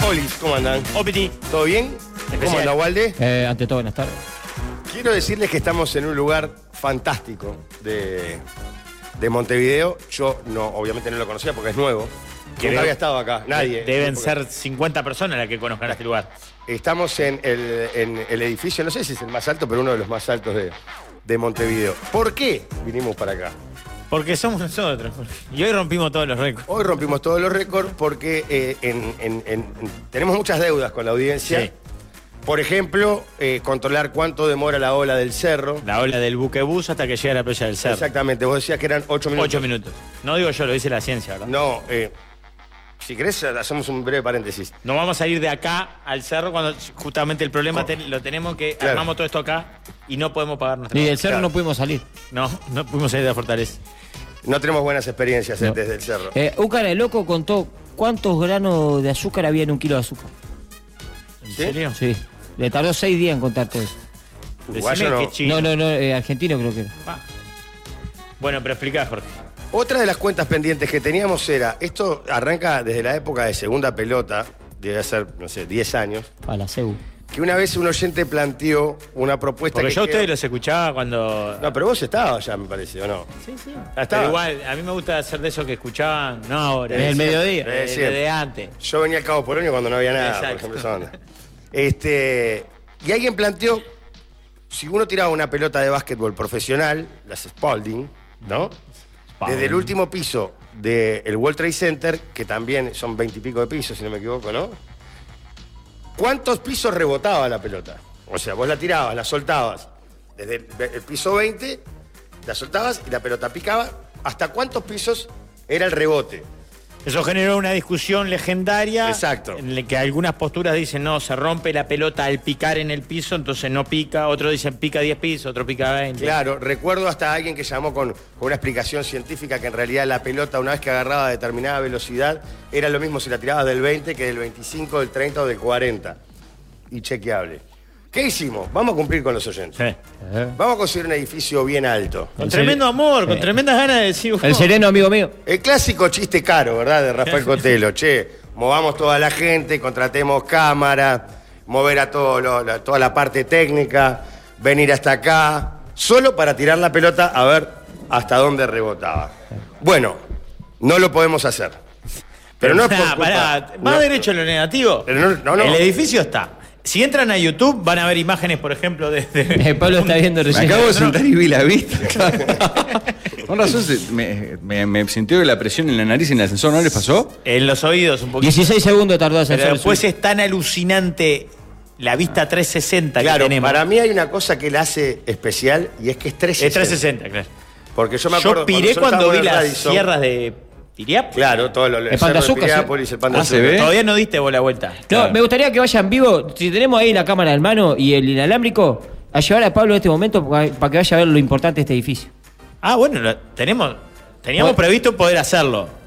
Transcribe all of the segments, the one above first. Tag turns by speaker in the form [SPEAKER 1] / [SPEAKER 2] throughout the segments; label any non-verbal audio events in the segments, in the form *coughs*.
[SPEAKER 1] Polis, ¿cómo andan?
[SPEAKER 2] Opiti.
[SPEAKER 1] ¿Todo bien? ¿Cómo
[SPEAKER 2] Especial.
[SPEAKER 1] anda, Walde?
[SPEAKER 3] Eh, ante todo, buenas tardes.
[SPEAKER 1] Quiero decirles que estamos en un lugar fantástico de, de Montevideo. Yo no, obviamente no lo conocía porque es nuevo. Nunca
[SPEAKER 2] Creo-
[SPEAKER 1] había estado acá, nadie.
[SPEAKER 2] Deben
[SPEAKER 1] Porque-
[SPEAKER 2] ser 50 personas las que conozcan este lugar.
[SPEAKER 1] Estamos en el, en el edificio, no sé si es el más alto, pero uno de los más altos de, de Montevideo. ¿Por qué vinimos para acá?
[SPEAKER 2] Porque somos nosotros. Y hoy rompimos todos los récords.
[SPEAKER 1] Hoy rompimos todos los récords porque eh, en- en- en- tenemos muchas deudas con la audiencia.
[SPEAKER 2] Sí.
[SPEAKER 1] Por ejemplo, eh, controlar cuánto demora la ola del cerro.
[SPEAKER 2] La ola del buquebús hasta que llega la playa del cerro.
[SPEAKER 1] Exactamente, vos decías que eran ocho minutos.
[SPEAKER 2] Ocho minutos. No digo yo, lo dice la ciencia, ¿verdad?
[SPEAKER 1] No, eh, si querés, hacemos un breve paréntesis.
[SPEAKER 2] No vamos a ir de acá al cerro cuando justamente el problema ten- lo tenemos que
[SPEAKER 1] Oh. Claro.
[SPEAKER 2] armamos todo esto acá y no podemos pagar nuestra.
[SPEAKER 3] Y del cerro
[SPEAKER 1] Claro.
[SPEAKER 3] no pudimos salir.
[SPEAKER 2] No, no pudimos salir de la fortaleza.
[SPEAKER 1] No tenemos buenas experiencias eh,
[SPEAKER 3] No.
[SPEAKER 1] desde el cerro.
[SPEAKER 3] Eh, un cara de loco contó cuántos granos de azúcar había en un kilo de azúcar.
[SPEAKER 2] ¿En
[SPEAKER 1] ¿Sí?
[SPEAKER 2] serio?
[SPEAKER 3] Sí. Le tardó seis días en contar todo eso.
[SPEAKER 1] Uruguayo
[SPEAKER 2] Decime
[SPEAKER 1] no.
[SPEAKER 2] que es chino.
[SPEAKER 3] No, no, no, eh, argentino creo que era.
[SPEAKER 2] Ah. Bueno, pero explicá, Jorge.
[SPEAKER 1] Otra de las cuentas pendientes que teníamos era, esto arranca desde la época de segunda pelota, debe ser, no sé, 10 años,
[SPEAKER 3] A la CEU.
[SPEAKER 1] que una vez un oyente planteó una propuesta
[SPEAKER 2] Porque
[SPEAKER 1] que
[SPEAKER 2] yo a
[SPEAKER 1] queda-
[SPEAKER 2] ustedes los escuchaba cuando.
[SPEAKER 1] No, pero vos estabas ya, me parece, ¿o no?
[SPEAKER 2] Sí, sí.
[SPEAKER 1] Ya está.
[SPEAKER 2] Pero igual, a mí me gusta hacer de eso que escuchaban, no ahora.
[SPEAKER 1] Desde
[SPEAKER 3] el mediodía.
[SPEAKER 2] Desde,
[SPEAKER 1] Desde Eh, siempre.
[SPEAKER 2] desde antes.
[SPEAKER 1] Yo venía al Cabo Polonio cuando no había nada, por
[SPEAKER 2] Exacto.
[SPEAKER 1] ejemplo, esa onda. Este, y alguien planteó, si uno tiraba una pelota de básquetbol profesional, las Spalding, ¿no? Desde el último piso del World Trade Center, que también son veintipico de pisos, si no me equivoco, ¿no? ¿Cuántos pisos rebotaba la pelota? O sea, vos la tirabas, la soltabas desde el, el piso 20, la soltabas y la pelota picaba. ¿Hasta cuántos pisos era el rebote?
[SPEAKER 2] Eso generó una discusión legendaria.
[SPEAKER 1] Exacto.
[SPEAKER 2] En la que algunas posturas dicen, no, se rompe la pelota al picar en el piso, entonces no pica. Otros dicen, pica 10 pisos, otro pica 20.
[SPEAKER 1] Claro, recuerdo hasta alguien que llamó con, con una explicación científica que en realidad la pelota, una vez que agarraba a determinada velocidad, era lo mismo si la tiraba del 20 que del 25, del 30 o del 40. Y chequeable. ¿Qué hicimos? Vamos a cumplir con los oyentes.
[SPEAKER 2] Sí.
[SPEAKER 1] Vamos a conseguir un edificio bien alto.
[SPEAKER 2] Con
[SPEAKER 3] El
[SPEAKER 2] tremendo
[SPEAKER 3] seren-
[SPEAKER 2] amor, con
[SPEAKER 3] Eh.
[SPEAKER 2] tremendas ganas de decir.
[SPEAKER 3] El
[SPEAKER 2] "Oh".
[SPEAKER 3] sereno, amigo mío.
[SPEAKER 1] El clásico chiste caro, ¿verdad? De
[SPEAKER 2] *laughs*
[SPEAKER 1] Rafael Cotelo. Che, movamos toda la gente, contratemos cámara, mover a todo lo- la- toda la parte técnica, venir hasta acá, solo para tirar la pelota a ver hasta dónde rebotaba. Bueno, no lo podemos hacer. Pero no es por
[SPEAKER 2] Nah,
[SPEAKER 1] culpa-
[SPEAKER 2] *laughs* pará, va
[SPEAKER 1] no-
[SPEAKER 2] derecho a lo negativo.
[SPEAKER 1] Pero no- no, no.
[SPEAKER 2] El edificio está. Si entran a YouTube, van a ver imágenes, por ejemplo, de. de-
[SPEAKER 3] Eh, *laughs*
[SPEAKER 2] *laughs*
[SPEAKER 3] Pablo está viendo
[SPEAKER 4] Me
[SPEAKER 3] recién.
[SPEAKER 4] acabo de sentar y vi la vista. Con razón se- me, me, me sintió la presión en la nariz y en el ascensor, ¿no les pasó?
[SPEAKER 2] en los oídos un poquito.
[SPEAKER 3] 16 segundos tardó
[SPEAKER 2] Pero
[SPEAKER 3] hacer
[SPEAKER 2] después es tan alucinante la vista 360
[SPEAKER 1] Claro,
[SPEAKER 2] que tenemos.
[SPEAKER 1] para mí hay una cosa que la hace especial y es que es 360.
[SPEAKER 2] es 360, claro.
[SPEAKER 1] Porque yo me
[SPEAKER 2] Yo,
[SPEAKER 1] acuerdo
[SPEAKER 2] piré
[SPEAKER 1] nosotros estábamos
[SPEAKER 2] cuando vi
[SPEAKER 1] en
[SPEAKER 2] las
[SPEAKER 1] Radisson-
[SPEAKER 2] tierras de Piriap.
[SPEAKER 1] Claro, todo lo
[SPEAKER 3] El Pan de Azúcar, sí.
[SPEAKER 1] Piriápolis, el Pan de
[SPEAKER 4] Ah, se
[SPEAKER 1] Azúcar.
[SPEAKER 4] ve. ¿Eh?
[SPEAKER 2] Todavía no diste vos la vuelta.
[SPEAKER 3] No, me gustaría que vayan vivo, si tenemos ahí la cámara en mano y el inalámbrico, a llevar a Pablo en este momento para que vaya a ver lo importante de este edificio.
[SPEAKER 2] Ah, bueno, lo- tenemos, teníamos
[SPEAKER 3] Pod-
[SPEAKER 2] previsto poder hacerlo.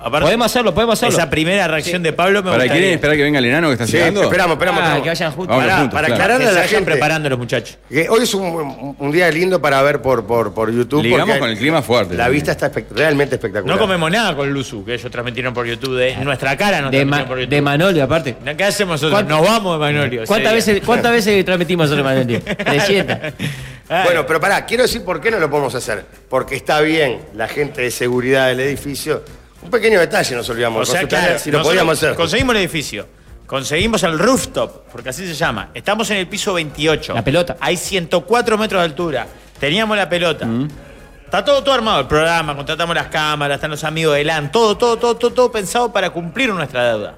[SPEAKER 2] Aparte,
[SPEAKER 3] Podemos hacerlo, podemos hacerlo.
[SPEAKER 2] Esa primera reacción de Pablo me
[SPEAKER 4] ¿Para
[SPEAKER 2] gustaría.
[SPEAKER 4] quieren esperar que venga el enano que está
[SPEAKER 1] Sí,
[SPEAKER 4] llegando?
[SPEAKER 1] esperamos, esperamos.
[SPEAKER 3] Ah,
[SPEAKER 1] esperamos.
[SPEAKER 3] que vayan juntos.
[SPEAKER 4] Vamos
[SPEAKER 1] Pará,
[SPEAKER 4] juntos,
[SPEAKER 1] para
[SPEAKER 4] claro.
[SPEAKER 1] aclararle
[SPEAKER 2] Que
[SPEAKER 1] a
[SPEAKER 2] se
[SPEAKER 1] la
[SPEAKER 2] vayan
[SPEAKER 1] gente.
[SPEAKER 2] preparando los muchachos.
[SPEAKER 1] que hoy es un, un- un día lindo para ver por, por, por YouTube.
[SPEAKER 4] Ligamos
[SPEAKER 1] porque
[SPEAKER 4] con el clima fuerte
[SPEAKER 1] La
[SPEAKER 4] también.
[SPEAKER 1] vista está espect- realmente espectacular.
[SPEAKER 2] No comemos nada con Luzu, que ellos transmitieron por YouTube. De nuestra cara no
[SPEAKER 3] de,
[SPEAKER 2] transmitieron
[SPEAKER 3] Ma-
[SPEAKER 2] por YouTube.
[SPEAKER 3] de Manolio, aparte.
[SPEAKER 2] No, ¿Qué hacemos nosotros?
[SPEAKER 3] ¿Cuán-
[SPEAKER 2] Nos vamos de Manolio.
[SPEAKER 3] ¿Cuántas
[SPEAKER 2] ese *laughs*
[SPEAKER 3] veces,
[SPEAKER 2] día.
[SPEAKER 3] ¿Cuántas veces transmitimos
[SPEAKER 2] *laughs*
[SPEAKER 3] el Manolio? 300.
[SPEAKER 2] Ah,
[SPEAKER 1] Bueno, pero pará, quiero decir por qué no lo podemos hacer. Porque está bien la gente de seguridad del edificio. Un pequeño detalle nos olvidamos.
[SPEAKER 2] o sea,
[SPEAKER 1] consultar
[SPEAKER 2] claro,
[SPEAKER 1] si lo
[SPEAKER 2] nosotros
[SPEAKER 1] podíamos hacer.
[SPEAKER 2] Conseguimos el edificio. Conseguimos el rooftop, porque así se llama. Estamos en el piso 28.
[SPEAKER 3] La pelota.
[SPEAKER 2] Hay 104 metros de altura. Teníamos la pelota.
[SPEAKER 3] Mm.
[SPEAKER 2] Está todo, todo armado, el programa, contratamos las cámaras, están los amigos de LAN, todo, todo, todo, todo, todo pensado para cumplir nuestra deuda.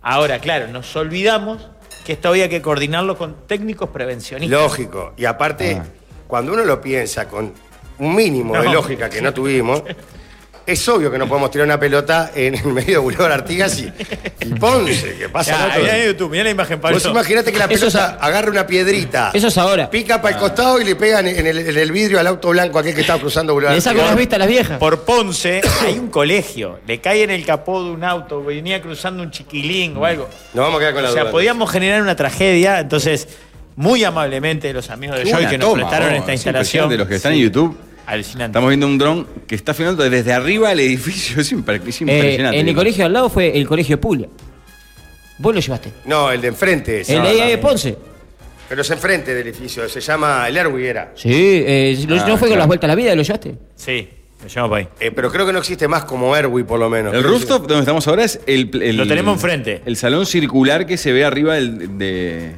[SPEAKER 2] Ahora, claro, nos olvidamos que esto había que coordinarlo con técnicos prevencionistas.
[SPEAKER 1] Lógico. Y aparte,
[SPEAKER 3] Ah.
[SPEAKER 1] cuando uno lo piensa con un mínimo de
[SPEAKER 2] No.
[SPEAKER 1] lógica que no tuvimos, es obvio que no podemos tirar una pelota en el medio de Boulevard Artigas y, y Ponce, que pasa
[SPEAKER 2] Ya,
[SPEAKER 1] en otro-
[SPEAKER 2] mirá en YouTube, mirá la imagen, Pablo.
[SPEAKER 1] Vos imaginate que la
[SPEAKER 3] Eso es
[SPEAKER 1] pelota agarra una piedrita.
[SPEAKER 3] Eso es Ah. ahora.
[SPEAKER 1] Pica para el costado y le pegan en el, en el vidrio al auto blanco aquel que estaba cruzando Boulevard.
[SPEAKER 3] Le saco las vistas a las viejas.
[SPEAKER 2] Por Ponce hay un colegio. Le cae en el capó de un auto, venía cruzando un chiquilín o algo.
[SPEAKER 1] Nos vamos a quedar con la
[SPEAKER 2] O sea,
[SPEAKER 1] duda.
[SPEAKER 2] podíamos generar una tragedia. Entonces, muy amablemente los amigos de Joy
[SPEAKER 4] Una
[SPEAKER 2] que nos
[SPEAKER 4] toma,
[SPEAKER 2] prestaron
[SPEAKER 4] vos,
[SPEAKER 2] esta
[SPEAKER 4] es
[SPEAKER 2] instalación.
[SPEAKER 4] impresionante De los que están
[SPEAKER 2] Sí.
[SPEAKER 4] en YouTube,
[SPEAKER 2] Alucinante.
[SPEAKER 4] estamos viendo un dron que está filmando desde arriba el edificio. Es, impre- es
[SPEAKER 3] Eh,
[SPEAKER 4] impresionante.
[SPEAKER 3] en el colegio al lado fue el colegio Puglia. Vos lo llevaste.
[SPEAKER 1] No, el de enfrente. es.
[SPEAKER 3] El de ahí de Ponce.
[SPEAKER 1] Pero es enfrente del edificio, se llama El Erguiguera.
[SPEAKER 3] Sí, eh, lo-
[SPEAKER 4] Ah,
[SPEAKER 3] no fue
[SPEAKER 4] claro.
[SPEAKER 3] con las vueltas a la vida, lo llevaste.
[SPEAKER 2] Sí, lo llevamos para ahí.
[SPEAKER 1] Eh, pero creo que no existe más como Erwi, por lo menos.
[SPEAKER 4] El rooftop donde estamos ahora es el, el-
[SPEAKER 2] Lo tenemos enfrente.
[SPEAKER 4] El salón circular que se ve arriba del, de,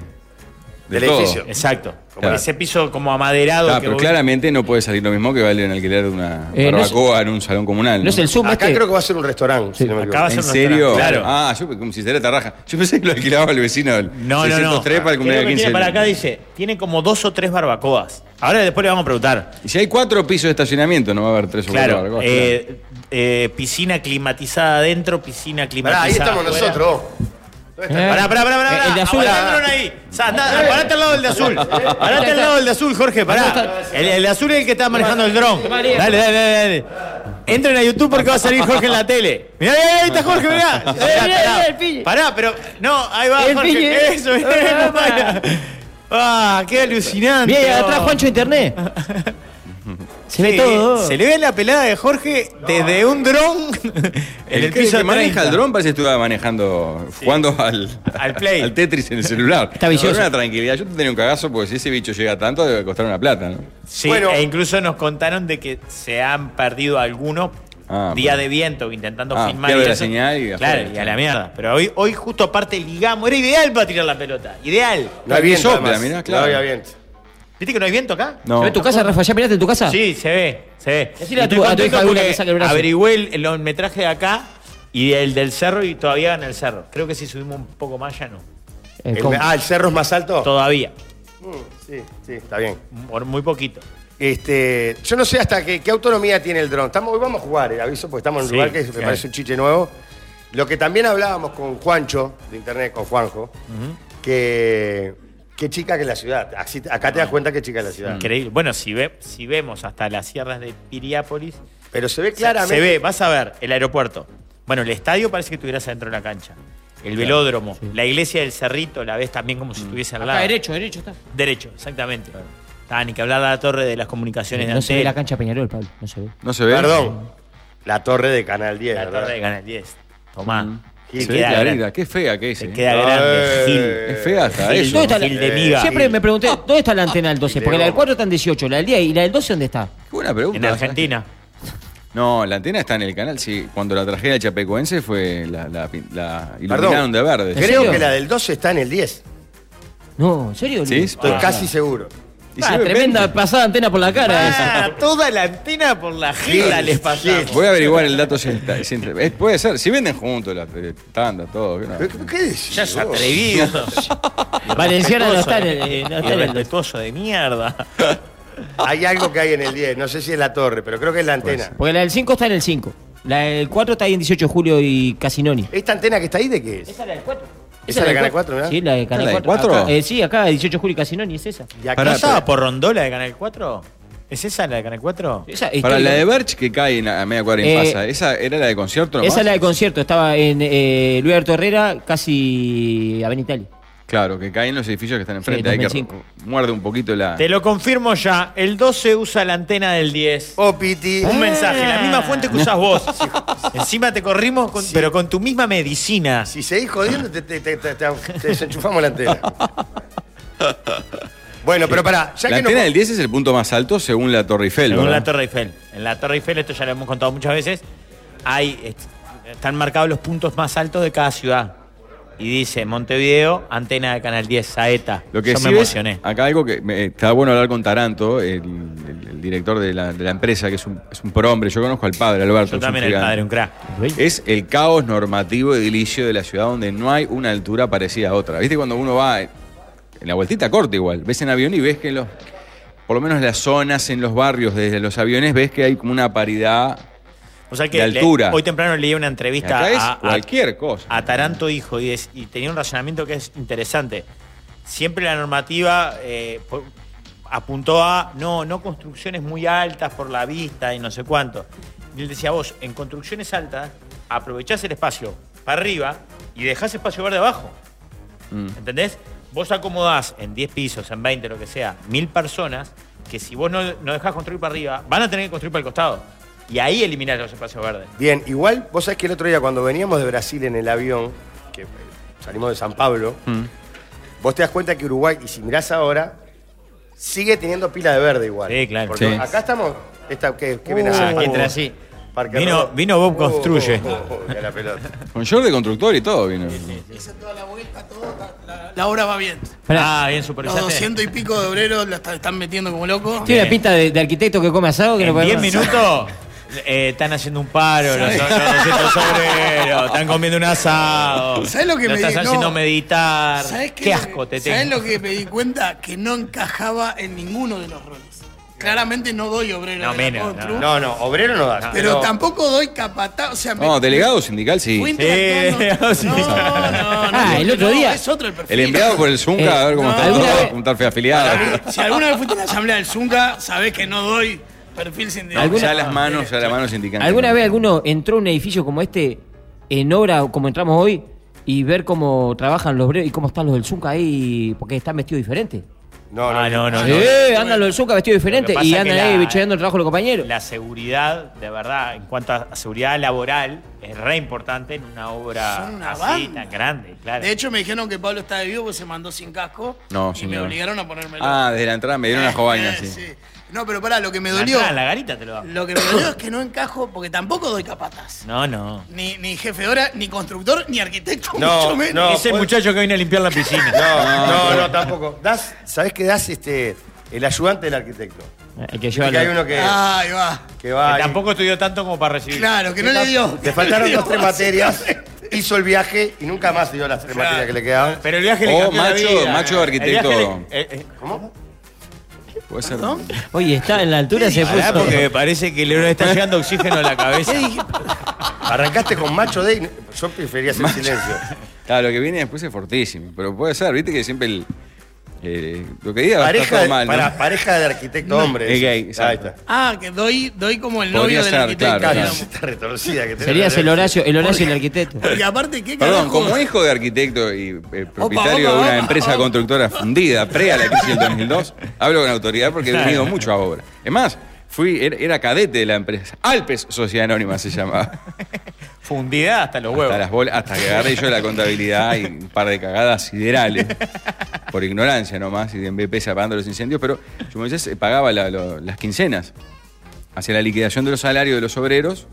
[SPEAKER 1] Del
[SPEAKER 4] todo.
[SPEAKER 1] edificio.
[SPEAKER 2] Exacto. Como
[SPEAKER 4] Claro.
[SPEAKER 2] ese piso como amaderado.
[SPEAKER 4] Ah,
[SPEAKER 2] que
[SPEAKER 4] pero
[SPEAKER 2] vos-
[SPEAKER 4] claramente no puede salir lo mismo que vale en alquiler de una
[SPEAKER 3] Eh, no es-
[SPEAKER 4] barbacoa en un salón comunal.
[SPEAKER 3] No es el Zoom
[SPEAKER 1] Acá
[SPEAKER 3] este.
[SPEAKER 1] creo que va a ser un restaurante, si no me
[SPEAKER 2] Acá
[SPEAKER 1] equivoco.
[SPEAKER 2] va a ser
[SPEAKER 4] ¿En
[SPEAKER 2] un
[SPEAKER 4] serio?
[SPEAKER 2] restaurante, claro.
[SPEAKER 4] Ah, yo como si era tarraja. Yo pensé que lo alquilaba el vecino. del
[SPEAKER 2] No, no, no.
[SPEAKER 4] 603 para el cumpleaños
[SPEAKER 2] Creo que tiene
[SPEAKER 4] 15.
[SPEAKER 2] para acá dice, tiene como dos o tres barbacoas. Ahora después le vamos a preguntar.
[SPEAKER 4] Y si hay cuatro pisos de estacionamiento, no va a haber tres o cuatro
[SPEAKER 2] Claro,
[SPEAKER 4] barbacoas,
[SPEAKER 2] eh, eh, piscina climatizada adentro, piscina
[SPEAKER 1] Pará,
[SPEAKER 2] climatizada
[SPEAKER 1] ahí estamos
[SPEAKER 2] afuera.
[SPEAKER 1] nosotros.
[SPEAKER 3] Eh,
[SPEAKER 2] Pará, pará, pará, pará.
[SPEAKER 3] El de azul.
[SPEAKER 2] Pará, pará, ahí. Sa- na- Parate al lado del de azul. Parate al lado del de azul, Jorge, pará. El, el de azul es el que está manejando el dron. Dale, dale, dale, dale. Entren a YouTube porque va a salir Jorge en la tele. Mirá, mirá, ahí está Jorge,
[SPEAKER 3] *laughs*
[SPEAKER 2] mirá. Mirá,
[SPEAKER 3] mirá, mirá, el
[SPEAKER 2] pará.
[SPEAKER 3] piñe.
[SPEAKER 2] Pará, pero. No, ahí va
[SPEAKER 3] El
[SPEAKER 2] Jorge.
[SPEAKER 3] piñe.
[SPEAKER 2] Eso, mirá,
[SPEAKER 3] Ah,
[SPEAKER 2] mirá.
[SPEAKER 3] pará.
[SPEAKER 2] Ah, qué alucinante.
[SPEAKER 3] Bien,
[SPEAKER 2] no.
[SPEAKER 3] atrás Juancho Internet.
[SPEAKER 2] *laughs*
[SPEAKER 3] Se ve
[SPEAKER 2] Sí,
[SPEAKER 3] todo.
[SPEAKER 2] Se le ve la pelada de Jorge desde un dron en
[SPEAKER 4] El,
[SPEAKER 2] el,
[SPEAKER 4] que-
[SPEAKER 2] piso
[SPEAKER 4] que maneja
[SPEAKER 2] 30.
[SPEAKER 4] el dron parece que estuviera manejando, jugando al,
[SPEAKER 2] Al Play.
[SPEAKER 4] al Tetris en el celular.
[SPEAKER 3] Está vicioso.
[SPEAKER 4] Con una tranquilidad. Yo tenía un cagazo porque si ese bicho llega tanto debe costar una plata, ¿no?
[SPEAKER 2] Sí,
[SPEAKER 1] Bueno.
[SPEAKER 2] e incluso nos contaron de que se han perdido algunos
[SPEAKER 4] Ah,
[SPEAKER 2] día
[SPEAKER 4] bueno.
[SPEAKER 2] de viento intentando
[SPEAKER 4] Ah,
[SPEAKER 2] filmar
[SPEAKER 4] pierde
[SPEAKER 2] y
[SPEAKER 4] la
[SPEAKER 2] eso.
[SPEAKER 4] señal y
[SPEAKER 2] claro,
[SPEAKER 4] afuera.
[SPEAKER 2] y a la mierda. Pero hoy, hoy justo aparte ligamos, era ideal para tirar la pelota, ideal.
[SPEAKER 1] No hay
[SPEAKER 4] Que
[SPEAKER 1] viento,
[SPEAKER 4] sopla,
[SPEAKER 1] además.
[SPEAKER 4] mirá, claro.
[SPEAKER 1] No había viento.
[SPEAKER 2] ¿Viste que no hay viento acá?
[SPEAKER 4] No.
[SPEAKER 3] ¿Se ve tu casa, Rafa? ¿Ya miraste tu casa?
[SPEAKER 2] Sí, se ve, se ve.
[SPEAKER 3] Decile a
[SPEAKER 2] Y
[SPEAKER 3] tu-
[SPEAKER 2] estoy
[SPEAKER 3] a tu hija
[SPEAKER 2] contento
[SPEAKER 3] alguna que
[SPEAKER 2] porque
[SPEAKER 3] saque el brazo.
[SPEAKER 2] Averigüé el, el longemetraje de acá y el del cerro y todavía en el cerro. Creo que si subimos un poco más ya no.
[SPEAKER 3] El
[SPEAKER 1] El-
[SPEAKER 3] com-
[SPEAKER 1] ah, ¿el cerro es más
[SPEAKER 4] Oh.
[SPEAKER 1] alto? Mm,
[SPEAKER 2] Todavía,
[SPEAKER 1] Sí, sí, está bien.
[SPEAKER 2] por muy poquito.
[SPEAKER 1] Este, yo no sé hasta qué, qué autonomía tiene el dron. Estamos, hoy vamos a jugar, eh, aviso, porque estamos en un
[SPEAKER 2] Sí,
[SPEAKER 1] lugar que me
[SPEAKER 2] claro.
[SPEAKER 1] parece un chiche nuevo. Lo que también hablábamos con Juancho, de internet, con Juanjo, que qué chica que es la ciudad. Así- acá te das cuenta qué chica es la
[SPEAKER 4] Mm.
[SPEAKER 1] ciudad.
[SPEAKER 2] Ah. Increíble. Bueno, si, ve, si vemos hasta las sierras de Piriápolis,
[SPEAKER 1] Pero se ve claramente.
[SPEAKER 2] Se ve, vas a ver, el aeropuerto. Bueno, el estadio parece que estuvieras adentro de la cancha. El velódromo, la iglesia del Cerrito, la ves también como si estuviese al lado.
[SPEAKER 3] Mm. Acá, derecho, derecho está.
[SPEAKER 2] Derecho, exactamente. Ah, ni que hablar de la torre de las comunicaciones de
[SPEAKER 3] No se ve
[SPEAKER 2] Antel.
[SPEAKER 3] la cancha Peñarol, Pablo. No se ve.
[SPEAKER 4] No se ve. Mm.
[SPEAKER 1] Perdón. La torre de Canal 10,
[SPEAKER 2] La
[SPEAKER 1] ¿verdad?
[SPEAKER 2] torre de Canal 10. Tomá.
[SPEAKER 3] Mm.
[SPEAKER 2] Te
[SPEAKER 4] Se ve
[SPEAKER 2] Ah. queda
[SPEAKER 4] clarita.
[SPEAKER 2] grande,
[SPEAKER 4] Qué fea que es.
[SPEAKER 2] te
[SPEAKER 4] eh.
[SPEAKER 2] queda
[SPEAKER 1] Eh.
[SPEAKER 2] grande, Gil.
[SPEAKER 4] Es fea hasta
[SPEAKER 2] Gil,
[SPEAKER 4] eso.
[SPEAKER 3] ¿Dónde está la-
[SPEAKER 2] Gil de miga.
[SPEAKER 3] Siempre me pregunté, ¿dónde está la antena del 12? Porque la del
[SPEAKER 1] Llegó.
[SPEAKER 3] 4 está en 18, la del 10 y la del 12 ¿dónde está?
[SPEAKER 4] Qué buena pregunta.
[SPEAKER 2] En Argentina.
[SPEAKER 4] No, la antena está en el canal. Sí, cuando la tragedia de Chapecoense fue la, la, pin- la iluminaron
[SPEAKER 1] Perdón.
[SPEAKER 4] de verde.
[SPEAKER 3] ¿En
[SPEAKER 1] Creo
[SPEAKER 3] serio?
[SPEAKER 1] que la del 12 está en el 10.
[SPEAKER 3] No, ¿en serio?
[SPEAKER 4] Sí,
[SPEAKER 1] Estoy
[SPEAKER 4] Ah.
[SPEAKER 1] casi seguro.
[SPEAKER 4] Y
[SPEAKER 3] Ah,
[SPEAKER 4] se ve
[SPEAKER 3] tremenda
[SPEAKER 4] *laughs* veinte.
[SPEAKER 3] pasada antena por la cara.
[SPEAKER 2] *laughs*
[SPEAKER 3] esa.
[SPEAKER 2] Ah, toda la antena por la jeta les pasamos.
[SPEAKER 4] Voy a averiguar el dato. si está- si entre- eh, puede ser. Si venden juntos las eh, tandas, todo. que no.
[SPEAKER 1] ¿Pero ¿Qué, qué decís?
[SPEAKER 2] Ya es
[SPEAKER 1] vos?
[SPEAKER 2] atrevido.
[SPEAKER 3] Valenciana no está en el-
[SPEAKER 2] Irrespetuoso,
[SPEAKER 3] eh, no está en el-
[SPEAKER 2] irrespetuoso de mierda.
[SPEAKER 1] Hay algo que hay en el 10. No sé si es la torre, pero creo que es la
[SPEAKER 4] Pues.
[SPEAKER 1] antena.
[SPEAKER 3] Porque la del 5 está en el 5. La del 4 está ahí en 18 de julio y Casinoni.
[SPEAKER 1] ¿Esta antena que está ahí de qué es?
[SPEAKER 3] Esa es la del 4.
[SPEAKER 1] Esa es la Canal 4, ¿verdad?
[SPEAKER 3] Sí, la de
[SPEAKER 4] ¿Esa
[SPEAKER 3] Canal
[SPEAKER 4] es
[SPEAKER 3] 4.
[SPEAKER 4] la del 4?
[SPEAKER 3] Acá, eh, sí, acá 18 de julio y Casinoni es esa.
[SPEAKER 1] Y acá
[SPEAKER 4] Pará,
[SPEAKER 2] ¿No
[SPEAKER 1] está-
[SPEAKER 2] estaba por Rondola de Canal 4? ¿Es esa la de Canal 4?
[SPEAKER 3] Esa
[SPEAKER 4] Para
[SPEAKER 3] histórica.
[SPEAKER 4] la de Berch que cae en la- a media cuadra y
[SPEAKER 3] Eh,
[SPEAKER 4] pasa, ¿esa era la de concierto? nomás?
[SPEAKER 3] Esa es la de concierto, estaba en eh, Luis Alberto Herrera, casi Avenida Italia.
[SPEAKER 4] Claro, que caen los edificios que están enfrente.
[SPEAKER 3] Sí,
[SPEAKER 4] Hay que
[SPEAKER 3] 2005.
[SPEAKER 4] muerde un poquito la.
[SPEAKER 2] Te lo confirmo ya. El 12 usa la antena del 10.
[SPEAKER 1] Oh, Piti.
[SPEAKER 2] Un mensaje, la misma fuente
[SPEAKER 4] Ah.
[SPEAKER 2] que usas vos. Encima te corrimos, con- pero con tu misma
[SPEAKER 1] *laughs*
[SPEAKER 2] medicina.
[SPEAKER 1] Si seguís jodiendo, te, te- te- te- te- te desenchufamos la
[SPEAKER 4] *laughs*
[SPEAKER 1] antena. Bueno, pero pará, ya
[SPEAKER 4] La
[SPEAKER 1] que no.
[SPEAKER 4] antena del 10 es el punto más alto según la Torre Eiffel.
[SPEAKER 2] Según
[SPEAKER 4] ¿verdad?
[SPEAKER 2] la Torre Eiffel. En la Torre Eiffel, esto ya lo hemos contado muchas veces, hay, est- están marcados los puntos más altos de cada ciudad. Y dice Montevideo, antena de Canal 10, Saeta.
[SPEAKER 4] Lo que
[SPEAKER 2] Yo
[SPEAKER 4] sí Ah,
[SPEAKER 2] me
[SPEAKER 4] ves,
[SPEAKER 2] emocioné.
[SPEAKER 4] acá algo que me- estaba bueno hablar con Taranto, el, el- el director de la, de la empresa, que es un, es un prohombre. Yo conozco al padre, Alberto.
[SPEAKER 2] Yo
[SPEAKER 4] es un
[SPEAKER 2] también, el
[SPEAKER 4] gigante.
[SPEAKER 2] padre, un crack.
[SPEAKER 4] Es el caos normativo edilicio de la ciudad donde no hay una altura parecida a otra. ¿Viste cuando uno va en la vueltita corta igual? Ves en avión y ves que los, por lo menos las zonas en los barrios desde los aviones ves que hay como una paridad.
[SPEAKER 2] O sea que
[SPEAKER 4] De
[SPEAKER 2] le-
[SPEAKER 4] altura.
[SPEAKER 2] hoy temprano leí una
[SPEAKER 4] Y
[SPEAKER 2] entrevista
[SPEAKER 4] Acá es
[SPEAKER 2] a, a-
[SPEAKER 4] cualquier cosa.
[SPEAKER 2] a Taranto Hijo y, es- y tenía un razonamiento que es interesante. Siempre la normativa eh, po- apuntó a no, no construcciones muy altas por la vista y no sé cuánto. Y él decía, vos, en construcciones altas aprovechás el espacio para arriba y dejás espacio verde abajo. ¿Entendés? Vos acomodás en 10 pisos, en 20, lo que sea, mil personas que si vos no, no dejás construir para arriba, van a tener que construir para el costado. Y ahí eliminás los espacios verdes.
[SPEAKER 1] Bien, igual, vos sabés que el otro día cuando veníamos de Brasil en el avión, que eh, salimos de San Pablo,
[SPEAKER 2] Mm.
[SPEAKER 1] vos te das cuenta que Uruguay, y si mirás ahora, sigue teniendo pila de verde igual.
[SPEAKER 2] Sí, claro.
[SPEAKER 1] Porque
[SPEAKER 4] Sí.
[SPEAKER 1] acá estamos. Esta, ¿Qué, qué
[SPEAKER 2] Uh,
[SPEAKER 1] viene a hacer?
[SPEAKER 2] entra así.
[SPEAKER 1] Parque
[SPEAKER 2] Vino-
[SPEAKER 1] Rodó.
[SPEAKER 2] vino Bob Construye.
[SPEAKER 1] uh, y a la pelota.
[SPEAKER 4] Con short de constructor y todo vino.
[SPEAKER 5] La obra va bien.
[SPEAKER 3] Pará.
[SPEAKER 2] Ah, bien
[SPEAKER 5] Los
[SPEAKER 2] supervisaste.
[SPEAKER 5] 200 y pico de obreros la está- están metiendo como locos.
[SPEAKER 3] Tiene una
[SPEAKER 2] Bien.
[SPEAKER 3] pinta de, de arquitecto que come asado que no
[SPEAKER 2] En
[SPEAKER 3] puede
[SPEAKER 2] 10
[SPEAKER 3] más.
[SPEAKER 2] minutos eh, están haciendo un paro los, los 200 obreros, están comiendo un asado.
[SPEAKER 5] ¿Sabés lo que me
[SPEAKER 2] estás
[SPEAKER 5] di-
[SPEAKER 2] haciendo
[SPEAKER 5] no.
[SPEAKER 2] meditar.
[SPEAKER 5] ¿Sabés
[SPEAKER 2] qué? asco te
[SPEAKER 5] ¿Sabés
[SPEAKER 2] tengo.
[SPEAKER 5] lo que me di cuenta? Que no encajaba en ninguno de los roles. Claramente no doy obrero
[SPEAKER 2] No,
[SPEAKER 5] de la
[SPEAKER 2] menos,
[SPEAKER 5] Constru,
[SPEAKER 2] no,
[SPEAKER 1] No, no, obrero no das.
[SPEAKER 5] Pero tampoco doy capataz. O sea, me-
[SPEAKER 4] No, delegado sindical sí.
[SPEAKER 5] fui
[SPEAKER 2] delegado
[SPEAKER 4] *laughs*
[SPEAKER 5] interactuando-
[SPEAKER 2] sindical.
[SPEAKER 5] No, no, no,
[SPEAKER 3] Ah,
[SPEAKER 5] porque
[SPEAKER 3] el otro
[SPEAKER 5] no,
[SPEAKER 3] día-
[SPEAKER 5] Es otro el perfil.
[SPEAKER 4] El enviado por el Zunca,
[SPEAKER 3] Eh,
[SPEAKER 4] a ver cómo
[SPEAKER 5] no.
[SPEAKER 4] están
[SPEAKER 3] ¿Alguna
[SPEAKER 4] todos,
[SPEAKER 3] vez-
[SPEAKER 4] juntar fe afiliados.
[SPEAKER 5] Si alguna vez fuiste a la asamblea del Zunca, sabés que no doy perfil
[SPEAKER 4] No,
[SPEAKER 5] sindical.
[SPEAKER 4] ya las manos, ya las manos indican. que
[SPEAKER 3] ¿Alguna
[SPEAKER 4] no.
[SPEAKER 3] vez alguno entró a un edificio como este, en obra como entramos hoy, y ver cómo trabajan los obreros y cómo están los del Zunca ahí, porque están vestidos diferente?
[SPEAKER 1] No, no,
[SPEAKER 2] Ah, no, no, no.
[SPEAKER 3] eh, andan los del Zunca vestidos diferente
[SPEAKER 2] Lo que
[SPEAKER 3] y
[SPEAKER 2] pasa es
[SPEAKER 3] andan
[SPEAKER 2] que
[SPEAKER 3] ahí
[SPEAKER 2] la-
[SPEAKER 3] bicheando el trabajo de los compañeros.
[SPEAKER 2] La seguridad, de verdad, en cuanto a seguridad laboral, es re importante en una obra
[SPEAKER 5] Son una
[SPEAKER 2] así,
[SPEAKER 5] banda.
[SPEAKER 2] tan grande, claro.
[SPEAKER 5] De hecho, me dijeron que Pablo está de vivo porque se mandó sin casco.
[SPEAKER 4] No,
[SPEAKER 5] y me
[SPEAKER 4] señor.
[SPEAKER 5] obligaron a ponérmelo.
[SPEAKER 4] Ah, desde la entrada me dieron una jovaina,
[SPEAKER 5] *laughs* Eh,
[SPEAKER 4] sí.
[SPEAKER 5] No, pero pará, lo que me
[SPEAKER 2] la,
[SPEAKER 5] dolió.
[SPEAKER 2] entrada en la garita te lo da.
[SPEAKER 5] Lo que me dolió es que no encajo porque tampoco doy capataz.
[SPEAKER 2] No, no.
[SPEAKER 5] Ni, ni jefe de hora, ni constructor, ni arquitecto,
[SPEAKER 1] No,
[SPEAKER 5] mucho menos.
[SPEAKER 1] No,
[SPEAKER 2] es el
[SPEAKER 1] pues-
[SPEAKER 2] muchacho que viene a limpiar la piscina.
[SPEAKER 1] No, no, no, tampoco. Das, ¿Sabés qué das este, el ayudante del arquitecto?
[SPEAKER 3] El que
[SPEAKER 1] Viste
[SPEAKER 3] lleva
[SPEAKER 1] Que hay
[SPEAKER 3] los-
[SPEAKER 1] uno que,
[SPEAKER 5] Ahí va.
[SPEAKER 1] que va.
[SPEAKER 2] Que
[SPEAKER 1] ahí.
[SPEAKER 2] tampoco estudió tanto como para recibir.
[SPEAKER 5] Claro, que no le dio.
[SPEAKER 1] Le faltaron
[SPEAKER 5] No le
[SPEAKER 1] dos,
[SPEAKER 5] *laughs* dio.
[SPEAKER 1] tres materias. Hizo el viaje y nunca más dio las tres
[SPEAKER 2] Claro.
[SPEAKER 1] materias que le quedaban.
[SPEAKER 2] Pero el viaje le
[SPEAKER 4] Oh,
[SPEAKER 2] cambió la
[SPEAKER 4] macho-
[SPEAKER 2] vida.
[SPEAKER 4] macho
[SPEAKER 2] El viaje
[SPEAKER 4] arquitecto.
[SPEAKER 2] le- eh, eh,
[SPEAKER 1] ¿Cómo?
[SPEAKER 4] Puede ser.
[SPEAKER 3] Oye, está en la altura, se
[SPEAKER 2] pará,
[SPEAKER 3] puso.
[SPEAKER 2] porque me parece que le está llegando oxígeno a *laughs* la cabeza.
[SPEAKER 1] Arrancaste con Macho Day. Yo prefería hacer silencio.
[SPEAKER 4] Claro, lo que viene después es fortísimo. Pero puede ser, viste que siempre el. eh, lo que diga va a estar
[SPEAKER 1] Pareja,
[SPEAKER 4] todo
[SPEAKER 1] de,
[SPEAKER 4] mal. ¿no?
[SPEAKER 1] para- pareja de arquitecto hombre.
[SPEAKER 4] Es gay,
[SPEAKER 1] Ahí
[SPEAKER 4] exacto.
[SPEAKER 1] está.
[SPEAKER 5] Ah, que doy, doy como el
[SPEAKER 4] Podría
[SPEAKER 5] novio del
[SPEAKER 4] ser,
[SPEAKER 5] arquitecto.
[SPEAKER 4] claro,
[SPEAKER 5] digamos.
[SPEAKER 1] Cabecita retorcida que tenés.
[SPEAKER 3] Serías el Horacio, el Horacio y el arquitecto.
[SPEAKER 5] Y aparte, ¿qué
[SPEAKER 4] Perdón,
[SPEAKER 5] carajo?
[SPEAKER 4] como hijo de arquitecto y eh, propietario
[SPEAKER 5] opa,
[SPEAKER 4] de una
[SPEAKER 5] opa,
[SPEAKER 4] empresa
[SPEAKER 5] opa.
[SPEAKER 4] constructora fundida, pre a la crisis del 2002, hablo con autoridad porque he venido mucho a obra. Es más, fui, era, era cadete de la empresa. Alpes Sociedad Anónima se llamaba.
[SPEAKER 2] Fundida hasta los huevos.
[SPEAKER 4] Hasta, las bolas, hasta que agarré yo la contabilidad y un par de cagadas siderales. Por ignorancia nomás, y de MBP apagando los incendios, pero yo me decía, pagaba la- lo- las quincenas. Hacia la liquidación de los salarios de los obreros,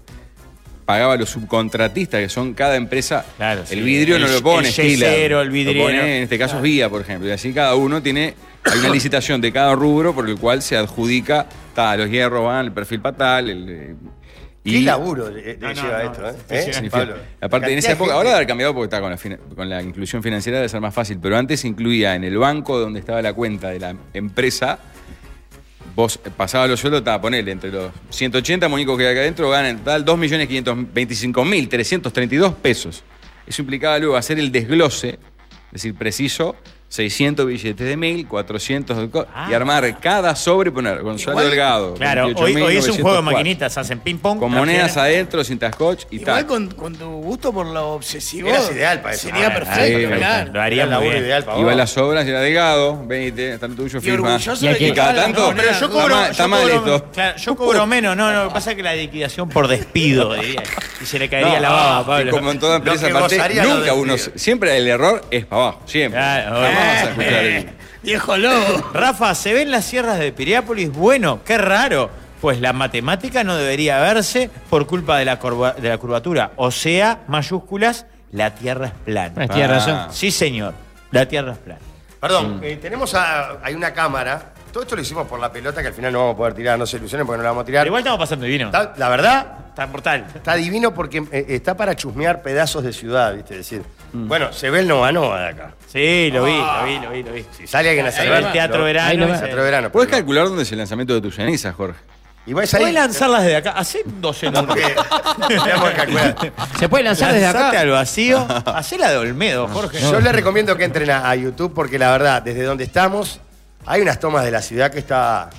[SPEAKER 4] pagaba a los subcontratistas, que son cada empresa.
[SPEAKER 2] Claro,
[SPEAKER 4] el
[SPEAKER 2] sí.
[SPEAKER 4] vidrio no
[SPEAKER 2] El-
[SPEAKER 4] lo pone.
[SPEAKER 2] el
[SPEAKER 4] Stila.
[SPEAKER 2] yesero, el
[SPEAKER 4] Lo
[SPEAKER 2] vidriero.
[SPEAKER 4] pone, en este caso es vía, por ejemplo. Y así cada uno tiene. Hay una licitación de cada rubro por el cual se adjudica. ta, los hierros van, el perfil patal, el. eh,
[SPEAKER 1] Qué laburo le- le
[SPEAKER 2] No, no,
[SPEAKER 1] lleva
[SPEAKER 2] no,
[SPEAKER 1] esto, ¿eh?
[SPEAKER 2] sí,
[SPEAKER 1] ¿Eh,
[SPEAKER 2] sí, sí.
[SPEAKER 1] Pablo?
[SPEAKER 4] Aparte, en esa
[SPEAKER 1] Cantidad de
[SPEAKER 4] época,
[SPEAKER 1] gente-
[SPEAKER 4] ahora debe haber cambiado porque está con la, fina- con la inclusión financiera debe ser más fácil, pero antes incluía en el banco donde estaba la cuenta de la empresa, vos pasabas los sueldos, estaba, ponele, entre los 180 muñecos que hay acá adentro ganan en total 2.525.332 pesos. Eso implicaba luego hacer el desglose, es decir, preciso, 600 billetes de mil, 400 de co- y
[SPEAKER 2] Ah.
[SPEAKER 4] armar cada sobre, y poner Gonzalo
[SPEAKER 5] Igual-
[SPEAKER 4] Delgado.
[SPEAKER 2] Claro, hoy, hoy es un juego de
[SPEAKER 4] 28.904.
[SPEAKER 2] maquinitas, hacen ping-pong.
[SPEAKER 4] Con monedas adentro, sin tascoch y
[SPEAKER 5] Igual
[SPEAKER 4] tal.
[SPEAKER 5] con, con tu gusto por lo obsesivo.
[SPEAKER 1] Eras ideal para eso.
[SPEAKER 5] Sería
[SPEAKER 1] Ah,
[SPEAKER 5] perfecto,
[SPEAKER 4] sí,
[SPEAKER 5] claro.
[SPEAKER 2] Lo haría
[SPEAKER 1] Era el
[SPEAKER 2] muy
[SPEAKER 1] laburo
[SPEAKER 2] bien.
[SPEAKER 1] ideal para
[SPEAKER 4] Iba a
[SPEAKER 1] vos.
[SPEAKER 4] las obras, era delgado, venite, está el tuyo,
[SPEAKER 5] Y
[SPEAKER 4] firma.
[SPEAKER 5] orgulloso
[SPEAKER 3] Y
[SPEAKER 5] de
[SPEAKER 3] aquí-
[SPEAKER 5] que
[SPEAKER 4] Y cada
[SPEAKER 5] estaba la
[SPEAKER 4] tanto,
[SPEAKER 5] novia.
[SPEAKER 1] pero yo
[SPEAKER 4] está
[SPEAKER 1] cobro-
[SPEAKER 4] mal,
[SPEAKER 1] yo
[SPEAKER 4] está mal
[SPEAKER 1] cobro-
[SPEAKER 4] esto. Uh,
[SPEAKER 2] Claro, yo cobro menos, no, no, lo que pasa es que la liquidación por
[SPEAKER 4] *laughs*
[SPEAKER 2] despido, diría. Y se le caería la baba,
[SPEAKER 4] Y
[SPEAKER 2] Pablo.
[SPEAKER 4] como en toda
[SPEAKER 1] Lo que
[SPEAKER 4] empresa, aparte,
[SPEAKER 1] gozaría lo
[SPEAKER 4] nunca
[SPEAKER 1] del
[SPEAKER 4] uno.
[SPEAKER 1] tío.
[SPEAKER 4] Siempre el error es para abajo, siempre.
[SPEAKER 2] Claro,
[SPEAKER 4] No
[SPEAKER 2] bueno.
[SPEAKER 5] Ah,
[SPEAKER 4] vamos a escuchar el-
[SPEAKER 5] Eh, Viejo lobo.
[SPEAKER 2] Rafa, ¿se ven las sierras de Piriápolis? Bueno, qué raro. Pues la matemática no debería verse por culpa de la, curva- de la curvatura. O sea, mayúsculas, la Tierra es plana.
[SPEAKER 3] Ah, tiene
[SPEAKER 4] Ah.
[SPEAKER 3] razón.
[SPEAKER 2] Sí, señor, la Tierra es plana.
[SPEAKER 1] Perdón, eh, tenemos a, hay una cámara. Todo esto lo hicimos por la pelota que al final no vamos a poder tirar, no se ilusionen porque no la vamos a tirar.
[SPEAKER 2] Pero igual estamos pasando divino.
[SPEAKER 1] Está- la verdad,
[SPEAKER 2] Está mortal.
[SPEAKER 1] está divino porque eh, está para chusmear pedazos de ciudad, ¿viste? Es decir,
[SPEAKER 3] Mm.
[SPEAKER 1] bueno, se ve el Nova Nova de acá.
[SPEAKER 2] Sí, lo vi, lo vi, lo vi, lo vi.
[SPEAKER 1] Si sale alguien a
[SPEAKER 2] Se ve
[SPEAKER 1] salvar
[SPEAKER 2] el Teatro
[SPEAKER 3] Ahí
[SPEAKER 2] Verano.
[SPEAKER 3] lo
[SPEAKER 2] y
[SPEAKER 3] va.
[SPEAKER 2] se-
[SPEAKER 1] Teatro verano.
[SPEAKER 4] Puedes
[SPEAKER 1] pero-
[SPEAKER 4] calcular dónde es el lanzamiento de tus cenizas, Jorge.
[SPEAKER 1] Y vais
[SPEAKER 2] Podés
[SPEAKER 1] ahí.
[SPEAKER 2] lanzarlas desde acá. Hacé un 12 en
[SPEAKER 1] *laughs*
[SPEAKER 2] uno.
[SPEAKER 1] Porque- Veamos el calculador.
[SPEAKER 3] Se puede lanzar desde
[SPEAKER 2] Lanzate
[SPEAKER 3] acá.
[SPEAKER 2] al vacío. *laughs* Hacé la de Olmedo, Jorge.
[SPEAKER 1] Yo les recomiendo que entren a, a YouTube porque la verdad, desde donde estamos, hay unas tomas de la ciudad que está.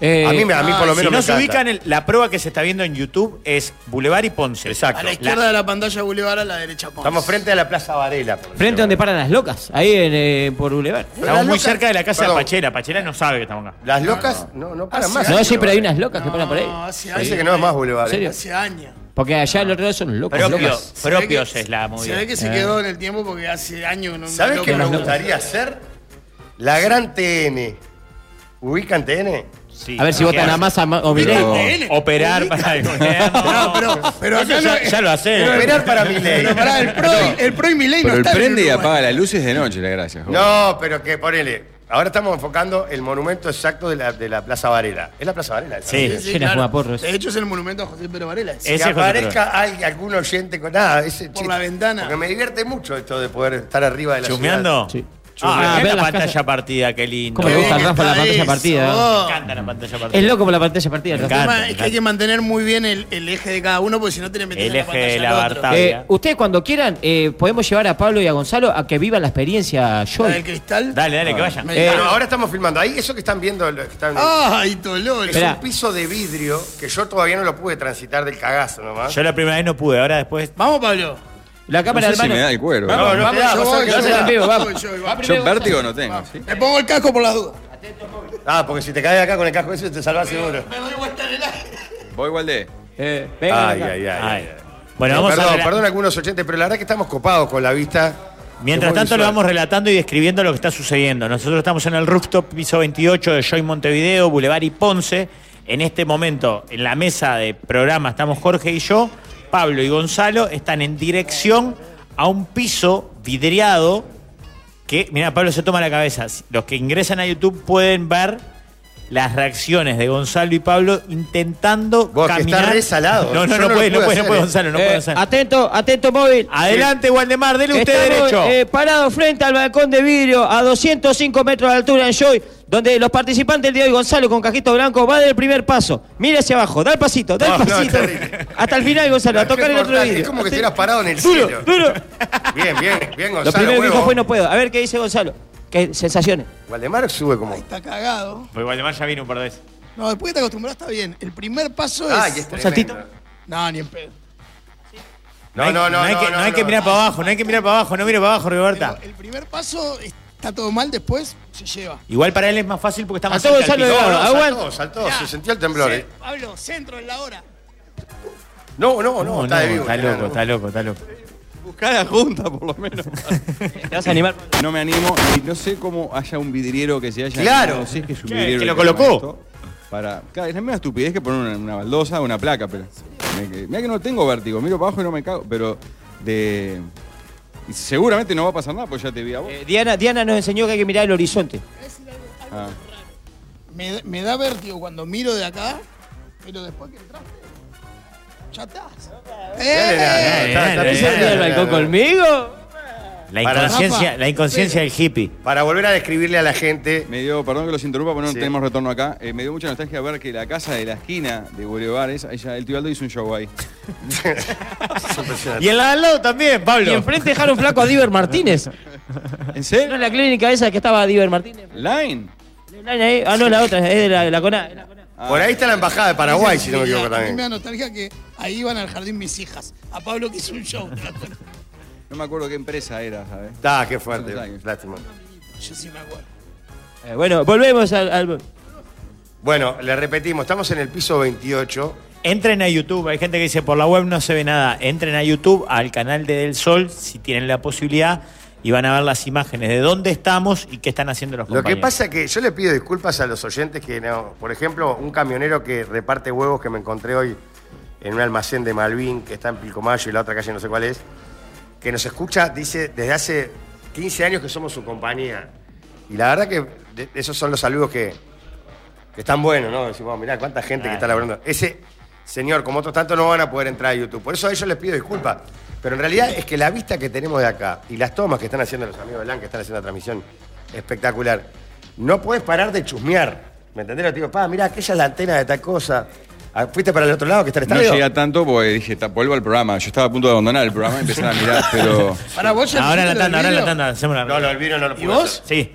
[SPEAKER 3] Eh,
[SPEAKER 1] a mí, me- a mí por lo menos
[SPEAKER 2] si
[SPEAKER 1] me
[SPEAKER 2] no se
[SPEAKER 1] encanta.
[SPEAKER 2] ubican, el- la prueba que se está viendo en YouTube es Boulevard y Ponce.
[SPEAKER 1] Exacto.
[SPEAKER 5] A la izquierda de la pantalla Boulevard, a la derecha Ponce.
[SPEAKER 1] Estamos frente a la Plaza Varela. por
[SPEAKER 3] Frente
[SPEAKER 1] ejemplo.
[SPEAKER 3] donde paran las locas, ahí en, eh, por Boulevard.
[SPEAKER 2] Estamos muy
[SPEAKER 1] Las locas-
[SPEAKER 2] cerca de la casa
[SPEAKER 1] Perdón.
[SPEAKER 2] de Pachera. Pachera no sabe que estamos acá.
[SPEAKER 1] Las locas no, no paran
[SPEAKER 5] Ah,
[SPEAKER 1] más.
[SPEAKER 5] sí.
[SPEAKER 3] No,
[SPEAKER 1] en
[SPEAKER 3] sí, pero hay
[SPEAKER 1] Boulevard.
[SPEAKER 3] unas locas que paran por ahí.
[SPEAKER 5] No, hace
[SPEAKER 1] Parece
[SPEAKER 5] años.
[SPEAKER 1] que no es más Boulevard. ¿eh?
[SPEAKER 3] ¿En serio?
[SPEAKER 5] Hace años.
[SPEAKER 3] Porque allá el otro día son locos.
[SPEAKER 2] Propio,
[SPEAKER 3] locas.
[SPEAKER 5] Se ve
[SPEAKER 2] propios
[SPEAKER 5] que-
[SPEAKER 2] es la
[SPEAKER 5] Se
[SPEAKER 2] movida.
[SPEAKER 5] ve que se quedó en el tiempo porque hace años que no
[SPEAKER 1] ¿Sabes
[SPEAKER 5] no
[SPEAKER 1] qué me
[SPEAKER 5] logra-
[SPEAKER 1] gustaría hacer? La gran TN. ¿Ubican TN?
[SPEAKER 2] Sí,
[SPEAKER 3] A ver si
[SPEAKER 2] ¿qué
[SPEAKER 3] votan a
[SPEAKER 2] hace?
[SPEAKER 3] Massa ma- o Milei.
[SPEAKER 4] Pero-
[SPEAKER 5] TN.
[SPEAKER 2] Operar para *laughs* el gobierno.
[SPEAKER 5] No, pero, pero
[SPEAKER 2] Eso
[SPEAKER 5] acá
[SPEAKER 2] ya,
[SPEAKER 5] no,
[SPEAKER 2] ya lo hace.
[SPEAKER 1] Esperar
[SPEAKER 5] *laughs*
[SPEAKER 1] para mi ley.
[SPEAKER 5] Pero pará, el pro, el pro y mi ley
[SPEAKER 4] Pero
[SPEAKER 5] no
[SPEAKER 4] el
[SPEAKER 5] está
[SPEAKER 4] prende y apaga las luces de noche, la gracia. joven.
[SPEAKER 1] No, pero que ponele. Ahora estamos enfocando el monumento exacto de la, de la Plaza Varela. ¿Es la Plaza Varela? esa?
[SPEAKER 2] Sí.
[SPEAKER 3] Llena de fumaporros.
[SPEAKER 5] De hecho es el monumento a José Pedro Varela.
[SPEAKER 1] Que
[SPEAKER 2] Ese es José
[SPEAKER 1] aparezca alguien, algún oyente con nada. Ese
[SPEAKER 5] Por la ventana.
[SPEAKER 1] Porque me divierte mucho esto de poder estar arriba de la
[SPEAKER 2] ¿Chumeando?
[SPEAKER 3] Sí.
[SPEAKER 2] Ah,
[SPEAKER 3] Ah,
[SPEAKER 2] ver
[SPEAKER 3] ver
[SPEAKER 2] la
[SPEAKER 3] las
[SPEAKER 2] pantalla
[SPEAKER 3] casas.
[SPEAKER 2] partida, qué lindo.
[SPEAKER 3] ¿Cómo me gusta
[SPEAKER 5] Bien,
[SPEAKER 3] Rafa la
[SPEAKER 5] está
[SPEAKER 3] pantalla
[SPEAKER 5] eso.
[SPEAKER 3] partida?
[SPEAKER 2] Me encanta la pantalla partida.
[SPEAKER 3] Es loco por la pantalla partida.
[SPEAKER 2] Me
[SPEAKER 5] El
[SPEAKER 3] Rafa.
[SPEAKER 2] encanta.
[SPEAKER 5] tema es que hay que mantener muy bien el, el eje de cada uno, porque si no te le metes
[SPEAKER 2] El
[SPEAKER 5] en la
[SPEAKER 2] eje
[SPEAKER 5] pantalla
[SPEAKER 2] de la
[SPEAKER 5] al otro.
[SPEAKER 2] Barta-
[SPEAKER 3] Eh, ustedes cuando quieran eh, podemos llevar a Pablo y a Gonzalo a que vivan la experiencia
[SPEAKER 5] La del
[SPEAKER 3] Joy.
[SPEAKER 5] cristal.
[SPEAKER 2] Dale, dale, que vayan.
[SPEAKER 5] Me-
[SPEAKER 1] ciudad.
[SPEAKER 3] Eh,
[SPEAKER 1] Bueno, ahora estamos filmando. Ahí, eso que están viendo, lo que están-
[SPEAKER 5] Ay, Tololo.
[SPEAKER 1] es
[SPEAKER 3] Esperá.
[SPEAKER 1] un piso de vidrio que yo todavía no lo pude transitar del cagazo nomás.
[SPEAKER 2] Yo la primera vez no pude, ahora después.
[SPEAKER 5] Vamos, Pablo.
[SPEAKER 3] La
[SPEAKER 4] No
[SPEAKER 3] cámara
[SPEAKER 4] sé
[SPEAKER 3] de
[SPEAKER 4] si me da el cuero.
[SPEAKER 1] No,
[SPEAKER 4] ¿no?
[SPEAKER 1] no, te da,
[SPEAKER 5] yo
[SPEAKER 1] vas a
[SPEAKER 5] voy,
[SPEAKER 1] ver que
[SPEAKER 5] yo
[SPEAKER 1] no te
[SPEAKER 5] voy.
[SPEAKER 1] da.
[SPEAKER 5] vivo,
[SPEAKER 3] va.
[SPEAKER 5] Voy, yo voy,
[SPEAKER 2] Ah,
[SPEAKER 3] Va
[SPEAKER 5] yo
[SPEAKER 4] Yo
[SPEAKER 3] primero
[SPEAKER 4] vértigo
[SPEAKER 3] Gonzalo.
[SPEAKER 4] no tengo. ¿sí?
[SPEAKER 5] Me pongo el casco por las dudas.
[SPEAKER 1] Ah, porque si te caes acá con el casco ese te salvas seguro.
[SPEAKER 5] Me doy vuelta en el aire.
[SPEAKER 4] Voy igual de.
[SPEAKER 3] Eh, vengan
[SPEAKER 1] Ay,
[SPEAKER 3] acá.
[SPEAKER 1] ay, ay. ay.
[SPEAKER 2] Ay. Bueno,
[SPEAKER 1] Eh,
[SPEAKER 2] vamos
[SPEAKER 1] perdón,
[SPEAKER 2] a. rela-
[SPEAKER 1] perdón algunos oyentes, pero la verdad que estamos copados con la vista.
[SPEAKER 2] Mientras
[SPEAKER 1] Es muy
[SPEAKER 2] tanto, lo
[SPEAKER 1] visual.
[SPEAKER 2] vamos relatando y describiendo lo que está sucediendo. Nosotros estamos en el rooftop piso 28 de Joy Montevideo, Boulevard y Ponce. En este momento, en la mesa de programa, estamos Jorge y yo. Pablo y Gonzalo están en dirección a un piso vidriado que, mira, Pablo se toma la cabeza. Los que ingresan a YouTube pueden ver las reacciones de Gonzalo y Pablo intentando
[SPEAKER 1] Vos, que
[SPEAKER 2] caminar.
[SPEAKER 1] está re salado. Yo
[SPEAKER 2] No, no, no,
[SPEAKER 1] no lo
[SPEAKER 2] puede, no
[SPEAKER 1] pude
[SPEAKER 2] puede, no
[SPEAKER 1] hacer,
[SPEAKER 2] puede
[SPEAKER 1] eh.
[SPEAKER 2] Gonzalo, no
[SPEAKER 3] Eh,
[SPEAKER 2] puede Gonzalo.
[SPEAKER 3] atento, atento móvil.
[SPEAKER 2] Adelante, Waldemar, dele usted
[SPEAKER 3] Estamos,
[SPEAKER 2] derecho.
[SPEAKER 3] eh, parados frente al balcón de vidrio a 205 metros de altura en Joy, donde los participantes del día de hoy, Gonzalo con cajito blanco, va del primer paso. Mira hacia abajo, da el pasito, da el
[SPEAKER 1] No, no,
[SPEAKER 3] pasito.
[SPEAKER 1] terrible.
[SPEAKER 3] Hasta el final, Gonzalo, a tocar el otro
[SPEAKER 1] Mortal,
[SPEAKER 3] vidrio.
[SPEAKER 1] Es como que estuvieras parado en el
[SPEAKER 3] Duro,
[SPEAKER 1] cielo.
[SPEAKER 3] duro.
[SPEAKER 1] Bien, bien, bien, Gonzalo.
[SPEAKER 3] Lo primero que
[SPEAKER 1] huevo.
[SPEAKER 3] dijo fue no puedo. A ver qué dice Gonzalo. ¿Qué sensaciones?
[SPEAKER 1] Waldemar sube como.
[SPEAKER 5] Está cagado.
[SPEAKER 2] Pues Waldemar ya vino un par de veces.
[SPEAKER 5] No, después que te acostumbras está bien. El primer paso es.
[SPEAKER 1] Ay, es tremendo.
[SPEAKER 3] saltito.
[SPEAKER 5] No, ni en pedo.
[SPEAKER 1] No, no, no.
[SPEAKER 2] hay que, no hay que mirar para abajo, no hay que mirar para abajo, no mire para abajo, Roberta.
[SPEAKER 5] Pero El primer paso está todo mal, después se lleva.
[SPEAKER 2] Igual para él es más fácil
[SPEAKER 1] Ah,
[SPEAKER 2] porque está más
[SPEAKER 3] A todo
[SPEAKER 2] cerca del
[SPEAKER 3] Gonzalo
[SPEAKER 1] No,
[SPEAKER 2] piso.
[SPEAKER 1] no,
[SPEAKER 3] Aguanta.
[SPEAKER 1] saltó, saltó. Se sintió el temblor.
[SPEAKER 5] Ce-
[SPEAKER 1] eh.
[SPEAKER 5] Pablo, centro en la hora.
[SPEAKER 1] No, no, no,
[SPEAKER 2] No, no,
[SPEAKER 1] está de vivo.
[SPEAKER 2] está
[SPEAKER 1] enano.
[SPEAKER 2] loco, está loco, está loco.
[SPEAKER 4] Buscá la junta, por lo menos.
[SPEAKER 3] ¿Te vas a animar?
[SPEAKER 4] No me animo y no sé cómo haya un vidriero que se haya.
[SPEAKER 1] Claro.
[SPEAKER 4] No sé, es que es un
[SPEAKER 2] ¿Qué?
[SPEAKER 4] vidriero
[SPEAKER 2] ¿Que lo
[SPEAKER 4] que llama
[SPEAKER 2] colocó?
[SPEAKER 4] esto Para, claro, es la misma estupidez que poner una, una baldosa o una placa, pero. Mira que, mirá que no tengo vértigo, miro para abajo y no me cago, pero de. y seguramente no va a pasar nada, pues ya te vi a vos.
[SPEAKER 3] Eh, Diana, Diana nos enseñó que hay que mirar el horizonte.
[SPEAKER 2] Eh,
[SPEAKER 4] Ah.
[SPEAKER 5] Me, me da vértigo cuando miro de acá, pero después que entraste, ya estás. ¡Eh!
[SPEAKER 1] Enano, está- está
[SPEAKER 2] Eh,
[SPEAKER 3] ¿Te
[SPEAKER 1] pisando el
[SPEAKER 2] eh,
[SPEAKER 3] al balcón
[SPEAKER 1] enano.
[SPEAKER 3] conmigo?
[SPEAKER 2] La
[SPEAKER 1] Para-
[SPEAKER 2] inconsciencia, la inconsciencia del hippie.
[SPEAKER 1] Para volver a describirle a la gente.
[SPEAKER 4] Me dio, perdón que los interrumpa, pero no
[SPEAKER 1] Sí.
[SPEAKER 4] tenemos retorno acá. Eh, me dio mucha nostalgia ver que la casa de la esquina de Boulevard, esa, ella- el tío Aldo hizo un show ahí.
[SPEAKER 2] Y el al lado también,
[SPEAKER 3] Y
[SPEAKER 2] Pablo.
[SPEAKER 3] enfrente dejaron flaco a
[SPEAKER 2] *laughs*
[SPEAKER 3] Diver Martínez.
[SPEAKER 4] ¿En
[SPEAKER 3] ¿No
[SPEAKER 4] serio?
[SPEAKER 3] es la clínica esa que estaba Diver Martínez?
[SPEAKER 4] Line.
[SPEAKER 3] Ahí- Ah, no, la otra, es de la, la CONA. es la CONA.
[SPEAKER 1] Por ahí está la embajada de Paraguay, si no me equivoco
[SPEAKER 5] Mira, A mí me da
[SPEAKER 1] también.
[SPEAKER 5] nostalgia que ahí iban al jardín mis hijas. A Pablo que hizo un show. *laughs* ¿te acuerdas?
[SPEAKER 4] No me acuerdo qué empresa era, ¿sabes?
[SPEAKER 1] Ah, qué fuerte.
[SPEAKER 4] Buenos Aires.
[SPEAKER 1] Lástima.
[SPEAKER 5] Yo sí me acuerdo.
[SPEAKER 3] Eh, bueno, volvemos al. al-
[SPEAKER 1] Bueno, le repetimos, estamos en el piso 28.
[SPEAKER 2] Entren a YouTube, hay gente que dice por la web no se ve nada. Entren a YouTube, al canal de Del Sol, si tienen la posibilidad, y van a ver las imágenes de dónde estamos y qué están haciendo los
[SPEAKER 1] Lo
[SPEAKER 2] compañeros.
[SPEAKER 1] que pasa que yo le pido disculpas a los oyentes que no. Por ejemplo, un camionero que reparte huevos que me encontré hoy en un almacén de Malvin, que está en Pilcomayo y la otra calle no sé cuál es, que nos escucha, dice, desde hace 15 años que somos su compañía. Y la verdad que de- esos son los saludos que, que están buenos, ¿no? Decimos, "Oh, mirá cuánta gente que está laburando. Ese señor, como otros tantos, no van a poder entrar a YouTube. Por eso a ellos les pido disculpas. Pero en realidad es que la vista que tenemos de acá y las tomas que están haciendo los amigos de LAN, que están haciendo la transmisión espectacular, no puedes parar de chusmear. ¿Me entendés? Te digo, pa, mirá, aquella es la antena de tal cosa. Ah, ¿Fuiste para el otro lado que está el
[SPEAKER 4] No
[SPEAKER 1] estadio?
[SPEAKER 4] llegué a tanto porque dije, "Ta, vuelvo al programa. Yo estaba a punto de abandonar el programa y empezar a mirar, pero.
[SPEAKER 5] Para vos ya
[SPEAKER 2] Ahora la tanda,
[SPEAKER 5] hiciste lo
[SPEAKER 2] ahora
[SPEAKER 5] del
[SPEAKER 2] la
[SPEAKER 5] video.
[SPEAKER 2] tanda, hacemos la
[SPEAKER 1] No, lo olvido, no lo pude
[SPEAKER 5] ¿Y vos?
[SPEAKER 1] hacer.
[SPEAKER 2] Sí.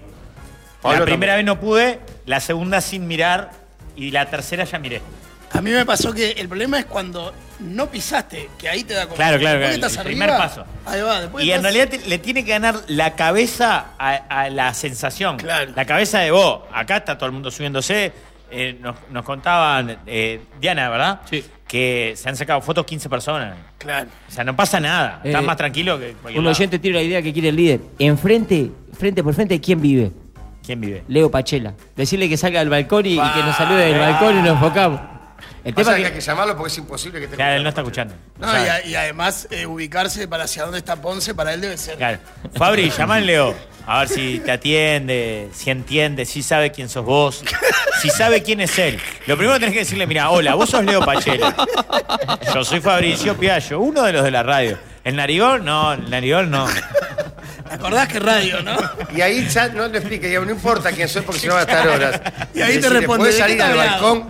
[SPEAKER 1] Pablo
[SPEAKER 2] la primera
[SPEAKER 1] tampoco.
[SPEAKER 2] vez no pude, la segunda sin mirar y la tercera ya miré.
[SPEAKER 5] A mí me pasó que el problema es cuando no pisaste, que ahí te da como.
[SPEAKER 2] Claro, claro,
[SPEAKER 5] Después
[SPEAKER 2] claro,
[SPEAKER 5] que
[SPEAKER 2] el
[SPEAKER 5] estás
[SPEAKER 2] primer
[SPEAKER 5] arriba,
[SPEAKER 2] paso.
[SPEAKER 5] Ahí va, después.
[SPEAKER 2] Y en
[SPEAKER 5] estás-
[SPEAKER 2] realidad te- le tiene que ganar la cabeza a, a la sensación.
[SPEAKER 5] Claro.
[SPEAKER 2] La cabeza de vos. Acá está todo el mundo subiéndose. Eh, nos, nos contaban eh, Diana, ¿verdad?
[SPEAKER 3] Sí.
[SPEAKER 2] que se han sacado fotos 15 personas.
[SPEAKER 5] Claro.
[SPEAKER 2] O sea, no pasa nada. Estás
[SPEAKER 3] Eh,
[SPEAKER 2] más tranquilo que cualquier
[SPEAKER 3] Un
[SPEAKER 2] lado.
[SPEAKER 3] oyente tiene la idea que quiere el líder. Enfrente, frente por frente, ¿quién vive?
[SPEAKER 2] ¿Quién vive?
[SPEAKER 3] Leo Pachela. Decirle que salga del balcón y, y que nos salude del balcón y nos enfocamos. El
[SPEAKER 1] Pasa
[SPEAKER 3] tema
[SPEAKER 1] que hay
[SPEAKER 3] que,
[SPEAKER 1] que llamarlo porque es imposible que te
[SPEAKER 2] Claro, él no está escuchando.
[SPEAKER 5] No, y, a- y además eh, ubicarse para hacia dónde está Ponce para él debe ser.
[SPEAKER 2] Claro. Fabri, llama al Leo. A ver si te atiende, si entiende, si sabe quién sos vos, si sabe quién es él. Lo primero que tenés que decirle, mira, hola, vos sos Leo Pachela. Yo soy Fabricio Piallo, uno de los de la radio. ¿El narigón? No, el narigón no.
[SPEAKER 5] ¿Te acordás que radio, no?
[SPEAKER 1] Y ahí ya no le explique, digamos, no importa quién soy porque si no va a estar horas.
[SPEAKER 5] *laughs* Y ahí te
[SPEAKER 1] Decirle,
[SPEAKER 5] responde,
[SPEAKER 1] ¿Puedes
[SPEAKER 5] ¿de qué
[SPEAKER 1] salir
[SPEAKER 5] te
[SPEAKER 1] al
[SPEAKER 5] hablás?
[SPEAKER 1] balcón?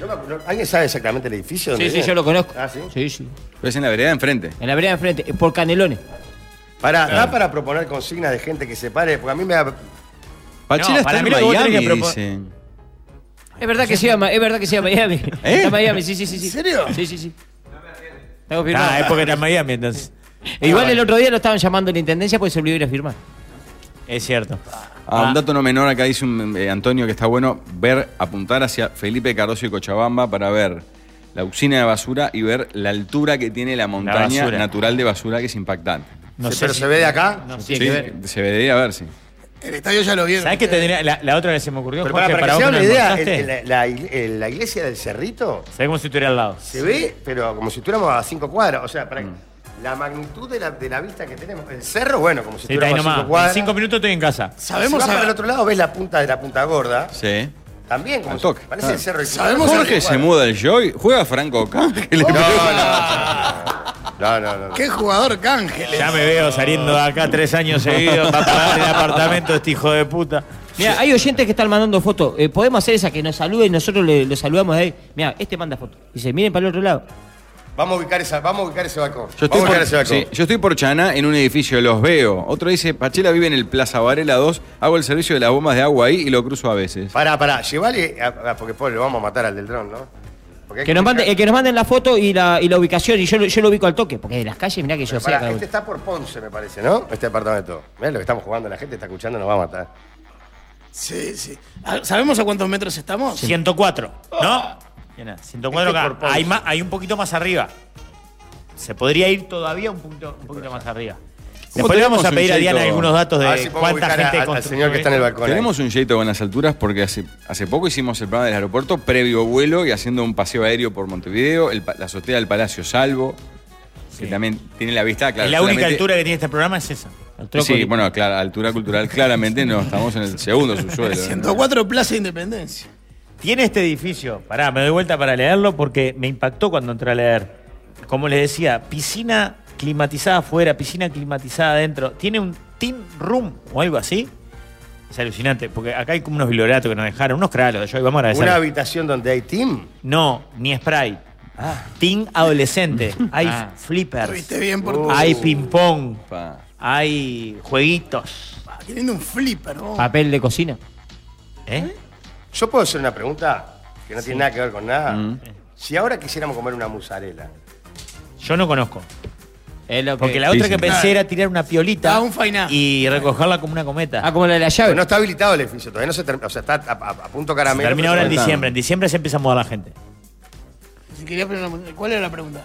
[SPEAKER 1] No me acuerdo. ¿Alguien sabe exactamente el edificio?
[SPEAKER 3] Sí,
[SPEAKER 1] donde
[SPEAKER 3] sí,
[SPEAKER 1] vive?
[SPEAKER 3] yo lo conozco.
[SPEAKER 1] Ah, ¿sí?
[SPEAKER 3] Sí, sí.
[SPEAKER 4] Pero es en la vereda de enfrente.
[SPEAKER 3] En la vereda de enfrente, eh, por Canelones.
[SPEAKER 1] Pará, ¿da para proponer consignas de gente que se pare? Porque a mí me da...
[SPEAKER 4] Pachela
[SPEAKER 2] No,
[SPEAKER 4] está
[SPEAKER 2] para
[SPEAKER 4] en
[SPEAKER 2] mí lo que vos tenés
[SPEAKER 4] Miami,
[SPEAKER 2] que propo-
[SPEAKER 4] dicen.
[SPEAKER 3] Es verdad que se llama, es verdad que se llama Miami.
[SPEAKER 4] ¿Eh?
[SPEAKER 3] Está en Miami, sí, sí, sí. sí.
[SPEAKER 5] ¿En serio?
[SPEAKER 3] Sí, sí, sí. Está confirmado.
[SPEAKER 2] Ah, es porque está en Miami, entonces.
[SPEAKER 3] E igual el otro día lo estaban llamando a la intendencia porque se olvidó ir a firmar.
[SPEAKER 2] Es cierto.
[SPEAKER 4] Ah, un dato no menor acá dice un, eh, Antonio que está bueno ver, apuntar hacia Felipe Cardoso y Cochabamba para ver la usina de basura y ver la altura que tiene la montaña
[SPEAKER 2] basura.
[SPEAKER 4] natural de basura que es impactante.
[SPEAKER 2] No
[SPEAKER 1] se-
[SPEAKER 2] sé
[SPEAKER 1] ¿Pero
[SPEAKER 2] si-
[SPEAKER 1] se ve de acá?
[SPEAKER 2] No sé.
[SPEAKER 3] Tiene
[SPEAKER 4] Sí,
[SPEAKER 3] que ver.
[SPEAKER 4] se debería ver, sí.
[SPEAKER 5] El estadio ya lo vieron. Eh,
[SPEAKER 2] ¿Sabés qué tendría? La, la otra que se me ocurrió,
[SPEAKER 1] Pero
[SPEAKER 2] Jorge,
[SPEAKER 1] para, para que se
[SPEAKER 2] para
[SPEAKER 1] haga
[SPEAKER 2] vos
[SPEAKER 1] una
[SPEAKER 2] que nos
[SPEAKER 1] idea,
[SPEAKER 2] contaste,
[SPEAKER 1] el- el- la, el- la iglesia del Cerrito
[SPEAKER 2] ¿Sabés cómo si estuviera al lado?
[SPEAKER 1] se ve, pero como si estuviéramos a cinco cuadras. O sea, para que- la magnitud de la, de la vista que tenemos. El cerro, bueno, como si
[SPEAKER 2] Sí, está ahí
[SPEAKER 1] estuviéramos a cinco
[SPEAKER 2] nomás. En
[SPEAKER 1] cuadras.
[SPEAKER 2] cinco minutos estoy en casa.
[SPEAKER 5] Sabemos
[SPEAKER 1] si vas
[SPEAKER 5] a-
[SPEAKER 1] para el otro lado, ves la punta de la punta gorda.
[SPEAKER 4] Sí.
[SPEAKER 1] También, como
[SPEAKER 4] Al
[SPEAKER 1] si-
[SPEAKER 4] toque,
[SPEAKER 1] parece
[SPEAKER 4] claro.
[SPEAKER 1] el cerro. y-
[SPEAKER 5] Sabemos
[SPEAKER 4] Jorge se muda el Joy, juega Franco Ocampo. que le-
[SPEAKER 1] No, no, no. No, no, no.
[SPEAKER 5] Qué jugador cángeles.
[SPEAKER 2] Ya me veo saliendo de acá tres años seguidos para pagar el apartamento este hijo de puta.
[SPEAKER 3] Mira, hay oyentes que están mandando fotos. Eh, podemos hacer esa que nos salude y nosotros le, lo saludamos de ahí. Mira, este manda fotos. Dice, miren para el otro lado.
[SPEAKER 1] Vamos a ubicar, esa, vamos a ubicar ese balcón.
[SPEAKER 4] Yo estoy,
[SPEAKER 1] vamos a ubicar
[SPEAKER 4] por,
[SPEAKER 1] ese balcón.
[SPEAKER 4] sí, yo estoy por Chana en un edificio, los veo. Otro dice, Pachela vive en el Plaza Varela 2, hago el servicio de las bombas de agua ahí y lo cruzo a veces.
[SPEAKER 1] Pará, pará, llevale. a- a- porque pues, lo vamos a matar al del dron, ¿no? Porque hay
[SPEAKER 3] Que nos mande,
[SPEAKER 1] checar-
[SPEAKER 3] eh, que nos manden la foto y la, y la ubicación y yo, lo- yo lo ubico al toque, porque de las calles, mirá que yo
[SPEAKER 1] Pero
[SPEAKER 3] sé
[SPEAKER 1] pará,
[SPEAKER 3] cada uno.
[SPEAKER 1] este está por Ponce, me parece, ¿no? Este apartamento. Mirá lo que estamos jugando, la gente está escuchando, nos va a matar.
[SPEAKER 5] Sí, sí. Ah, ¿Sabemos a cuántos metros estamos?
[SPEAKER 2] 104, ¿no? Bien, ah, 104
[SPEAKER 1] Este
[SPEAKER 2] acá.
[SPEAKER 1] por Ponce.
[SPEAKER 2] Hay, más- hay un poquito más arriba. Se podría ir todavía un, punto, un poquito más arriba. Después le vamos
[SPEAKER 4] tenemos
[SPEAKER 2] a
[SPEAKER 4] un
[SPEAKER 2] pedir a Diana
[SPEAKER 4] yeito?
[SPEAKER 2] algunos datos
[SPEAKER 1] a ver si
[SPEAKER 2] de
[SPEAKER 1] podemos
[SPEAKER 2] cuánta
[SPEAKER 1] ubicar
[SPEAKER 2] gente
[SPEAKER 1] a- al- al
[SPEAKER 2] construyó
[SPEAKER 1] señor que está en el
[SPEAKER 2] esto.
[SPEAKER 1] balcón. ahí.
[SPEAKER 4] Tenemos un yeito con las alturas porque hace, hace poco hicimos el programa del aeropuerto previo vuelo y haciendo un paseo aéreo por Montevideo, el pa- la azotea del Palacio Salvo, que también tiene la vista, claro.
[SPEAKER 2] la única
[SPEAKER 4] solamente-
[SPEAKER 2] altura que tiene este programa es esa.
[SPEAKER 3] Al troco
[SPEAKER 4] Sí,
[SPEAKER 3] y-
[SPEAKER 4] bueno, claro, altura cultural, claramente no, estamos en el segundo subsuelo. ¿no?
[SPEAKER 5] 104 Plaza Independencia.
[SPEAKER 2] Tiene este edificio. Pará, me doy vuelta para leerlo porque me impactó cuando entré a leer. Como les decía, piscina climatizada afuera, piscina climatizada adentro. Tiene un team room o algo así. Es alucinante, porque acá hay como unos viloratos que nos dejaron, unos cralos de Joy, vamos a agradecer.
[SPEAKER 1] Una habitación donde hay team.
[SPEAKER 2] No, ni spray.
[SPEAKER 4] Ah.
[SPEAKER 2] Team
[SPEAKER 4] *laughs*
[SPEAKER 2] adolescente. Hay
[SPEAKER 5] Lo
[SPEAKER 2] flippers.
[SPEAKER 5] viste bien
[SPEAKER 4] Uh.
[SPEAKER 5] por tu.
[SPEAKER 2] Hay ping-pong.
[SPEAKER 4] Pa.
[SPEAKER 2] Hay jueguitos.
[SPEAKER 5] Ah, Teniendo un flipper, vos.
[SPEAKER 3] Papel de cocina.
[SPEAKER 2] ¿Eh?
[SPEAKER 1] Yo puedo hacer una pregunta que no tiene nada que ver con nada.
[SPEAKER 4] Mm.
[SPEAKER 1] Si ahora quisiéramos comer una mozzarella,
[SPEAKER 2] Yo no conozco.
[SPEAKER 3] Es lo que-
[SPEAKER 2] Porque la
[SPEAKER 4] Sí,
[SPEAKER 2] otra
[SPEAKER 4] sí.
[SPEAKER 2] que pensé era tirar una piolita
[SPEAKER 5] Ah, un fainá.
[SPEAKER 2] y recogerla como una cometa.
[SPEAKER 3] Ah, como la de la llave.
[SPEAKER 1] pero no está habilitado el edificio, todavía no se termina, o sea, está a, a- a punto caramelo.
[SPEAKER 2] Termina ahora en
[SPEAKER 4] Faltan.
[SPEAKER 2] diciembre. En diciembre se empieza a mudar la gente.
[SPEAKER 5] Si querías poner una- ¿Cuál era la pregunta?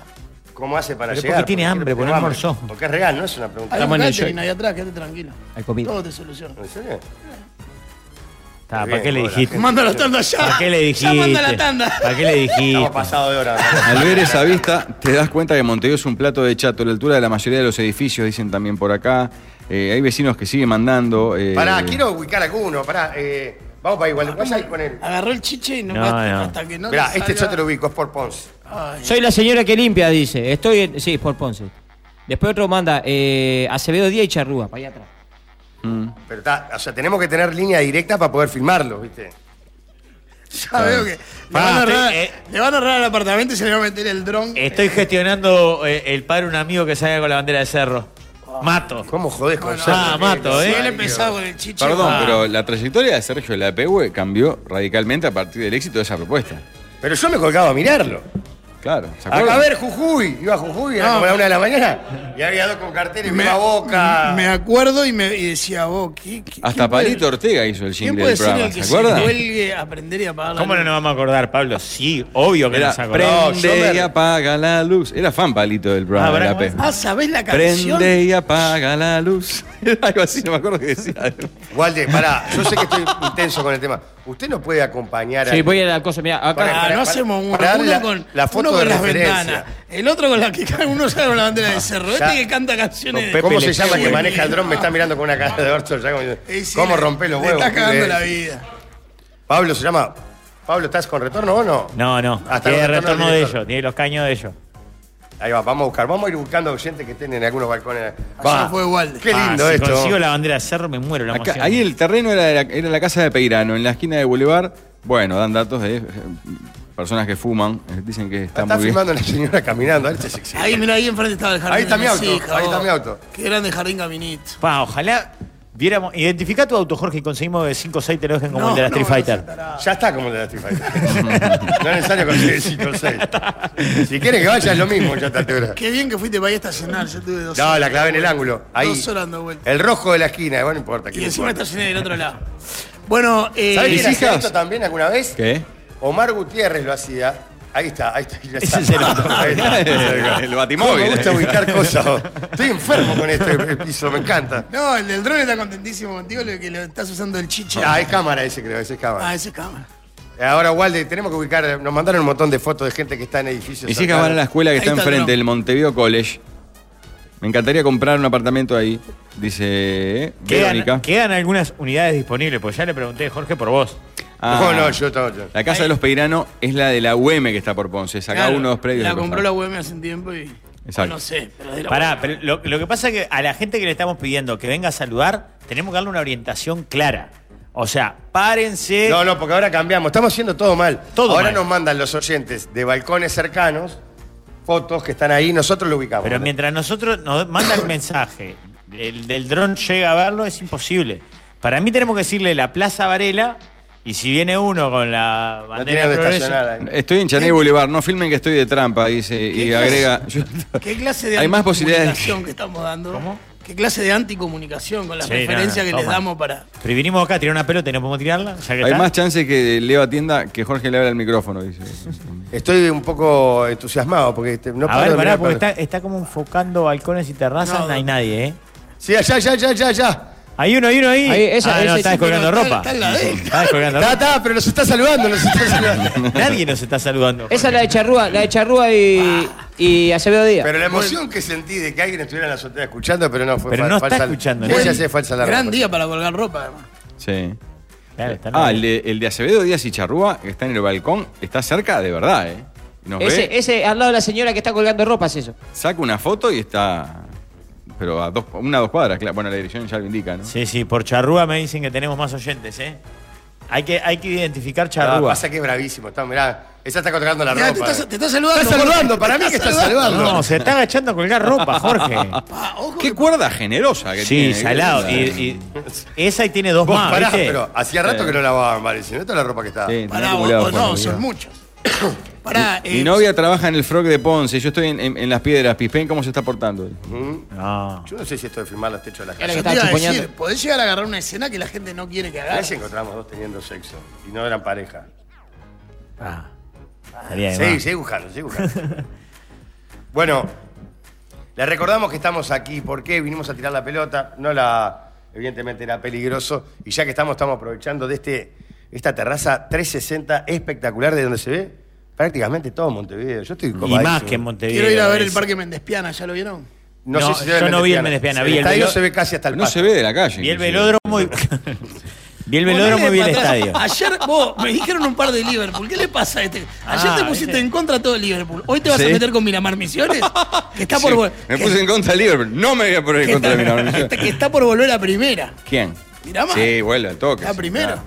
[SPEAKER 1] ¿Cómo hace para
[SPEAKER 2] Pero
[SPEAKER 1] llegar?
[SPEAKER 2] porque tiene hambre,
[SPEAKER 1] porque
[SPEAKER 2] porque no
[SPEAKER 1] hambre.
[SPEAKER 2] almorzó.
[SPEAKER 1] Porque es real, no es una pregunta.
[SPEAKER 5] Hay
[SPEAKER 3] Estamos
[SPEAKER 5] un
[SPEAKER 3] en el
[SPEAKER 5] catering
[SPEAKER 3] show.
[SPEAKER 5] ahí atrás, quédate tranquilo.
[SPEAKER 3] Hay comida.
[SPEAKER 5] Todo te soluciona.
[SPEAKER 1] ¿En serio? Muy
[SPEAKER 2] Está, ¿Para
[SPEAKER 1] bien,
[SPEAKER 2] qué le
[SPEAKER 1] hola.
[SPEAKER 2] dijiste?
[SPEAKER 5] Manda la tanda ya.
[SPEAKER 2] ¿Para qué le
[SPEAKER 5] *laughs*
[SPEAKER 2] dijiste?
[SPEAKER 5] Ya manda la tanda.
[SPEAKER 2] ¿Para qué le dijiste?
[SPEAKER 1] Estamos pasado de hora.
[SPEAKER 2] *laughs*
[SPEAKER 1] ¿verdad?
[SPEAKER 4] Al ver esa vista, te das cuenta que Montevideo es un plato de chato, a la altura de la mayoría de los edificios, dicen también por acá. Eh, hay vecinos que siguen mandando. eh,
[SPEAKER 1] Pará, quiero ubicar alguno, pará. eh, vamos para igual, vas a ir con él.
[SPEAKER 5] Agarró el chiche y no,
[SPEAKER 2] No,
[SPEAKER 5] hasta,
[SPEAKER 2] no.
[SPEAKER 5] hasta que no.
[SPEAKER 1] Mirá,
[SPEAKER 5] le
[SPEAKER 1] este
[SPEAKER 5] salga-
[SPEAKER 1] yo te lo ubico, es por Ponce.
[SPEAKER 5] Ay,
[SPEAKER 3] Soy la señora que limpia, dice. Estoy en. Sí, por Ponce. Después otro manda eh, Acevedo Díaz y Charrúa, para allá atrás.
[SPEAKER 4] mm.
[SPEAKER 1] Pero está, o sea, tenemos que tener línea directa para poder filmarlo, ¿viste?
[SPEAKER 5] ya veo que. Le
[SPEAKER 2] Pará,
[SPEAKER 5] van, a
[SPEAKER 2] estoy-
[SPEAKER 5] arreglar,
[SPEAKER 2] eh.
[SPEAKER 5] le van a arreglar el apartamento y se le va a meter el dron.
[SPEAKER 2] Estoy gestionando eh, el padre de un amigo que salga con la bandera de cerro. Mato.
[SPEAKER 1] ¿Cómo jodés con
[SPEAKER 5] Bueno,
[SPEAKER 1] Sergio?
[SPEAKER 2] ah, mato,
[SPEAKER 5] Si
[SPEAKER 2] eh.
[SPEAKER 5] él empezaba con el chiche.
[SPEAKER 4] Perdón,
[SPEAKER 5] va.
[SPEAKER 4] pero la trayectoria de Sergio Lapehue cambió radicalmente a partir del éxito de esa propuesta.
[SPEAKER 1] Pero yo me colgaba a mirarlo.
[SPEAKER 4] Claro. ¿se
[SPEAKER 1] Acá, a
[SPEAKER 4] acuerdan?
[SPEAKER 1] ver, Jujuy. Iba a Jujuy, era
[SPEAKER 5] No.
[SPEAKER 1] como a la una de la mañana. Y había dos con cartel y me la boca.
[SPEAKER 5] Me acuerdo y, me, y decía, vos, ¿qué, qué-
[SPEAKER 4] Hasta
[SPEAKER 5] quién puede-
[SPEAKER 4] Palito Ortega hizo el
[SPEAKER 5] ¿Quién
[SPEAKER 4] jingle
[SPEAKER 5] puede
[SPEAKER 4] del
[SPEAKER 5] ser
[SPEAKER 4] programa,
[SPEAKER 5] el que
[SPEAKER 4] ¿se
[SPEAKER 5] se
[SPEAKER 4] acuerdan?
[SPEAKER 5] cuelgue a aprender y apagar la
[SPEAKER 2] ¿Cómo no
[SPEAKER 5] luz?
[SPEAKER 2] nos vamos a acordar, Pablo? Sí, obvio que
[SPEAKER 4] Era,
[SPEAKER 2] nos acordamos.
[SPEAKER 4] prende y apaga la luz. Era fan Palito del
[SPEAKER 2] Ah,
[SPEAKER 4] programa de
[SPEAKER 2] ¿verdad
[SPEAKER 4] la
[SPEAKER 2] cómo
[SPEAKER 4] P.
[SPEAKER 5] Ah, ¿sabés la canción?
[SPEAKER 4] Prende y apaga la luz. *laughs* Era algo así, no me acuerdo qué decía.
[SPEAKER 1] Walde, pará, yo sé que estoy intenso con el tema. ¿Usted no puede acompañar a.
[SPEAKER 3] Sí, voy a la cosa, mira,
[SPEAKER 5] Ah,
[SPEAKER 1] Para-
[SPEAKER 3] acá.
[SPEAKER 1] para-
[SPEAKER 5] no hacemos uno,
[SPEAKER 1] para dar
[SPEAKER 5] uno
[SPEAKER 1] la-
[SPEAKER 5] con,
[SPEAKER 1] la foto
[SPEAKER 5] uno
[SPEAKER 1] de
[SPEAKER 5] con las
[SPEAKER 1] referencia. Ah,
[SPEAKER 5] ventanas, el otro con la que ca- uno sale con la bandera de cerro,
[SPEAKER 1] Ya.
[SPEAKER 5] este que canta canciones. de-
[SPEAKER 1] ¿Cómo
[SPEAKER 2] Pepe
[SPEAKER 1] se
[SPEAKER 2] le-
[SPEAKER 1] llama el que
[SPEAKER 5] Uy.
[SPEAKER 1] maneja el dron? Me está mirando con una cara de orto. ya como-
[SPEAKER 5] Eh, sí,
[SPEAKER 1] ¿Cómo
[SPEAKER 5] le-
[SPEAKER 1] rompe los
[SPEAKER 5] le
[SPEAKER 1] huevos?
[SPEAKER 5] estás cagando
[SPEAKER 1] Eh,
[SPEAKER 5] la vida.
[SPEAKER 1] Pablo se llama. Pablo, ¿estás con retorno o no?
[SPEAKER 2] No, no.
[SPEAKER 1] Hasta
[SPEAKER 2] tiene
[SPEAKER 1] el retorno
[SPEAKER 2] retorno
[SPEAKER 1] del
[SPEAKER 2] de
[SPEAKER 1] director.
[SPEAKER 2] ellos, tiene los caños de ellos.
[SPEAKER 1] Ahí va, vamos a buscar. Vamos a ir buscando oyentes que estén en algunos balcones.
[SPEAKER 5] Ayer fue Walde.
[SPEAKER 1] Qué lindo
[SPEAKER 2] Ah, si
[SPEAKER 1] esto.
[SPEAKER 2] consigo la bandera de cerro, me muero la
[SPEAKER 4] Acá-
[SPEAKER 2] emoción.
[SPEAKER 4] ahí el terreno era la, era la casa de Peirano, en la esquina de Boulevard. Bueno, dan datos de eh, personas que fuman. eh, Dicen que está,
[SPEAKER 1] Está
[SPEAKER 4] muy bien.
[SPEAKER 1] filmando una señora caminando. este es sexy.
[SPEAKER 5] Ahí, mira, ahí enfrente estaba el jardín.
[SPEAKER 1] Ahí está
[SPEAKER 5] de
[SPEAKER 1] mi
[SPEAKER 5] mis
[SPEAKER 1] auto,
[SPEAKER 5] hijas,
[SPEAKER 1] ahí
[SPEAKER 5] vos.
[SPEAKER 1] está mi auto.
[SPEAKER 5] Qué grande jardín caminito.
[SPEAKER 2] Pa, ojalá viéramos. Identifica tu auto, Jorge, y conseguimos de 5 o 6 te lo dejen como
[SPEAKER 5] No,
[SPEAKER 2] el de la
[SPEAKER 5] no,
[SPEAKER 2] Street
[SPEAKER 5] no
[SPEAKER 2] Fighter.
[SPEAKER 5] se tará.
[SPEAKER 1] Ya está como el de la Street Fighter. no es necesario conseguir el 5 o 6. Si quieren que vaya es lo mismo ya a esta altura.
[SPEAKER 5] Qué bien que fuiste para ahí a estacionar, yo tuve dos
[SPEAKER 1] No,
[SPEAKER 5] horas.
[SPEAKER 1] la clave en el ángulo. Ahí.
[SPEAKER 5] Dos horas dando vueltas.
[SPEAKER 1] El rojo de la esquina, bueno, no importa.
[SPEAKER 5] Y encima estacioné del otro lado. Bueno, eh,
[SPEAKER 1] ¿Sabes
[SPEAKER 4] mis
[SPEAKER 1] quién hacía
[SPEAKER 4] hijas-
[SPEAKER 1] esto también alguna vez?
[SPEAKER 4] ¿Qué?
[SPEAKER 1] Omar Gutiérrez lo hacía. Ahí está, ahí está. ahí lo
[SPEAKER 2] Ese
[SPEAKER 1] está.
[SPEAKER 2] es el otro.
[SPEAKER 1] *laughs* Ahí está.
[SPEAKER 4] *laughs* El batimóvil.
[SPEAKER 1] Me gusta ubicar cosas. Estoy enfermo con este piso, me encanta.
[SPEAKER 5] no, el del drone está contentísimo contigo, lo que lo estás usando el chiche.
[SPEAKER 1] Ah, es cámara ese creo, ese es cámara.
[SPEAKER 5] Ah, ese es cámara.
[SPEAKER 1] Ahora, Walde, tenemos que ubicar, nos mandaron un montón de fotos de gente que está en edificios.
[SPEAKER 4] Mis hijas
[SPEAKER 1] cercanos.
[SPEAKER 4] van a la escuela que
[SPEAKER 5] Ahí
[SPEAKER 4] está,
[SPEAKER 5] está el
[SPEAKER 4] enfrente,
[SPEAKER 5] dron.
[SPEAKER 4] del Montevideo College. Me encantaría comprar un apartamento ahí, dice eh, Verónica.
[SPEAKER 2] Quedan, quedan algunas unidades disponibles, pues ya le pregunté, Jorge, por vos.
[SPEAKER 4] Ah,
[SPEAKER 1] No, no, yo estaba. yo-
[SPEAKER 4] La casa de los Peirano es la de la UM que está por Ponce. Sacá
[SPEAKER 5] Claro,
[SPEAKER 4] uno de los predios.
[SPEAKER 5] La
[SPEAKER 4] de
[SPEAKER 5] compró la
[SPEAKER 4] costado.
[SPEAKER 5] UEM hace un tiempo y.
[SPEAKER 4] Exacto.
[SPEAKER 5] No sé, pero de la
[SPEAKER 2] Pará, pero lo, lo que pasa es que a la gente que le estamos pidiendo que venga a saludar, tenemos que darle una orientación clara. O sea, párense.
[SPEAKER 1] No, no, porque ahora cambiamos. Estamos haciendo todo mal.
[SPEAKER 2] Eh, Todo
[SPEAKER 1] ahora
[SPEAKER 2] mal.
[SPEAKER 1] nos mandan los oyentes de balcones cercanos fotos que están ahí, nosotros lo ubicamos.
[SPEAKER 2] Pero mientras nosotros nos manda el mensaje, el del dron llega a verlo, es imposible. Para mí tenemos que decirle la Plaza Varela, y si viene uno con la
[SPEAKER 1] no tiene
[SPEAKER 2] bandera de
[SPEAKER 1] donde
[SPEAKER 2] progreso-
[SPEAKER 1] estacionar ahí.
[SPEAKER 4] Estoy en Chaney Boulevard, no filmen que estoy de trampa, dice. Y agrega. yo-
[SPEAKER 5] UEM. ¿Qué clase de
[SPEAKER 4] Hay más posibilidades.
[SPEAKER 5] anticomunicación que estamos dando? ¿Cómo? ¿Qué clase de anticomunicación con las
[SPEAKER 2] Sí, no,
[SPEAKER 5] referencias
[SPEAKER 2] no,
[SPEAKER 5] que les
[SPEAKER 2] toma.
[SPEAKER 5] damos para.
[SPEAKER 2] Pero vinimos acá, tirar una pelota y no podemos tirarla. ya que
[SPEAKER 4] hay
[SPEAKER 2] está.
[SPEAKER 4] más chances que Leo atienda que Jorge le abra el micrófono, dice.
[SPEAKER 1] Estoy un poco entusiasmado porque este, no
[SPEAKER 2] a
[SPEAKER 1] paro
[SPEAKER 2] ver,
[SPEAKER 1] de
[SPEAKER 2] pará,
[SPEAKER 1] mirar
[SPEAKER 2] porque está,
[SPEAKER 1] para-
[SPEAKER 2] está como enfocando balcones y terrazas,
[SPEAKER 5] No,
[SPEAKER 2] no, hay
[SPEAKER 5] no.
[SPEAKER 2] nadie, ¿eh?
[SPEAKER 1] Sí, allá, ya, ya, ya, ya.
[SPEAKER 2] Hay uno, hay uno ahí.
[SPEAKER 3] Ahí, esa-
[SPEAKER 2] ah, no,
[SPEAKER 3] esa-
[SPEAKER 2] está
[SPEAKER 3] sí,
[SPEAKER 2] descolgando
[SPEAKER 5] pero está-
[SPEAKER 2] ropa.
[SPEAKER 5] está en la deca.
[SPEAKER 2] Está descolgando
[SPEAKER 1] Está,
[SPEAKER 2] ropa.
[SPEAKER 1] está, pero nos está saludando, nos
[SPEAKER 2] *laughs*
[SPEAKER 1] está saludando.
[SPEAKER 2] Nadie nos está saludando.
[SPEAKER 3] Esa es la de Charrúa, la de Charrúa y, y Acevedo Díaz.
[SPEAKER 1] Pero la emoción que sentí de que alguien estuviera en la azotea escuchando, pero no fue
[SPEAKER 2] Pero
[SPEAKER 1] fa-
[SPEAKER 2] no está
[SPEAKER 1] falsa.
[SPEAKER 2] escuchando,
[SPEAKER 1] Ella
[SPEAKER 2] ¿no?
[SPEAKER 1] se hace falsa alarma.
[SPEAKER 5] Gran
[SPEAKER 1] por
[SPEAKER 5] día para colgar ropa, además.
[SPEAKER 4] Sí.
[SPEAKER 2] Claro, está en la
[SPEAKER 4] Ah,
[SPEAKER 2] deca.
[SPEAKER 4] el de, el de Acevedo Díaz y Charrúa, que está en el balcón, está cerca de verdad, ¿eh? Nos ve,
[SPEAKER 3] Ese, ese al lado de la señora que está colgando ropas, eso.
[SPEAKER 4] saca una foto y está. Pero a dos, una o dos cuadras, claro. Bueno, la dirección ya lo indica, ¿no?
[SPEAKER 2] Sí, sí, por charrúa me dicen que tenemos más oyentes, ¿eh? Hay que, hay que identificar
[SPEAKER 1] supuesto. Ah,
[SPEAKER 2] charrúa.
[SPEAKER 1] pasa que es bravísimo. Está, mirá, esa está colgando la
[SPEAKER 5] Mirá,
[SPEAKER 1] ropa.
[SPEAKER 5] te estás- te estás saludando,
[SPEAKER 1] Está
[SPEAKER 5] Jorge.
[SPEAKER 1] saludando, para
[SPEAKER 5] Te
[SPEAKER 1] mí que
[SPEAKER 5] estás
[SPEAKER 1] está
[SPEAKER 5] saludando.
[SPEAKER 1] saludando.
[SPEAKER 2] No, se está agachando a colgar ropa, Jorge.
[SPEAKER 5] Pa, ojo
[SPEAKER 4] Qué
[SPEAKER 5] que-
[SPEAKER 4] cuerda generosa que tiene.
[SPEAKER 2] Sí,
[SPEAKER 4] qué
[SPEAKER 2] salado.
[SPEAKER 4] cuerda.
[SPEAKER 2] Y, y- esa y tiene dos
[SPEAKER 1] Vos
[SPEAKER 2] más,
[SPEAKER 1] pará,
[SPEAKER 2] Ah, ¿viste?
[SPEAKER 1] pero hacía rato que no lavaban, vale. Si no, esta es la ropa que está.
[SPEAKER 4] Sí, tenía
[SPEAKER 5] Pará, vos,
[SPEAKER 4] acumulado
[SPEAKER 5] vos no,
[SPEAKER 4] fotos,
[SPEAKER 5] son
[SPEAKER 4] mirá.
[SPEAKER 5] muchos. *coughs* Pará,
[SPEAKER 4] Mi
[SPEAKER 5] eh,
[SPEAKER 4] novia trabaja en el Frog de Ponce, yo estoy en, en- en Las Piedras. Pispén, ¿cómo se está portando?
[SPEAKER 1] Mm.
[SPEAKER 2] No.
[SPEAKER 1] Yo no sé si esto de filmar los techos de la
[SPEAKER 5] yo
[SPEAKER 1] casa.
[SPEAKER 5] te
[SPEAKER 3] estaba
[SPEAKER 5] iba a
[SPEAKER 3] chuponeando.
[SPEAKER 5] decir, podés llegar a agarrar una escena que la gente no quiere que
[SPEAKER 1] Ahí se
[SPEAKER 5] agarre.
[SPEAKER 1] encontramos dos teniendo sexo y no eran pareja.
[SPEAKER 2] Ah, estaría de
[SPEAKER 1] Sí,
[SPEAKER 2] más.
[SPEAKER 1] sí, buscando, sí,
[SPEAKER 2] *laughs*
[SPEAKER 1] buscando. bueno, le recordamos que estamos aquí. ¿Por qué? Vinimos a tirar la pelota. No la. Evidentemente era peligroso. Y ya que estamos, estamos aprovechando de este, esta terraza 360 espectacular de donde se ve prácticamente todo Montevideo. Yo estoy
[SPEAKER 2] Y más que en
[SPEAKER 1] Montevideo.
[SPEAKER 2] Montevideo.
[SPEAKER 5] Quiero ir a ver el
[SPEAKER 2] es-
[SPEAKER 5] Parque Mendespiana, ¿ya lo vieron?
[SPEAKER 1] No,
[SPEAKER 2] No,
[SPEAKER 1] sé si se ve
[SPEAKER 2] yo no vi el
[SPEAKER 1] Mendespiana.
[SPEAKER 2] Mendespiana, vi el
[SPEAKER 1] estadio
[SPEAKER 2] velo-
[SPEAKER 1] se ve casi hasta el
[SPEAKER 4] No
[SPEAKER 1] pasto.
[SPEAKER 4] se ve de la calle.
[SPEAKER 2] Vi el
[SPEAKER 4] inclusive.
[SPEAKER 2] velódromo y. *laughs* vi el velódromo y vi el
[SPEAKER 5] Ponele para
[SPEAKER 2] estadio.
[SPEAKER 5] atrás. *laughs* Ayer, vos, me dijeron un par de Liverpool. ¿Qué le pasa a este? Ayer
[SPEAKER 2] Ah,
[SPEAKER 5] te pusiste
[SPEAKER 2] ese.
[SPEAKER 5] en contra todo el Liverpool. Hoy te vas a
[SPEAKER 4] Sí.
[SPEAKER 5] meter con Miramar Misiones, que está
[SPEAKER 4] Sí,
[SPEAKER 5] por vol-
[SPEAKER 4] Me
[SPEAKER 5] que-
[SPEAKER 4] puse en contra de Liverpool. No me voy a poner en
[SPEAKER 5] que
[SPEAKER 4] contra de
[SPEAKER 5] está-
[SPEAKER 4] Miramar.
[SPEAKER 5] que está por volver a primera.
[SPEAKER 4] ¿Quién?
[SPEAKER 5] Miramar.
[SPEAKER 4] Sí, vuelve al toque.
[SPEAKER 5] Está
[SPEAKER 4] sí,
[SPEAKER 5] primero.
[SPEAKER 4] claro.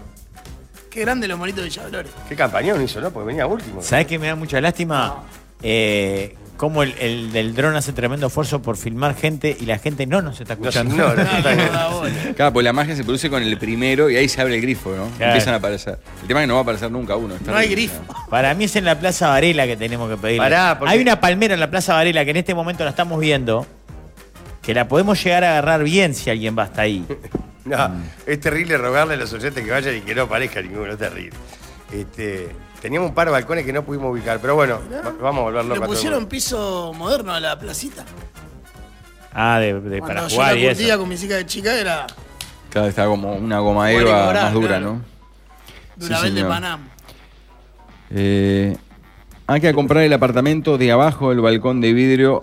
[SPEAKER 5] Qué grande
[SPEAKER 4] *laughs*
[SPEAKER 5] los monitos de Villadolores.
[SPEAKER 1] Qué campañón hizo, ¿no? Porque venía último.
[SPEAKER 2] ¿Sabes que me da mucha lástima? Eh, cómo el, el del dron hace tremendo esfuerzo por filmar gente y la gente no nos está
[SPEAKER 1] Nos
[SPEAKER 2] escuchando.
[SPEAKER 1] ignoran.
[SPEAKER 5] eh.
[SPEAKER 4] Claro, pues la magia se produce con el primero y ahí se abre el grifo, ¿no?
[SPEAKER 2] Claro.
[SPEAKER 4] Empiezan a aparecer. El tema es que no va a aparecer nunca uno.
[SPEAKER 5] No hay grifo.
[SPEAKER 2] *laughs* Para mí es en la Plaza Varela que tenemos que pedir.
[SPEAKER 1] Pará, porque-
[SPEAKER 2] Hay una palmera en la Plaza Varela que en este momento la estamos viendo, que la podemos llegar a agarrar bien si alguien va
[SPEAKER 1] *laughs*
[SPEAKER 2] hasta ahí.
[SPEAKER 1] No, es terrible rogarle a los oyentes que vayan y que no aparezca ninguno, es terrible. Este, teníamos un par de balcones que no pudimos ubicar, pero bueno, va- vamos a volver
[SPEAKER 5] Le
[SPEAKER 1] loco a todo el
[SPEAKER 5] pusieron
[SPEAKER 1] mundo. *laughs*
[SPEAKER 5] piso moderno a la placita.
[SPEAKER 2] Ah, de, de- para
[SPEAKER 5] Cuando yo
[SPEAKER 2] jugar y
[SPEAKER 5] la curtía
[SPEAKER 2] eso.
[SPEAKER 5] con mis hijas de chica era
[SPEAKER 4] Claro, está como una goma
[SPEAKER 5] Bueno,
[SPEAKER 4] eva
[SPEAKER 5] Nicolás,
[SPEAKER 4] más dura,
[SPEAKER 5] claro.
[SPEAKER 4] ¿no?
[SPEAKER 5] Durabel de
[SPEAKER 4] señor.
[SPEAKER 5] Panam.
[SPEAKER 4] Eh, hay que comprar el apartamento de abajo del balcón de vidrio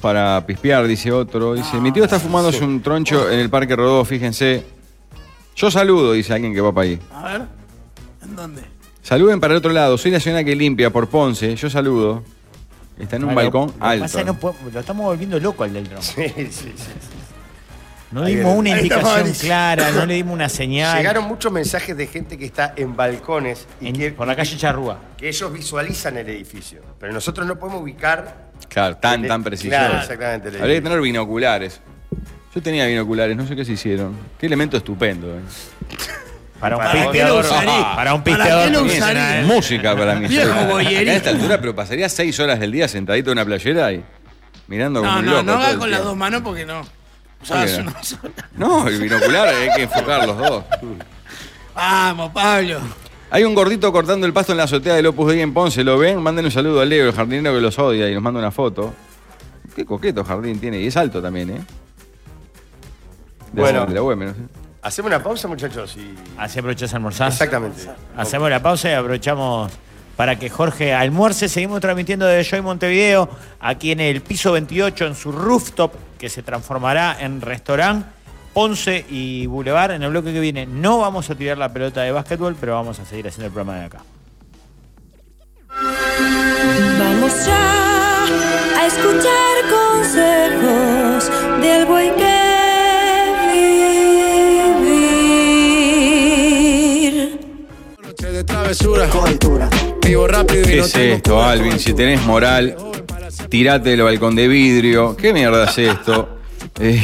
[SPEAKER 4] para pispear, dice otro. Dice, mi tío está fumándose un troncho en el Parque Rodó, fíjense. Yo saludo, dice alguien que va para ahí.
[SPEAKER 5] A ver, ¿en dónde?
[SPEAKER 4] Saluden para el otro lado. Soy la señora que limpia por Ponce. Yo saludo. Está en un
[SPEAKER 2] Bueno,
[SPEAKER 4] balcón
[SPEAKER 2] lo que
[SPEAKER 4] alto.
[SPEAKER 2] pasa es que no podemos- lo estamos volviendo loco al del dron.
[SPEAKER 1] Sí, sí, sí.
[SPEAKER 2] No
[SPEAKER 1] Ahí
[SPEAKER 2] dimos
[SPEAKER 1] viene.
[SPEAKER 2] una
[SPEAKER 5] Ahí está
[SPEAKER 2] indicación
[SPEAKER 5] Fabricio.
[SPEAKER 2] clara, no le dimos una señal.
[SPEAKER 1] Llegaron muchos mensajes de gente que está en balcones y
[SPEAKER 2] en-
[SPEAKER 1] que,
[SPEAKER 2] por la calle Charrúa.
[SPEAKER 1] que ellos visualizan el edificio, pero nosotros no podemos ubicar.
[SPEAKER 4] Claro, tan,
[SPEAKER 1] el-
[SPEAKER 4] tan preciso.
[SPEAKER 1] Claro, exactamente. el
[SPEAKER 4] Habría que
[SPEAKER 1] edificio.
[SPEAKER 4] tener binoculares. Yo tenía binoculares, no sé qué se hicieron. Qué elemento estupendo. eh.
[SPEAKER 2] Para un
[SPEAKER 1] ¿Para qué lo
[SPEAKER 2] pisteador.
[SPEAKER 5] usaría?
[SPEAKER 2] Para un
[SPEAKER 5] ¿Para
[SPEAKER 2] pisteador.
[SPEAKER 5] qué lo
[SPEAKER 2] no
[SPEAKER 5] usaría?
[SPEAKER 2] funciona,
[SPEAKER 5] *laughs*
[SPEAKER 2] ¿eh?
[SPEAKER 4] Música para mí.
[SPEAKER 5] Viejo
[SPEAKER 4] Acá
[SPEAKER 5] boyerista.
[SPEAKER 4] A esta altura, pero pasaría seis horas del día sentadito en una playera y mirando como
[SPEAKER 5] No,
[SPEAKER 4] un
[SPEAKER 5] no,
[SPEAKER 4] loco.
[SPEAKER 5] no
[SPEAKER 4] todo
[SPEAKER 5] hagas
[SPEAKER 4] el
[SPEAKER 5] con las
[SPEAKER 4] tiempo.
[SPEAKER 5] dos manos porque no. Usabas
[SPEAKER 4] Mira.
[SPEAKER 5] una sola.
[SPEAKER 4] No, el binocular hay que enfocar los dos.
[SPEAKER 5] Vamos, Pablo.
[SPEAKER 4] Hay un gordito cortando el pasto en la azotea del Opus Dei en Ponce, ¿lo ven? Manden un saludo a Leo, el jardinero que los odia y nos manda una foto. Qué coqueto jardín tiene, y es alto también, ¿eh? De
[SPEAKER 1] Bueno.
[SPEAKER 4] la- de la UEM, no sé.
[SPEAKER 1] Hacemos una pausa, muchachos. Y...
[SPEAKER 2] Así aprovechás a almorzar.
[SPEAKER 1] Exactamente.
[SPEAKER 2] Hacemos la pausa y aprovechamos para que Jorge almuerce. Seguimos transmitiendo desde Joy Montevideo, aquí en el piso 28, en su rooftop, que se transformará en restaurante. Ponce y Boulevard, en el bloque que viene no vamos a tirar la pelota de básquetbol, pero vamos a seguir haciendo el programa de acá.
[SPEAKER 6] Vamos ya a escuchar consejos del buen que vivir.
[SPEAKER 7] Noche de travesura. Vivo rápido y
[SPEAKER 4] ¿Qué
[SPEAKER 7] no
[SPEAKER 4] es
[SPEAKER 7] tengo
[SPEAKER 4] esto,
[SPEAKER 7] culpa.
[SPEAKER 4] Alvin? Si tenés moral, tirate del balcón de vidrio. ¿Qué mierda es esto? *laughs* Eh,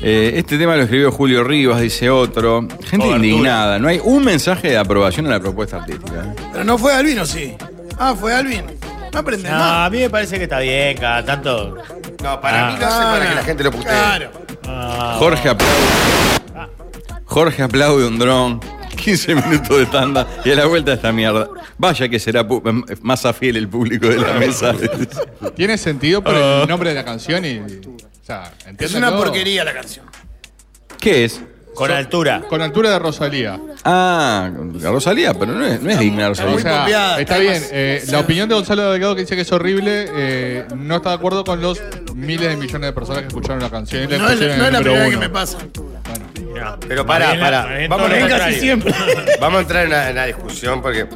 [SPEAKER 4] eh, este tema lo escribió Julio Rivas, dice otro. Gente indignada. No hay un mensaje de aprobación a la propuesta artística. ¿eh?
[SPEAKER 5] Pero no fue Albino, sí. Ah, fue Albino. No aprendes
[SPEAKER 2] No, eh,
[SPEAKER 5] más.
[SPEAKER 2] a mí me parece que está bien, cada tanto.
[SPEAKER 1] No, para
[SPEAKER 2] Ah.
[SPEAKER 1] mí lo hacen para que la gente lo putee.
[SPEAKER 5] Claro.
[SPEAKER 4] Jorge aplaude. Jorge aplaude un dron. 15 minutos de tanda y a la vuelta esta mierda. Vaya que será pu- m- más afiel el público de la mesa.
[SPEAKER 8] Tiene sentido por el nombre de la canción y. O sea,
[SPEAKER 5] Es
[SPEAKER 8] entiendo
[SPEAKER 5] una
[SPEAKER 8] todo.
[SPEAKER 5] porquería la canción.
[SPEAKER 4] ¿Qué es?
[SPEAKER 2] Con altura.
[SPEAKER 8] Con altura de Rosalía.
[SPEAKER 4] Ah, la Rosalía, pero no es, no es digna Rosalía.
[SPEAKER 8] O
[SPEAKER 5] muy
[SPEAKER 8] sea,
[SPEAKER 5] copiada,
[SPEAKER 8] está bien.
[SPEAKER 5] además.
[SPEAKER 8] eh, la opinión de Gonzalo Delgado que dice que es horrible, eh, no está de acuerdo con los miles de millones de personas que escucharon la canción. Y la
[SPEAKER 5] No es,
[SPEAKER 8] pusieron en
[SPEAKER 5] no es la
[SPEAKER 8] el número
[SPEAKER 5] primera vez que
[SPEAKER 8] uno.
[SPEAKER 5] me pasa.
[SPEAKER 1] Pero pará, pará. Vamos a entrar- *laughs* Vamos a entrar en la, en la discusión porque.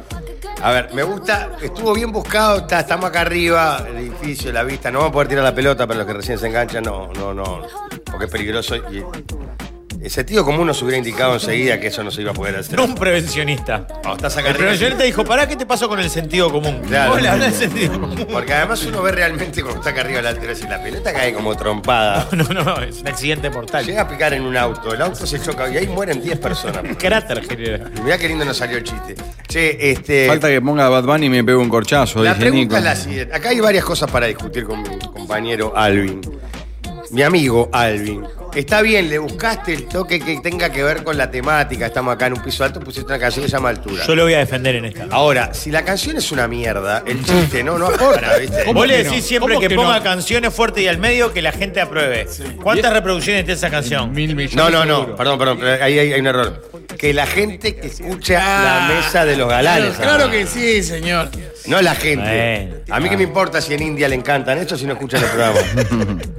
[SPEAKER 1] A ver, me gusta, estuvo bien buscado, está- estamos acá arriba, el edificio, la vista, no vamos a poder tirar la pelota para los que recién se enganchan, no, no, no, porque es peligroso. Y el sentido común nos hubiera indicado enseguida que eso no se iba a poder hacer.
[SPEAKER 2] No un prevencionista.
[SPEAKER 1] No, estás acá
[SPEAKER 2] El
[SPEAKER 1] arriba.
[SPEAKER 2] prevencionista dijo, pará, ¿qué te pasó con el sentido común?
[SPEAKER 1] Claro.
[SPEAKER 2] Hola, habla del sentido común. *laughs*
[SPEAKER 1] Porque además uno ve realmente cuando está acá arriba la altura, si la pelota cae como trompada,
[SPEAKER 2] No, no, es un accidente mortal.
[SPEAKER 1] llega a picar en un auto, el auto se choca y ahí mueren 10 personas.
[SPEAKER 2] Cráter genera.
[SPEAKER 1] Mirá qué lindo nos salió el chiste. Che, este.
[SPEAKER 4] Falta que ponga a Bad Bunny y me pegue un corchazo,
[SPEAKER 1] La
[SPEAKER 4] dice Nico.
[SPEAKER 1] pregunta es la siguiente. Acá hay varias cosas para discutir con mi compañero Alvin. Mi amigo Alvin. Está bien, le buscaste el toque que tenga que ver con la temática. Estamos acá en un piso alto, pusiste una canción que se llama Altura.
[SPEAKER 2] Yo lo voy a defender en esta.
[SPEAKER 1] Ahora, si la canción es una mierda, el chiste no, no aporta, ¿viste?
[SPEAKER 2] Vos le
[SPEAKER 8] no?
[SPEAKER 2] decís siempre
[SPEAKER 8] ¿Cómo
[SPEAKER 2] que,
[SPEAKER 8] que
[SPEAKER 2] ponga
[SPEAKER 8] no?
[SPEAKER 2] canciones fuertes y al medio que la gente apruebe. ¿Cuántas reproducciones tiene esa canción?
[SPEAKER 8] Mil millones.
[SPEAKER 1] No, no, no,
[SPEAKER 8] seguro.
[SPEAKER 1] perdón, perdón, pero ahí hay, hay un error. Que la gente que escucha la mesa de los galanes.
[SPEAKER 5] Claro que sí, señor.
[SPEAKER 1] No la gente.
[SPEAKER 2] Bueno.
[SPEAKER 1] A mí que me importa si en India le encantan esto si no escuchan el programa.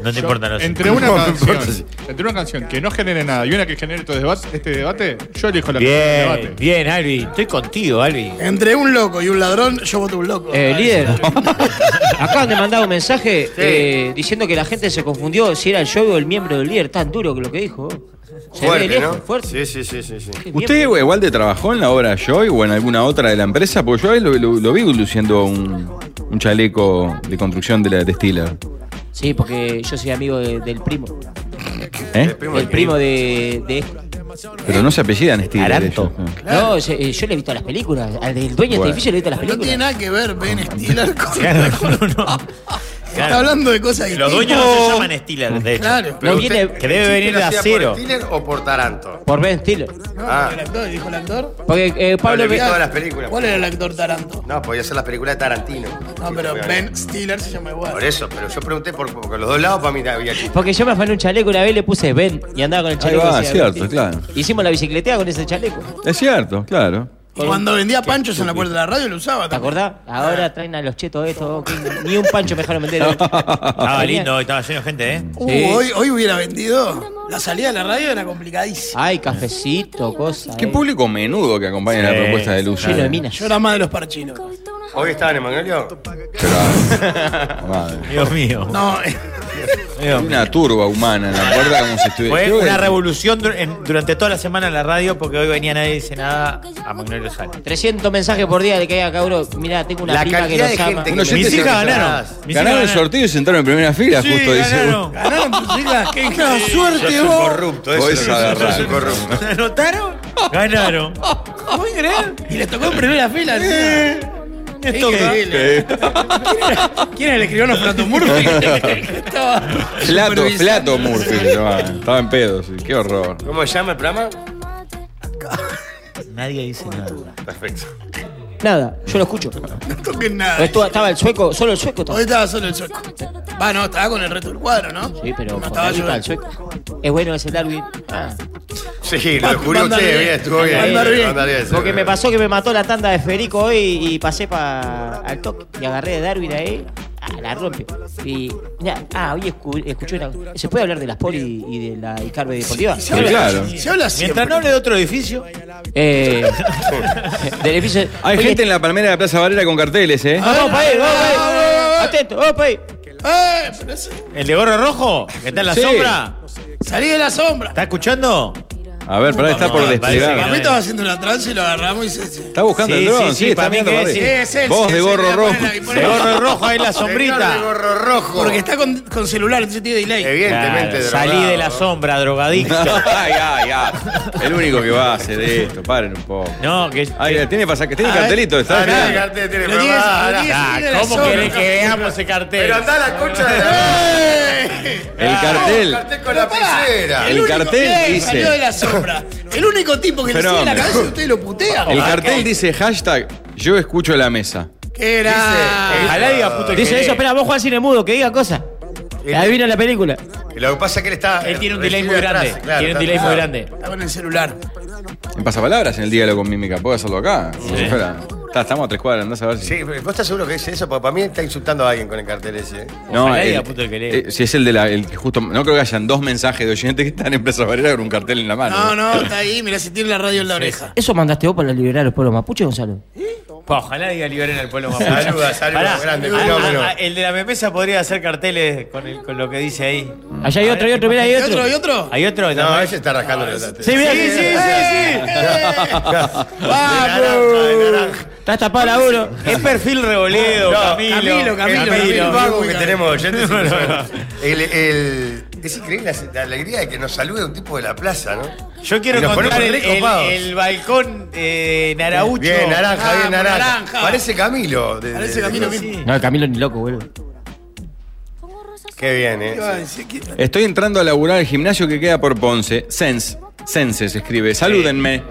[SPEAKER 2] No te importa, no sé.
[SPEAKER 8] Entre una,
[SPEAKER 1] No, no
[SPEAKER 8] canción,
[SPEAKER 1] importa si-
[SPEAKER 8] entre una canción que no genere nada y una que genere todo debate, este debate, yo elijo la canción del
[SPEAKER 2] Bien,
[SPEAKER 8] debate.
[SPEAKER 2] bien, Albi. Estoy contigo, Albi.
[SPEAKER 5] Entre un loco y un ladrón, yo voto un loco.
[SPEAKER 3] Eh, líder, *laughs* acaban de mandar un mensaje eh, diciendo que la gente se confundió si era el yo o el miembro del líder. Tan duro que lo que dijo. Se ve
[SPEAKER 1] fuerte,
[SPEAKER 3] lejos,
[SPEAKER 1] ¿no?
[SPEAKER 3] fuerte.
[SPEAKER 1] Sí, sí, sí, sí, sí.
[SPEAKER 3] ¿Qué
[SPEAKER 4] ¿Usted
[SPEAKER 3] miembro?
[SPEAKER 4] igual de trabajó en la obra Joy o en alguna otra de la empresa? Porque yo a él lo, lo- lo vi luciendo un, un chaleco de construcción de la de Steeler.
[SPEAKER 3] Sí, porque yo soy amigo de- del primo.
[SPEAKER 4] ¿Eh?
[SPEAKER 3] El primo de, de este.
[SPEAKER 4] Pero no se apellidan Steeler.
[SPEAKER 2] Aranto.
[SPEAKER 4] ellos, ¿no?
[SPEAKER 3] No, yo, eh, yo le he visto las películas. Al del dueño de este
[SPEAKER 4] Bueno.
[SPEAKER 3] edificio le he visto las
[SPEAKER 5] No tiene
[SPEAKER 3] películas.
[SPEAKER 5] nada que ver Ben Stiller con. *laughs*
[SPEAKER 2] Claro, no, no.
[SPEAKER 5] Está hablando de cosas distintas.
[SPEAKER 2] Los dueños no se
[SPEAKER 5] este.
[SPEAKER 2] llaman Steelers, de hecho.
[SPEAKER 5] Claro.
[SPEAKER 3] No
[SPEAKER 1] usted-
[SPEAKER 3] viene
[SPEAKER 2] Que debe
[SPEAKER 1] ¿El
[SPEAKER 2] venir
[SPEAKER 1] chiste
[SPEAKER 2] de
[SPEAKER 1] lo hacía
[SPEAKER 2] acero.
[SPEAKER 1] ¿Por Stiller o por Taranto?
[SPEAKER 3] por Ben Stiller.
[SPEAKER 1] Ah,
[SPEAKER 5] El actor, dijo el actor.
[SPEAKER 3] Porque eh,
[SPEAKER 1] Pablo
[SPEAKER 3] Pablo...
[SPEAKER 1] vi
[SPEAKER 3] Ben-
[SPEAKER 1] todas las películas.
[SPEAKER 5] ¿Cuál era el actor Taranto?
[SPEAKER 1] No, podía ser las películas de Tarantino.
[SPEAKER 5] No, pero Ben Stiller se llama
[SPEAKER 1] Por
[SPEAKER 5] igual.
[SPEAKER 1] eso, pero yo pregunté por, por los dos lados para mí había chiste.
[SPEAKER 3] Porque yo me afané un chaleco una vez le puse Ben y andaba con el
[SPEAKER 4] Ahí
[SPEAKER 3] chaleco.
[SPEAKER 4] va,
[SPEAKER 3] así,
[SPEAKER 4] cierto,
[SPEAKER 3] ¿viste?
[SPEAKER 4] claro.
[SPEAKER 3] Hicimos la bicicleteada con ese chaleco.
[SPEAKER 4] Es cierto, claro.
[SPEAKER 5] Y cuando vendía panchos en la puerta de la radio lo usaba.
[SPEAKER 3] ¿Te
[SPEAKER 5] también.
[SPEAKER 3] acordás?
[SPEAKER 4] Ah.
[SPEAKER 3] Ahora traen a los chetos estos. que Ni un pancho me dejaron vender.
[SPEAKER 2] Estaba
[SPEAKER 3] Estaba
[SPEAKER 2] Ah, lindo, estaba lleno de gente, ¿eh?
[SPEAKER 5] Uh,
[SPEAKER 3] Sí.
[SPEAKER 5] hoy, hoy hubiera vendido. La salida de la radio era complicadísima.
[SPEAKER 3] Ay, cafecito, cosas.
[SPEAKER 4] Qué
[SPEAKER 3] eh.
[SPEAKER 4] público menudo que acompaña la
[SPEAKER 2] Sí.
[SPEAKER 4] propuesta de luz.
[SPEAKER 3] Lleno de
[SPEAKER 4] ¿eh?
[SPEAKER 3] minas.
[SPEAKER 5] Yo era más de los parchinos.
[SPEAKER 1] ¿Hoy estaban en Mangalio?
[SPEAKER 4] ah, Madre.
[SPEAKER 2] Dios mío.
[SPEAKER 5] No, *laughs*
[SPEAKER 4] Hay Una turba humana en la puerta como si estuviera.
[SPEAKER 2] Fue
[SPEAKER 4] creo
[SPEAKER 2] una
[SPEAKER 4] que-
[SPEAKER 2] revolución dur- en- durante toda la semana en la radio porque hoy venía nadie dice nada a Magnolio Sala.
[SPEAKER 3] 300 mensajes por día de que hay acá, bro. Mirá, tengo una
[SPEAKER 1] La
[SPEAKER 3] prima que
[SPEAKER 1] cantidad de
[SPEAKER 3] nos ama.
[SPEAKER 1] gente que
[SPEAKER 4] Unos
[SPEAKER 1] me
[SPEAKER 4] oyentes
[SPEAKER 1] dice
[SPEAKER 2] hijas
[SPEAKER 1] que
[SPEAKER 2] ganaron.
[SPEAKER 1] ganadas.
[SPEAKER 2] Mis hijas
[SPEAKER 4] Ganaron el
[SPEAKER 2] ganaron.
[SPEAKER 4] sorteo y se sentaron en primera fila,
[SPEAKER 2] Sí,
[SPEAKER 4] justo dice.
[SPEAKER 2] ganaron.
[SPEAKER 5] ganaron tus
[SPEAKER 1] *laughs*
[SPEAKER 5] hijas. ¡Qué hija de
[SPEAKER 1] Yo
[SPEAKER 5] suerte
[SPEAKER 1] soy
[SPEAKER 5] vos!
[SPEAKER 1] corrupto, eso.
[SPEAKER 4] Podés
[SPEAKER 1] es lo que soy, yo soy
[SPEAKER 4] agarrar.
[SPEAKER 1] corrupto.
[SPEAKER 2] ¿Se anotaron? Ganaron.
[SPEAKER 3] Ah,
[SPEAKER 5] ¿Cómo creer? Y les tocó en primera fila. encima.
[SPEAKER 2] Esto
[SPEAKER 5] Increíble. ¿Quién era el escribano
[SPEAKER 3] *laughs*
[SPEAKER 5] Flato Murphy? Que estaba
[SPEAKER 4] Flato,
[SPEAKER 5] supervisando.
[SPEAKER 4] Flato Murphy se llamaba. Estaba en pedo, sí. Qué horror.
[SPEAKER 1] ¿Cómo se llama el programa?
[SPEAKER 2] Nadie dice nada.
[SPEAKER 1] Perfecto.
[SPEAKER 3] Nada, yo lo escucho.
[SPEAKER 5] No toquen nada.
[SPEAKER 3] Estuvo- estaba el sueco, solo el sueco estaba.
[SPEAKER 5] Hoy estaba solo el sueco. Va, no, estaba con el resto del cuadro, ¿no?
[SPEAKER 3] Sí, pero
[SPEAKER 5] no
[SPEAKER 3] con
[SPEAKER 5] estaba
[SPEAKER 3] la
[SPEAKER 5] yo.
[SPEAKER 3] guita del sueco. Es bueno ese Darwin. Ah.
[SPEAKER 1] Sí, lo juró
[SPEAKER 5] Mandar
[SPEAKER 1] usted,
[SPEAKER 5] bien.
[SPEAKER 1] bien, estuvo bien.
[SPEAKER 5] Mandar bien.
[SPEAKER 1] Mandar bien, sí,
[SPEAKER 3] Porque me
[SPEAKER 1] verdad.
[SPEAKER 3] pasó que me mató la tanda de Federico hoy y pasé para al toque. Y agarré de Darwin ahí. Ah, la rompe. Y. mirá, ah, hoy escu- escuché una. ¿Se puede hablar de las poli y de la Icarbe Deportiva?
[SPEAKER 5] Se habla-
[SPEAKER 4] claro.
[SPEAKER 5] Se habla
[SPEAKER 2] Mientras
[SPEAKER 5] siempre.
[SPEAKER 2] no hable de otro edificio,
[SPEAKER 3] Eh, del edificio.
[SPEAKER 4] Hay
[SPEAKER 3] Oye,
[SPEAKER 4] gente en la palmera de la Plaza Valera con carteles, ¿eh?
[SPEAKER 2] Ah.
[SPEAKER 3] Vamos para ahí, vamos para ahí. Atento, vamos para ahí.
[SPEAKER 5] ¡Eh! Pero ese-
[SPEAKER 2] el de gorro rojo, que está en la
[SPEAKER 4] Sí.
[SPEAKER 2] sombra,
[SPEAKER 5] ¡Salí de la sombra!
[SPEAKER 2] ¿está escuchando?
[SPEAKER 4] A ver, pará, está
[SPEAKER 2] No,
[SPEAKER 4] por
[SPEAKER 2] parece
[SPEAKER 4] desplegar.
[SPEAKER 2] que
[SPEAKER 5] Mami estaba haciendo una trance y lo agarramos y se. se-
[SPEAKER 4] Está buscando
[SPEAKER 2] Sí,
[SPEAKER 4] el dron,
[SPEAKER 2] sí,
[SPEAKER 4] sí,
[SPEAKER 2] sí,
[SPEAKER 4] está
[SPEAKER 2] para mí
[SPEAKER 4] mirando
[SPEAKER 2] que
[SPEAKER 4] para
[SPEAKER 2] sí.
[SPEAKER 4] arriba.
[SPEAKER 5] Es él,
[SPEAKER 4] Vos
[SPEAKER 5] se-
[SPEAKER 4] de
[SPEAKER 5] se
[SPEAKER 4] gorro
[SPEAKER 5] le pone
[SPEAKER 4] rojo. *laughs*
[SPEAKER 5] la- y
[SPEAKER 2] El
[SPEAKER 5] pone-
[SPEAKER 2] de gorro rojo ahí en la
[SPEAKER 1] Señor de
[SPEAKER 2] sombrita.
[SPEAKER 1] gorro rojo.
[SPEAKER 5] Porque está con, con celular, entonces
[SPEAKER 4] Eh,
[SPEAKER 5] tiene delay.
[SPEAKER 1] Evidentemente,
[SPEAKER 2] Claro,
[SPEAKER 1] drogado.
[SPEAKER 2] salí de la sombra, drogadicto.
[SPEAKER 1] *laughs*
[SPEAKER 4] Ay, ay, ay. El único que va a hacer esto, paren un poco.
[SPEAKER 2] No, que.
[SPEAKER 4] Ay, tiene pasaje, tiene
[SPEAKER 5] Ah,
[SPEAKER 4] cartelito,
[SPEAKER 1] Ah,
[SPEAKER 4] está
[SPEAKER 1] mira,
[SPEAKER 4] mirando.
[SPEAKER 1] cartel tiene
[SPEAKER 5] Lo
[SPEAKER 1] programa,
[SPEAKER 5] tienes- lo
[SPEAKER 1] ahora.
[SPEAKER 5] tienes-
[SPEAKER 2] Ah,
[SPEAKER 5] salí de la
[SPEAKER 2] ¿Cómo
[SPEAKER 5] sombra.
[SPEAKER 2] querés que veamos ese cartel?
[SPEAKER 1] Pero anda a la concha de la...
[SPEAKER 2] Ah,
[SPEAKER 4] El
[SPEAKER 1] El
[SPEAKER 4] cartel.
[SPEAKER 1] cartel con la pecera.
[SPEAKER 4] El
[SPEAKER 5] único-
[SPEAKER 4] cartel
[SPEAKER 5] ¡Eh!
[SPEAKER 4] dice-
[SPEAKER 5] Salió de la sombra. El único tipo que le sigue la
[SPEAKER 4] Fenómeno.
[SPEAKER 5] cabeza y usted lo putea.
[SPEAKER 2] Ah,
[SPEAKER 4] El cartel dice hashtag yo escucho la mesa.
[SPEAKER 5] ¿Qué era?
[SPEAKER 2] Ojalá diga puto que
[SPEAKER 3] Dice
[SPEAKER 2] querés.
[SPEAKER 3] eso, espera, vos Juan Cine Mudo, que diga cosas. Adivina la película.
[SPEAKER 1] Lo que pasa es que él está...
[SPEAKER 2] Él tiene un delay
[SPEAKER 1] recibe
[SPEAKER 2] muy
[SPEAKER 1] atrás,
[SPEAKER 2] grande.
[SPEAKER 1] claro,
[SPEAKER 2] tiene un
[SPEAKER 1] está-
[SPEAKER 2] delay muy
[SPEAKER 1] ah,
[SPEAKER 2] grande.
[SPEAKER 5] Está con el celular.
[SPEAKER 4] En pasapalabras en el diálogo con mímica, puedo hacerlo acá. Como si fuera. Está- estamos a tres cuadras, andás a ver si.
[SPEAKER 1] Sí, pero ¿vos estás seguro que dice eso? Porque para mí está insultando a alguien con el cartel ese. ¿eh?
[SPEAKER 2] Ojalá diga puto el que lee.
[SPEAKER 4] eh, si es el de la. El que justo, no creo que hayan dos mensajes de oyentes que están en Plaza Valera con un cartel en la mano.
[SPEAKER 5] No, no, está ahí. Mirá si tiene la radio en la oreja.
[SPEAKER 3] ¿Eso mandaste vos para liberar a los pueblos mapuche, Gonzalo?
[SPEAKER 2] Pa, ojalá diga liberen al pueblo mapuche.
[SPEAKER 1] Saluda, saluda,
[SPEAKER 2] Pará,
[SPEAKER 1] grande,
[SPEAKER 2] a-
[SPEAKER 1] fenómeno.
[SPEAKER 2] a- a- el de la memesa podría hacer carteles con, el- con lo que dice ahí.
[SPEAKER 3] Allá hay otro, Ah, hay otro, mira, hay
[SPEAKER 5] ¿Y
[SPEAKER 3] otro.
[SPEAKER 5] otro? ¿Y otro?
[SPEAKER 2] ¿Hay otro?
[SPEAKER 1] No, ese está rascando el cartel.
[SPEAKER 3] Sí, mira, sí, sí,
[SPEAKER 1] *laughs* ¡Vamos!
[SPEAKER 3] Está tapado la uno.
[SPEAKER 2] Es perfil revoledo,
[SPEAKER 1] No,
[SPEAKER 2] Camilo.
[SPEAKER 5] Camilo,
[SPEAKER 1] El
[SPEAKER 5] Camilo,
[SPEAKER 1] perfil
[SPEAKER 5] Camilo.
[SPEAKER 1] vago que
[SPEAKER 5] Camilo.
[SPEAKER 1] tenemos oyentes.
[SPEAKER 2] No, no, no.
[SPEAKER 1] El, el- es increíble la, la alegría de que nos salude un tipo de la plaza, ¿no?
[SPEAKER 2] Yo quiero
[SPEAKER 1] Y nos
[SPEAKER 2] contar
[SPEAKER 1] ponemos
[SPEAKER 2] el,
[SPEAKER 1] re
[SPEAKER 2] el-
[SPEAKER 1] copados.
[SPEAKER 2] el balcón eh, Naraucho.
[SPEAKER 1] Bien, naranja, bien,
[SPEAKER 5] Vamos,
[SPEAKER 1] naranja.
[SPEAKER 5] naranja.
[SPEAKER 1] Parece Camilo. de- de-
[SPEAKER 5] Parece
[SPEAKER 1] de-
[SPEAKER 5] Camilo
[SPEAKER 1] de-
[SPEAKER 5] mismo.
[SPEAKER 3] No, Camilo ni loco, boludo.
[SPEAKER 1] Qué bien,
[SPEAKER 5] Iba a
[SPEAKER 1] ¿eh?
[SPEAKER 5] decir que-
[SPEAKER 4] Estoy entrando a laburar al gimnasio que queda por Ponce. Sense. Sense se escribe. Salúdenme.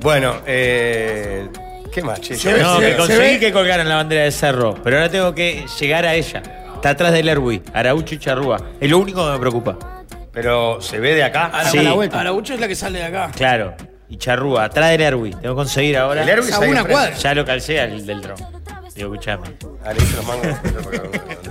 [SPEAKER 1] Bueno, eh, ¿qué más, che?
[SPEAKER 5] ve,
[SPEAKER 2] No,
[SPEAKER 5] se
[SPEAKER 2] que
[SPEAKER 5] ve,
[SPEAKER 2] conseguí
[SPEAKER 5] ve.
[SPEAKER 2] que colgaran la bandera de cerro. Pero ahora tengo que llegar a ella. Está atrás del Erwi, Araucho y Charrúa. Es lo único que me preocupa.
[SPEAKER 1] Pero se ve de acá.
[SPEAKER 5] Ara-
[SPEAKER 2] Sí.
[SPEAKER 5] Araucho es la que sale de acá.
[SPEAKER 2] Claro. Y Charrúa, atrás del Erwi. Tengo que conseguir ahora.
[SPEAKER 1] El Erwi
[SPEAKER 5] Es a
[SPEAKER 1] está ahí
[SPEAKER 5] una
[SPEAKER 1] enfrente.
[SPEAKER 5] cuadra.
[SPEAKER 2] Ya lo calcé al del dron. Digo, escuchame.
[SPEAKER 1] Ah, le hice los
[SPEAKER 5] *laughs*
[SPEAKER 1] mangos.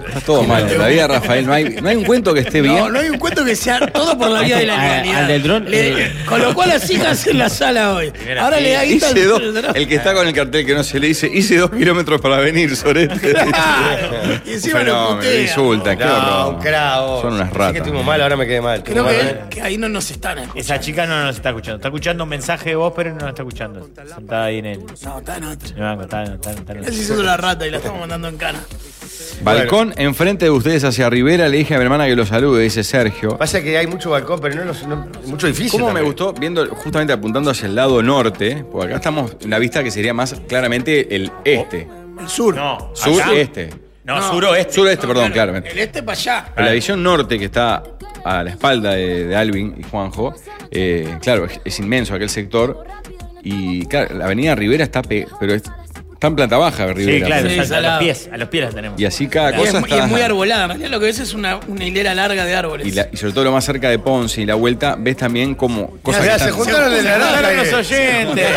[SPEAKER 4] Está todo mal. En la vida de Rafael no hay, no hay un cuento que esté bien.
[SPEAKER 5] No, no hay un cuento que sea todo por la vía de la
[SPEAKER 3] Al- al
[SPEAKER 5] humanidad.
[SPEAKER 3] del dron,
[SPEAKER 5] Le-
[SPEAKER 3] eh.
[SPEAKER 5] Con lo cual así hijas en la sala hoy. Ahora le da guita al
[SPEAKER 4] Hice dos,
[SPEAKER 5] dron. *laughs*
[SPEAKER 4] el que está con el cartel que no se le dice, hice dos kilómetros para venir,
[SPEAKER 5] *laughs*
[SPEAKER 4] Sorete.
[SPEAKER 5] Claro. Y encima lo
[SPEAKER 4] Fenómeno,
[SPEAKER 5] putea.
[SPEAKER 4] insultan, qué
[SPEAKER 1] No,
[SPEAKER 4] horror.
[SPEAKER 1] un cravo.
[SPEAKER 4] Son unas
[SPEAKER 1] que
[SPEAKER 4] ratas.
[SPEAKER 1] estuvimos mal, ahora me quedé mal.
[SPEAKER 5] Creo
[SPEAKER 1] Estuvimos
[SPEAKER 5] que,
[SPEAKER 1] mal,
[SPEAKER 5] que ahí no nos están escuchando.
[SPEAKER 2] Esa chica no nos está escuchando. Está escuchando un mensaje de vos, pero no nos está escuchando. Sentada ahí en el.
[SPEAKER 5] No, están otros.
[SPEAKER 2] No, está, no, está, no, está, no.
[SPEAKER 5] Él se hizo la la rata y la estamos mandando en cana.
[SPEAKER 4] Balcón enfrente de ustedes hacia Rivera, le dije a mi hermana que lo salude, dice Sergio.
[SPEAKER 1] Pasa que hay mucho balcón, pero no, los- no- mucho edificio.
[SPEAKER 4] ¿Cómo me
[SPEAKER 1] también.
[SPEAKER 4] gustó viendo justamente apuntando hacia el lado norte? Porque acá estamos en la vista que sería más claramente el este.
[SPEAKER 5] El sur.
[SPEAKER 2] No,
[SPEAKER 4] Sur
[SPEAKER 2] acá.
[SPEAKER 4] este.
[SPEAKER 2] No, suroeste.
[SPEAKER 4] Sur este, perdón,
[SPEAKER 5] El
[SPEAKER 4] claramente.
[SPEAKER 5] este para allá.
[SPEAKER 4] Pero la visión norte que está a la espalda de, de Alvin y Juanjo, eh, claro, es, es inmenso aquel sector. Y claro, la avenida Rivera está, pe- pero es- está en planta baja Rivera.
[SPEAKER 2] Sí, claro,
[SPEAKER 5] Sí,
[SPEAKER 2] exacto, a los
[SPEAKER 5] salado.
[SPEAKER 2] pies, a los pies las tenemos.
[SPEAKER 4] Y así cada
[SPEAKER 5] Y es,
[SPEAKER 4] cosa
[SPEAKER 5] y
[SPEAKER 4] está...
[SPEAKER 5] es muy arbolada. En realidad lo que ves es una, una hilera larga de árboles.
[SPEAKER 4] Y, la- y sobre todo lo más cerca de Ponce y la vuelta, ves también como cosas
[SPEAKER 1] Mirá,
[SPEAKER 4] que
[SPEAKER 1] se
[SPEAKER 4] están-
[SPEAKER 1] juntaron en la
[SPEAKER 2] Claro,
[SPEAKER 1] nada,
[SPEAKER 2] los
[SPEAKER 1] eh.
[SPEAKER 2] oyentes.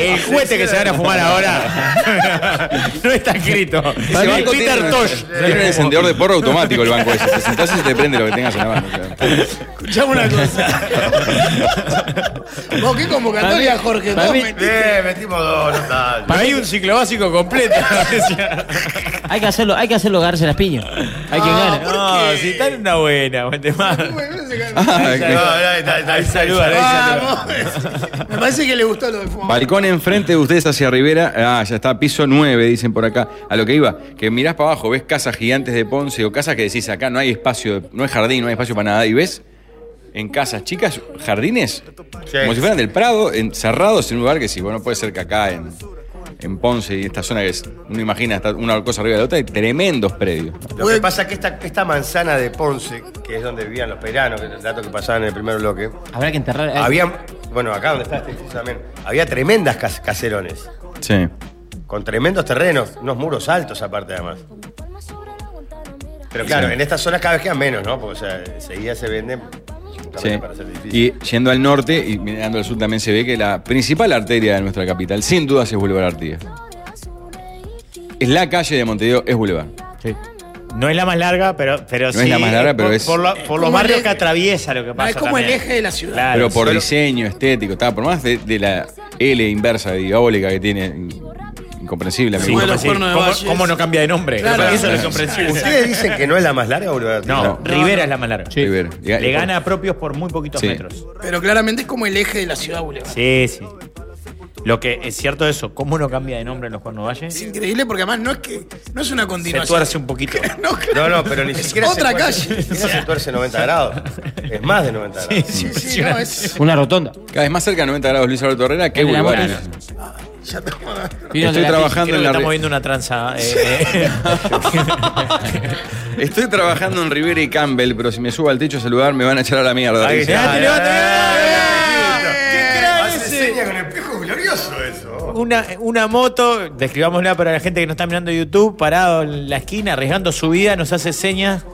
[SPEAKER 2] El juguete que se van a fumar ahora. No está escrito.
[SPEAKER 4] Ese
[SPEAKER 2] El
[SPEAKER 4] banco tiene
[SPEAKER 2] Peter
[SPEAKER 4] un-
[SPEAKER 2] Tosh.
[SPEAKER 4] Tiene un encendedor de porro automático el banco ese. Te sentás y te prende lo que tengas en la mano. claro.
[SPEAKER 2] *laughs*
[SPEAKER 5] Escuchame una cosa. Vos qué convocatoria, Jorge.
[SPEAKER 3] para
[SPEAKER 5] Vos
[SPEAKER 3] mí-
[SPEAKER 5] metiste-
[SPEAKER 1] Bien, metimos dos, no tal.
[SPEAKER 2] Para mí un ciclo básico completo. decía.
[SPEAKER 3] Hay que hacerlo, hay que hacerlo agarrarse las piñas. Hay quien
[SPEAKER 5] Ah,
[SPEAKER 3] gana.
[SPEAKER 5] ¿por
[SPEAKER 2] No,
[SPEAKER 5] qué?
[SPEAKER 2] si está en una buena, buen tema.
[SPEAKER 4] Ah,
[SPEAKER 1] No,
[SPEAKER 4] que-
[SPEAKER 1] ahí está, ahí está, ahí
[SPEAKER 2] Ahí
[SPEAKER 1] está.
[SPEAKER 2] saluda, ahí saluda.
[SPEAKER 5] Vamos. Me parece que le gustó lo de fumar.
[SPEAKER 4] Balcón enfrente de ustedes hacia Rivera. Ah, ya está, piso 9, dicen por acá. A lo que iba, que mirás para abajo, ves casas gigantes de Ponce o casas que decís acá no hay espacio, no hay jardín, no hay espacio para nada. Y ves en casas chicas, jardines, como si fueran del Prado, encerrados en un lugar que sí, bueno, puede ser que acá en, en Ponce y esta zona que es- uno imagina está una cosa arriba de la otra, hay tremendos predios.
[SPEAKER 1] Lo que pasa es que esta, esta manzana de Ponce, que es donde vivían los peranos, que es el dato que pasaban en el primer bloque,
[SPEAKER 3] Habrá que enterrar.
[SPEAKER 1] había, bueno, acá donde está este edificio también, había tremendas cas- caserones,
[SPEAKER 4] Sí.
[SPEAKER 1] con tremendos terrenos, unos muros altos aparte además. Pero claro,
[SPEAKER 4] Sí.
[SPEAKER 1] en estas zonas cada vez quedan menos, ¿no? Porque o sea, enseguida se venden justamente
[SPEAKER 4] Sí.
[SPEAKER 1] para hacer edificios.
[SPEAKER 4] Y yendo al norte y mirando al sur también se ve que la principal arteria de nuestra capital, sin duda, es Boulevard Artigas. Es la calle de Montevideo, es Boulevard.
[SPEAKER 2] No es la más larga, pero, pero
[SPEAKER 4] No
[SPEAKER 2] sí.
[SPEAKER 4] es la más larga, pero
[SPEAKER 2] por,
[SPEAKER 4] es-
[SPEAKER 2] Por, la- por los
[SPEAKER 5] como
[SPEAKER 2] barrios
[SPEAKER 5] el-
[SPEAKER 2] que atraviesa lo que pasa.
[SPEAKER 5] es como
[SPEAKER 2] también.
[SPEAKER 5] el eje de la ciudad.
[SPEAKER 2] Claro,
[SPEAKER 4] pero por
[SPEAKER 1] pero-
[SPEAKER 4] diseño, estético, está, por más de, de la L inversa diabólica que tiene, in- incomprensible a mi
[SPEAKER 2] sí,
[SPEAKER 5] Como
[SPEAKER 4] gusto.
[SPEAKER 5] los
[SPEAKER 2] sí.
[SPEAKER 5] cuernos de
[SPEAKER 2] ¿Cómo,
[SPEAKER 5] Valles.
[SPEAKER 2] cómo no cambia de nombre?
[SPEAKER 5] Claro.
[SPEAKER 2] Eso es lo incomprensible.
[SPEAKER 1] ¿Ustedes dicen que no es la más larga, Boulevard?
[SPEAKER 2] No,
[SPEAKER 4] No.
[SPEAKER 2] Rivera es la más larga.
[SPEAKER 4] Rivera. Diga-
[SPEAKER 2] Le gana a propios por muy poquitos
[SPEAKER 4] Sí.
[SPEAKER 2] metros.
[SPEAKER 5] Pero claramente es como el eje de la ciudad, Boulevard.
[SPEAKER 2] Sí, sí. Lo que es cierto eso, ¿cómo no cambia de nombre en los Cuernos
[SPEAKER 5] Es
[SPEAKER 2] Valles?
[SPEAKER 5] increíble porque además no es que no es una
[SPEAKER 2] Se
[SPEAKER 5] continuación.
[SPEAKER 2] tuerce un poquito.
[SPEAKER 5] No,
[SPEAKER 1] No,
[SPEAKER 5] claro.
[SPEAKER 1] no, pero ni
[SPEAKER 5] Es
[SPEAKER 1] siquiera
[SPEAKER 5] otra
[SPEAKER 1] se tuerce-
[SPEAKER 5] calle.
[SPEAKER 1] ni siquiera se tuerce 90 grados. Es más de 90 grados.
[SPEAKER 5] Sí, sí, no, es.
[SPEAKER 3] Una rotonda.
[SPEAKER 4] Cada vez más cerca de 90 grados Luis Alberto Herrera que
[SPEAKER 3] El de la
[SPEAKER 4] Boulevard.
[SPEAKER 3] moto.
[SPEAKER 4] ¿no?
[SPEAKER 5] *laughs* Ya estamos.
[SPEAKER 3] Vino
[SPEAKER 4] Estoy
[SPEAKER 3] de la-
[SPEAKER 4] trabajando
[SPEAKER 2] Creo
[SPEAKER 4] en
[SPEAKER 2] que
[SPEAKER 4] la
[SPEAKER 2] estamos
[SPEAKER 4] Ri-
[SPEAKER 2] viendo una tranza. eh, *laughs* eh.
[SPEAKER 4] Estoy trabajando en Rivera y Campbell, pero si me subo al techo a saludar me van a echar a la mierda.
[SPEAKER 1] Ahí
[SPEAKER 4] dice.
[SPEAKER 1] está.
[SPEAKER 2] Levante, levante, levante. ¿Qué crack
[SPEAKER 1] Hace
[SPEAKER 2] ese?
[SPEAKER 1] señas con el espejo glorioso eso.
[SPEAKER 2] Una, una moto, describámosla para la gente que nos está mirando YouTube, parado en la esquina, arriesgando su vida, nos hace señas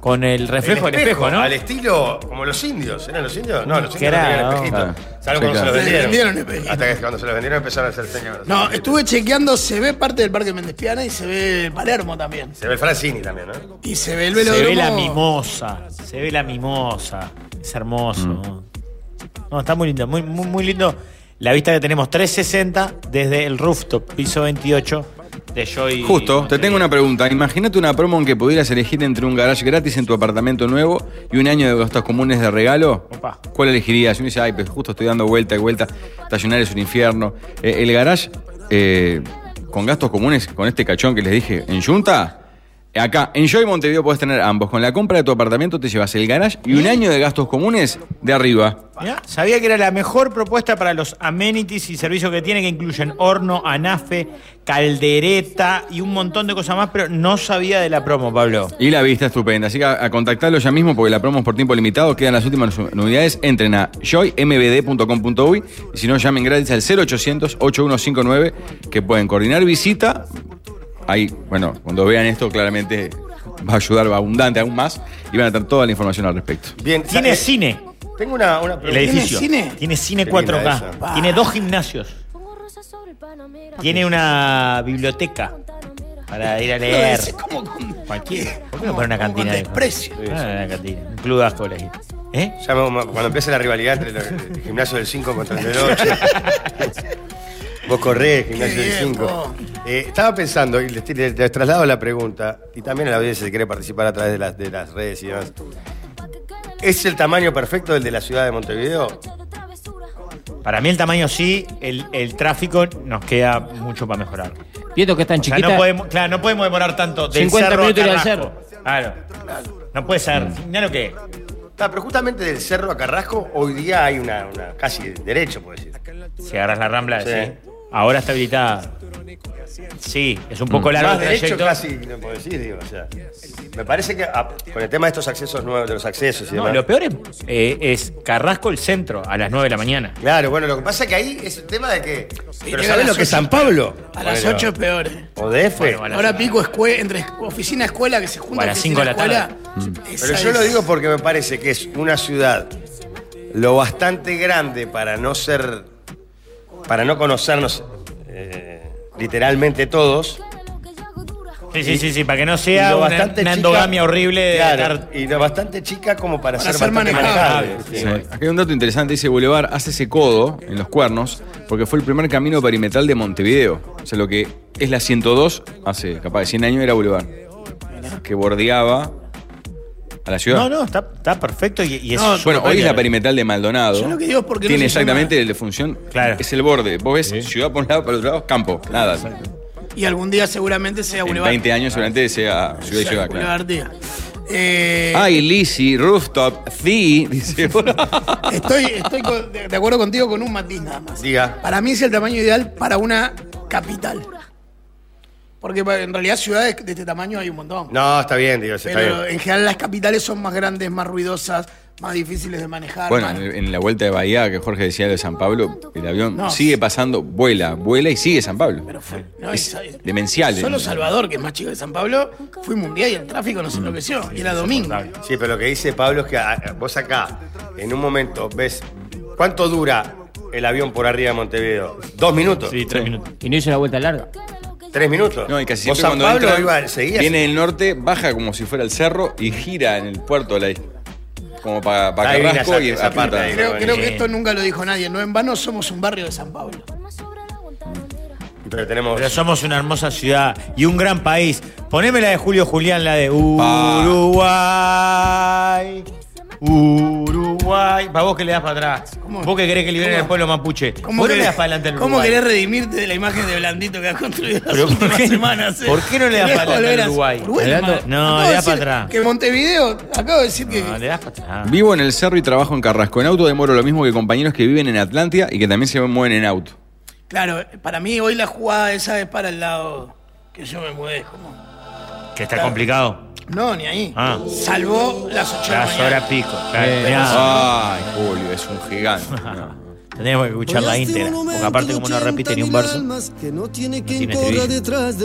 [SPEAKER 2] con el reflejo del espejo, ¿no?
[SPEAKER 1] Al estilo, como los indios. ¿Eran los indios? No, los
[SPEAKER 2] Qué Ah,
[SPEAKER 1] indios no tenían
[SPEAKER 2] era,
[SPEAKER 1] espejito. Salvo
[SPEAKER 4] ¿no? Sí,
[SPEAKER 1] cuando se
[SPEAKER 4] claro.
[SPEAKER 1] los
[SPEAKER 5] Les
[SPEAKER 1] vendieron.
[SPEAKER 5] vendieron espejito.
[SPEAKER 1] Hasta que cuando se los vendieron empezaron a hacer señas. con los
[SPEAKER 5] No,
[SPEAKER 1] espejos.
[SPEAKER 5] estuve chequeando, se ve parte del Parque Mendespiana y se ve Palermo también.
[SPEAKER 1] Se ve el Francini también, ¿no?
[SPEAKER 5] Y se ve el
[SPEAKER 2] Se
[SPEAKER 5] velódromo.
[SPEAKER 2] ve la mimosa, se ve la mimosa. Es hermoso.
[SPEAKER 4] Mm.
[SPEAKER 2] No, está muy lindo, muy, muy, muy lindo. La vista que tenemos 360 desde el rooftop, piso 28 de Joy.
[SPEAKER 4] Justo, te tengo una pregunta. Imagínate una promo en que pudieras elegir entre un garage gratis en tu apartamento nuevo y un año de gastos comunes de regalo.
[SPEAKER 2] Opa.
[SPEAKER 4] ¿Cuál elegirías? Y uno dice, ay, pues justo estoy dando vuelta y vuelta. Tallonar es un infierno. Eh, el garage eh, con gastos comunes, con este cachón que les dije, en Junta. Acá, en Joy Montevideo podés tener ambos. Con la compra de tu apartamento te llevas el garage y un año de gastos comunes de arriba.
[SPEAKER 2] Mirá, sabía que era la mejor propuesta para los amenities y servicios que tiene, que incluyen horno, anafe, caldereta y un montón de cosas más, pero no sabía de la promo, Pablo.
[SPEAKER 4] Y la vista estupenda. Así que a, a contactarlo ya mismo porque la promo es por tiempo limitado. Quedan las últimas unidades. Entren a joymbd.com.uy y si no, llamen gratis al 0800-8159 que pueden coordinar visita. Ahí, bueno, cuando vean esto, claramente va a ayudar abundante aún más y van a tener toda la información al respecto.
[SPEAKER 1] Bien,
[SPEAKER 2] Tiene
[SPEAKER 1] eh,
[SPEAKER 2] cine
[SPEAKER 1] Tengo una, una
[SPEAKER 2] el
[SPEAKER 1] pregunta.
[SPEAKER 2] edificio.
[SPEAKER 5] cine?
[SPEAKER 2] Tiene cine
[SPEAKER 1] Qué linda
[SPEAKER 2] 4K.
[SPEAKER 1] esa.
[SPEAKER 2] Tiene dos gimnasios. Tiene una biblioteca para ir a
[SPEAKER 5] Pero
[SPEAKER 2] leer.
[SPEAKER 5] Es como con,
[SPEAKER 2] Cualquiera. ¿Por qué no poner una
[SPEAKER 5] como con
[SPEAKER 2] cantina de
[SPEAKER 5] desprecio.
[SPEAKER 2] Ah, una cantina. Un club de asco, por ahí. ¿Eh?
[SPEAKER 1] Ya me- me- cuando empiece la rivalidad entre los- el gimnasio del 5 contra el del
[SPEAKER 5] *laughs*
[SPEAKER 1] 8. Vos corrés, gimnasio
[SPEAKER 5] Qué
[SPEAKER 1] del
[SPEAKER 5] bien,
[SPEAKER 1] 5. Eh, estaba pensando, y les, les- les traslado la pregunta, y también a la audiencia si quiere participar a través de las, de las redes y demás. ¿Es el tamaño perfecto el de la ciudad de Montevideo?
[SPEAKER 2] Para mí el tamaño sí, el, el tráfico nos queda mucho para mejorar.
[SPEAKER 3] Viendo que es tan
[SPEAKER 2] O sea,
[SPEAKER 3] chiquita.
[SPEAKER 2] no podemos, claro, no podemos demorar tanto del
[SPEAKER 3] 50
[SPEAKER 2] cerro
[SPEAKER 3] minutos
[SPEAKER 2] a
[SPEAKER 3] ir al
[SPEAKER 2] Carrasco. Claro. No puede ser. Mirá lo que es.
[SPEAKER 1] Está, pero justamente del cerro a Carrasco, hoy día hay una, una- casi derecho, puedo decir.
[SPEAKER 2] Si agarras la rambla,
[SPEAKER 1] Sí.
[SPEAKER 2] sí. Ahora está habilitada. Sí, es un poco largo
[SPEAKER 1] Más
[SPEAKER 2] el
[SPEAKER 1] derecho
[SPEAKER 2] trayecto.
[SPEAKER 1] casi, no puedo decir, digo. O sea, me parece que ah, con el tema de estos accesos nuevos, de los accesos y
[SPEAKER 2] No,
[SPEAKER 1] demás.
[SPEAKER 2] lo peor es, eh, es Carrasco el centro a las 9 de la mañana.
[SPEAKER 1] Claro, bueno, lo que pasa es que ahí es el tema de que. Pero
[SPEAKER 5] llega a
[SPEAKER 1] ¿sabes
[SPEAKER 5] las
[SPEAKER 1] lo que es
[SPEAKER 5] ocho.
[SPEAKER 1] San Pablo?
[SPEAKER 5] A las
[SPEAKER 1] Bueno,
[SPEAKER 5] 8 es peor. eh.
[SPEAKER 1] O DF.
[SPEAKER 2] Bueno, a las-
[SPEAKER 5] Ahora pico escue- entre oficina escuela que se junta
[SPEAKER 2] A las cinco de la tarde. Mm.
[SPEAKER 1] Pero yo lo digo porque me parece que es una ciudad lo bastante grande para no ser. para no conocernos eh, literalmente todos.
[SPEAKER 2] Sí, sí, sí, sí, para que no
[SPEAKER 1] y
[SPEAKER 2] sea
[SPEAKER 1] lo
[SPEAKER 2] una,
[SPEAKER 1] bastante
[SPEAKER 2] una
[SPEAKER 1] chica-
[SPEAKER 2] endogamia horrible de
[SPEAKER 1] Claro,
[SPEAKER 2] estar-
[SPEAKER 1] y lo bastante chica como para,
[SPEAKER 5] Para
[SPEAKER 1] ser,
[SPEAKER 5] ser
[SPEAKER 1] bastante
[SPEAKER 5] manejable.
[SPEAKER 1] manejable.
[SPEAKER 4] Sí.
[SPEAKER 1] Sí.
[SPEAKER 4] Aquí hay un dato interesante, dice Boulevard hace ese codo en los cuernos porque fue el primer camino perimetral de Montevideo. O sea, lo que es la 102 hace capaz de 100 años era Boulevard. Que bordeaba a la ciudad.
[SPEAKER 2] No, no, está, está perfecto y, y es
[SPEAKER 5] No,
[SPEAKER 4] Bueno, hoy es la
[SPEAKER 2] superior.
[SPEAKER 4] perimetral de Maldonado.
[SPEAKER 5] Yo lo que digo es porque no
[SPEAKER 4] Tiene
[SPEAKER 5] se
[SPEAKER 4] exactamente la función.
[SPEAKER 2] Claro.
[SPEAKER 4] Es el borde. Vos ves ciudad por un lado, para el otro lado, campo. Nada.
[SPEAKER 5] Y algún día seguramente sea
[SPEAKER 4] En
[SPEAKER 5] Boulevard.
[SPEAKER 4] 20 años seguramente sea ciudad y ciudad, claro.
[SPEAKER 5] Boulevard día. Eh,
[SPEAKER 4] Ay, Lizzy, Rooftop, Thee,
[SPEAKER 5] *laughs*
[SPEAKER 4] dice.
[SPEAKER 5] Estoy, estoy con- de de acuerdo contigo con un matiz nada más.
[SPEAKER 1] Diga.
[SPEAKER 5] Para mí es el tamaño ideal para una capital. Porque pa- en realidad ciudades de este tamaño hay un montón.
[SPEAKER 1] No, está bien, digo, está
[SPEAKER 5] Pero
[SPEAKER 1] bien.
[SPEAKER 5] en general las capitales son más grandes, más ruidosas, más difíciles de manejar.
[SPEAKER 4] Bueno,
[SPEAKER 5] más-
[SPEAKER 4] en, en la vuelta de Bahía que Jorge decía de San Pablo, el avión
[SPEAKER 5] No.
[SPEAKER 4] sigue pasando, vuela, vuela y sigue San Pablo.
[SPEAKER 5] pero
[SPEAKER 2] Mm.
[SPEAKER 5] fue, no,
[SPEAKER 4] es
[SPEAKER 5] esa-
[SPEAKER 4] demencial.
[SPEAKER 5] Solo
[SPEAKER 4] ¿eh?
[SPEAKER 5] Salvador, que es más chico de San Pablo, fuimos un día y el tráfico nos enloqueció. Y era domingo.
[SPEAKER 1] Sí, pero lo que dice Pablo es que ah, vos acá, en un momento, ves cuánto dura el avión por arriba de Montevideo. ¿Dos minutos?
[SPEAKER 2] Sí, tres minutos.
[SPEAKER 3] Y no hizo la vuelta larga.
[SPEAKER 1] ¿Tres minutos?
[SPEAKER 4] No, y casi
[SPEAKER 1] Vos San
[SPEAKER 4] siempre cuando
[SPEAKER 1] Pablo
[SPEAKER 4] entra,
[SPEAKER 1] iba, seguía.
[SPEAKER 4] viene del norte, baja como si fuera el cerro y gira en el puerto de la isla. Como para
[SPEAKER 1] Ahí viene
[SPEAKER 4] Carrasco
[SPEAKER 1] esa-
[SPEAKER 4] y
[SPEAKER 1] esa parte
[SPEAKER 4] apunta.
[SPEAKER 1] ahí.
[SPEAKER 5] Creo, creo que
[SPEAKER 2] Sí.
[SPEAKER 5] esto nunca lo dijo nadie. No en vano somos un barrio de San Pablo.
[SPEAKER 1] Pero tenemos...
[SPEAKER 2] Pero somos una hermosa ciudad y un gran país. Poneme la de Julio Julián, la de Uruguay. Uruguay. Para vos que le das para atrás.
[SPEAKER 5] ¿Cómo?
[SPEAKER 2] Vos que querés que liberen
[SPEAKER 5] ¿Cómo?
[SPEAKER 2] al pueblo mapuche. ¿Cómo no le das para adelante al
[SPEAKER 5] cómo
[SPEAKER 2] Uruguay?
[SPEAKER 5] querés redimirte de la imagen de Blandito que has construido las
[SPEAKER 2] Pero ¿por
[SPEAKER 5] últimas
[SPEAKER 2] qué?
[SPEAKER 5] semanas? eh?
[SPEAKER 2] ¿Por qué no le das
[SPEAKER 5] Querés
[SPEAKER 2] para adelante al
[SPEAKER 5] volver a-
[SPEAKER 2] Uruguay?
[SPEAKER 5] Uruguay,
[SPEAKER 2] Hablando-
[SPEAKER 5] hermano.
[SPEAKER 2] No,
[SPEAKER 5] Acabo
[SPEAKER 2] le
[SPEAKER 5] de
[SPEAKER 2] das para
[SPEAKER 5] decir
[SPEAKER 2] atrás.
[SPEAKER 5] Que Montevideo, acabo de decir que.
[SPEAKER 2] No, le das para atrás.
[SPEAKER 4] Vivo en el cerro y trabajo en Carrasco. En auto demoro lo mismo que compañeros que viven en Atlantia y que también se mueven en auto.
[SPEAKER 5] Claro, para mí hoy la jugada esa es para el lado que yo me mudé. Como,
[SPEAKER 2] Que está complicado.
[SPEAKER 5] no, ni ahí.
[SPEAKER 2] Ah.
[SPEAKER 5] Salvó las 8 de la
[SPEAKER 2] Las
[SPEAKER 5] mañana.
[SPEAKER 2] horas pico. Claro,
[SPEAKER 8] Eh,
[SPEAKER 2] mirá,
[SPEAKER 1] Ah.
[SPEAKER 4] Ay, Julio, es un
[SPEAKER 1] *laughs*
[SPEAKER 4] gigante. No.
[SPEAKER 2] Tenemos que escuchar la íntegra. Porque aparte, como no repite ni un verso, no tiene este. estribillo.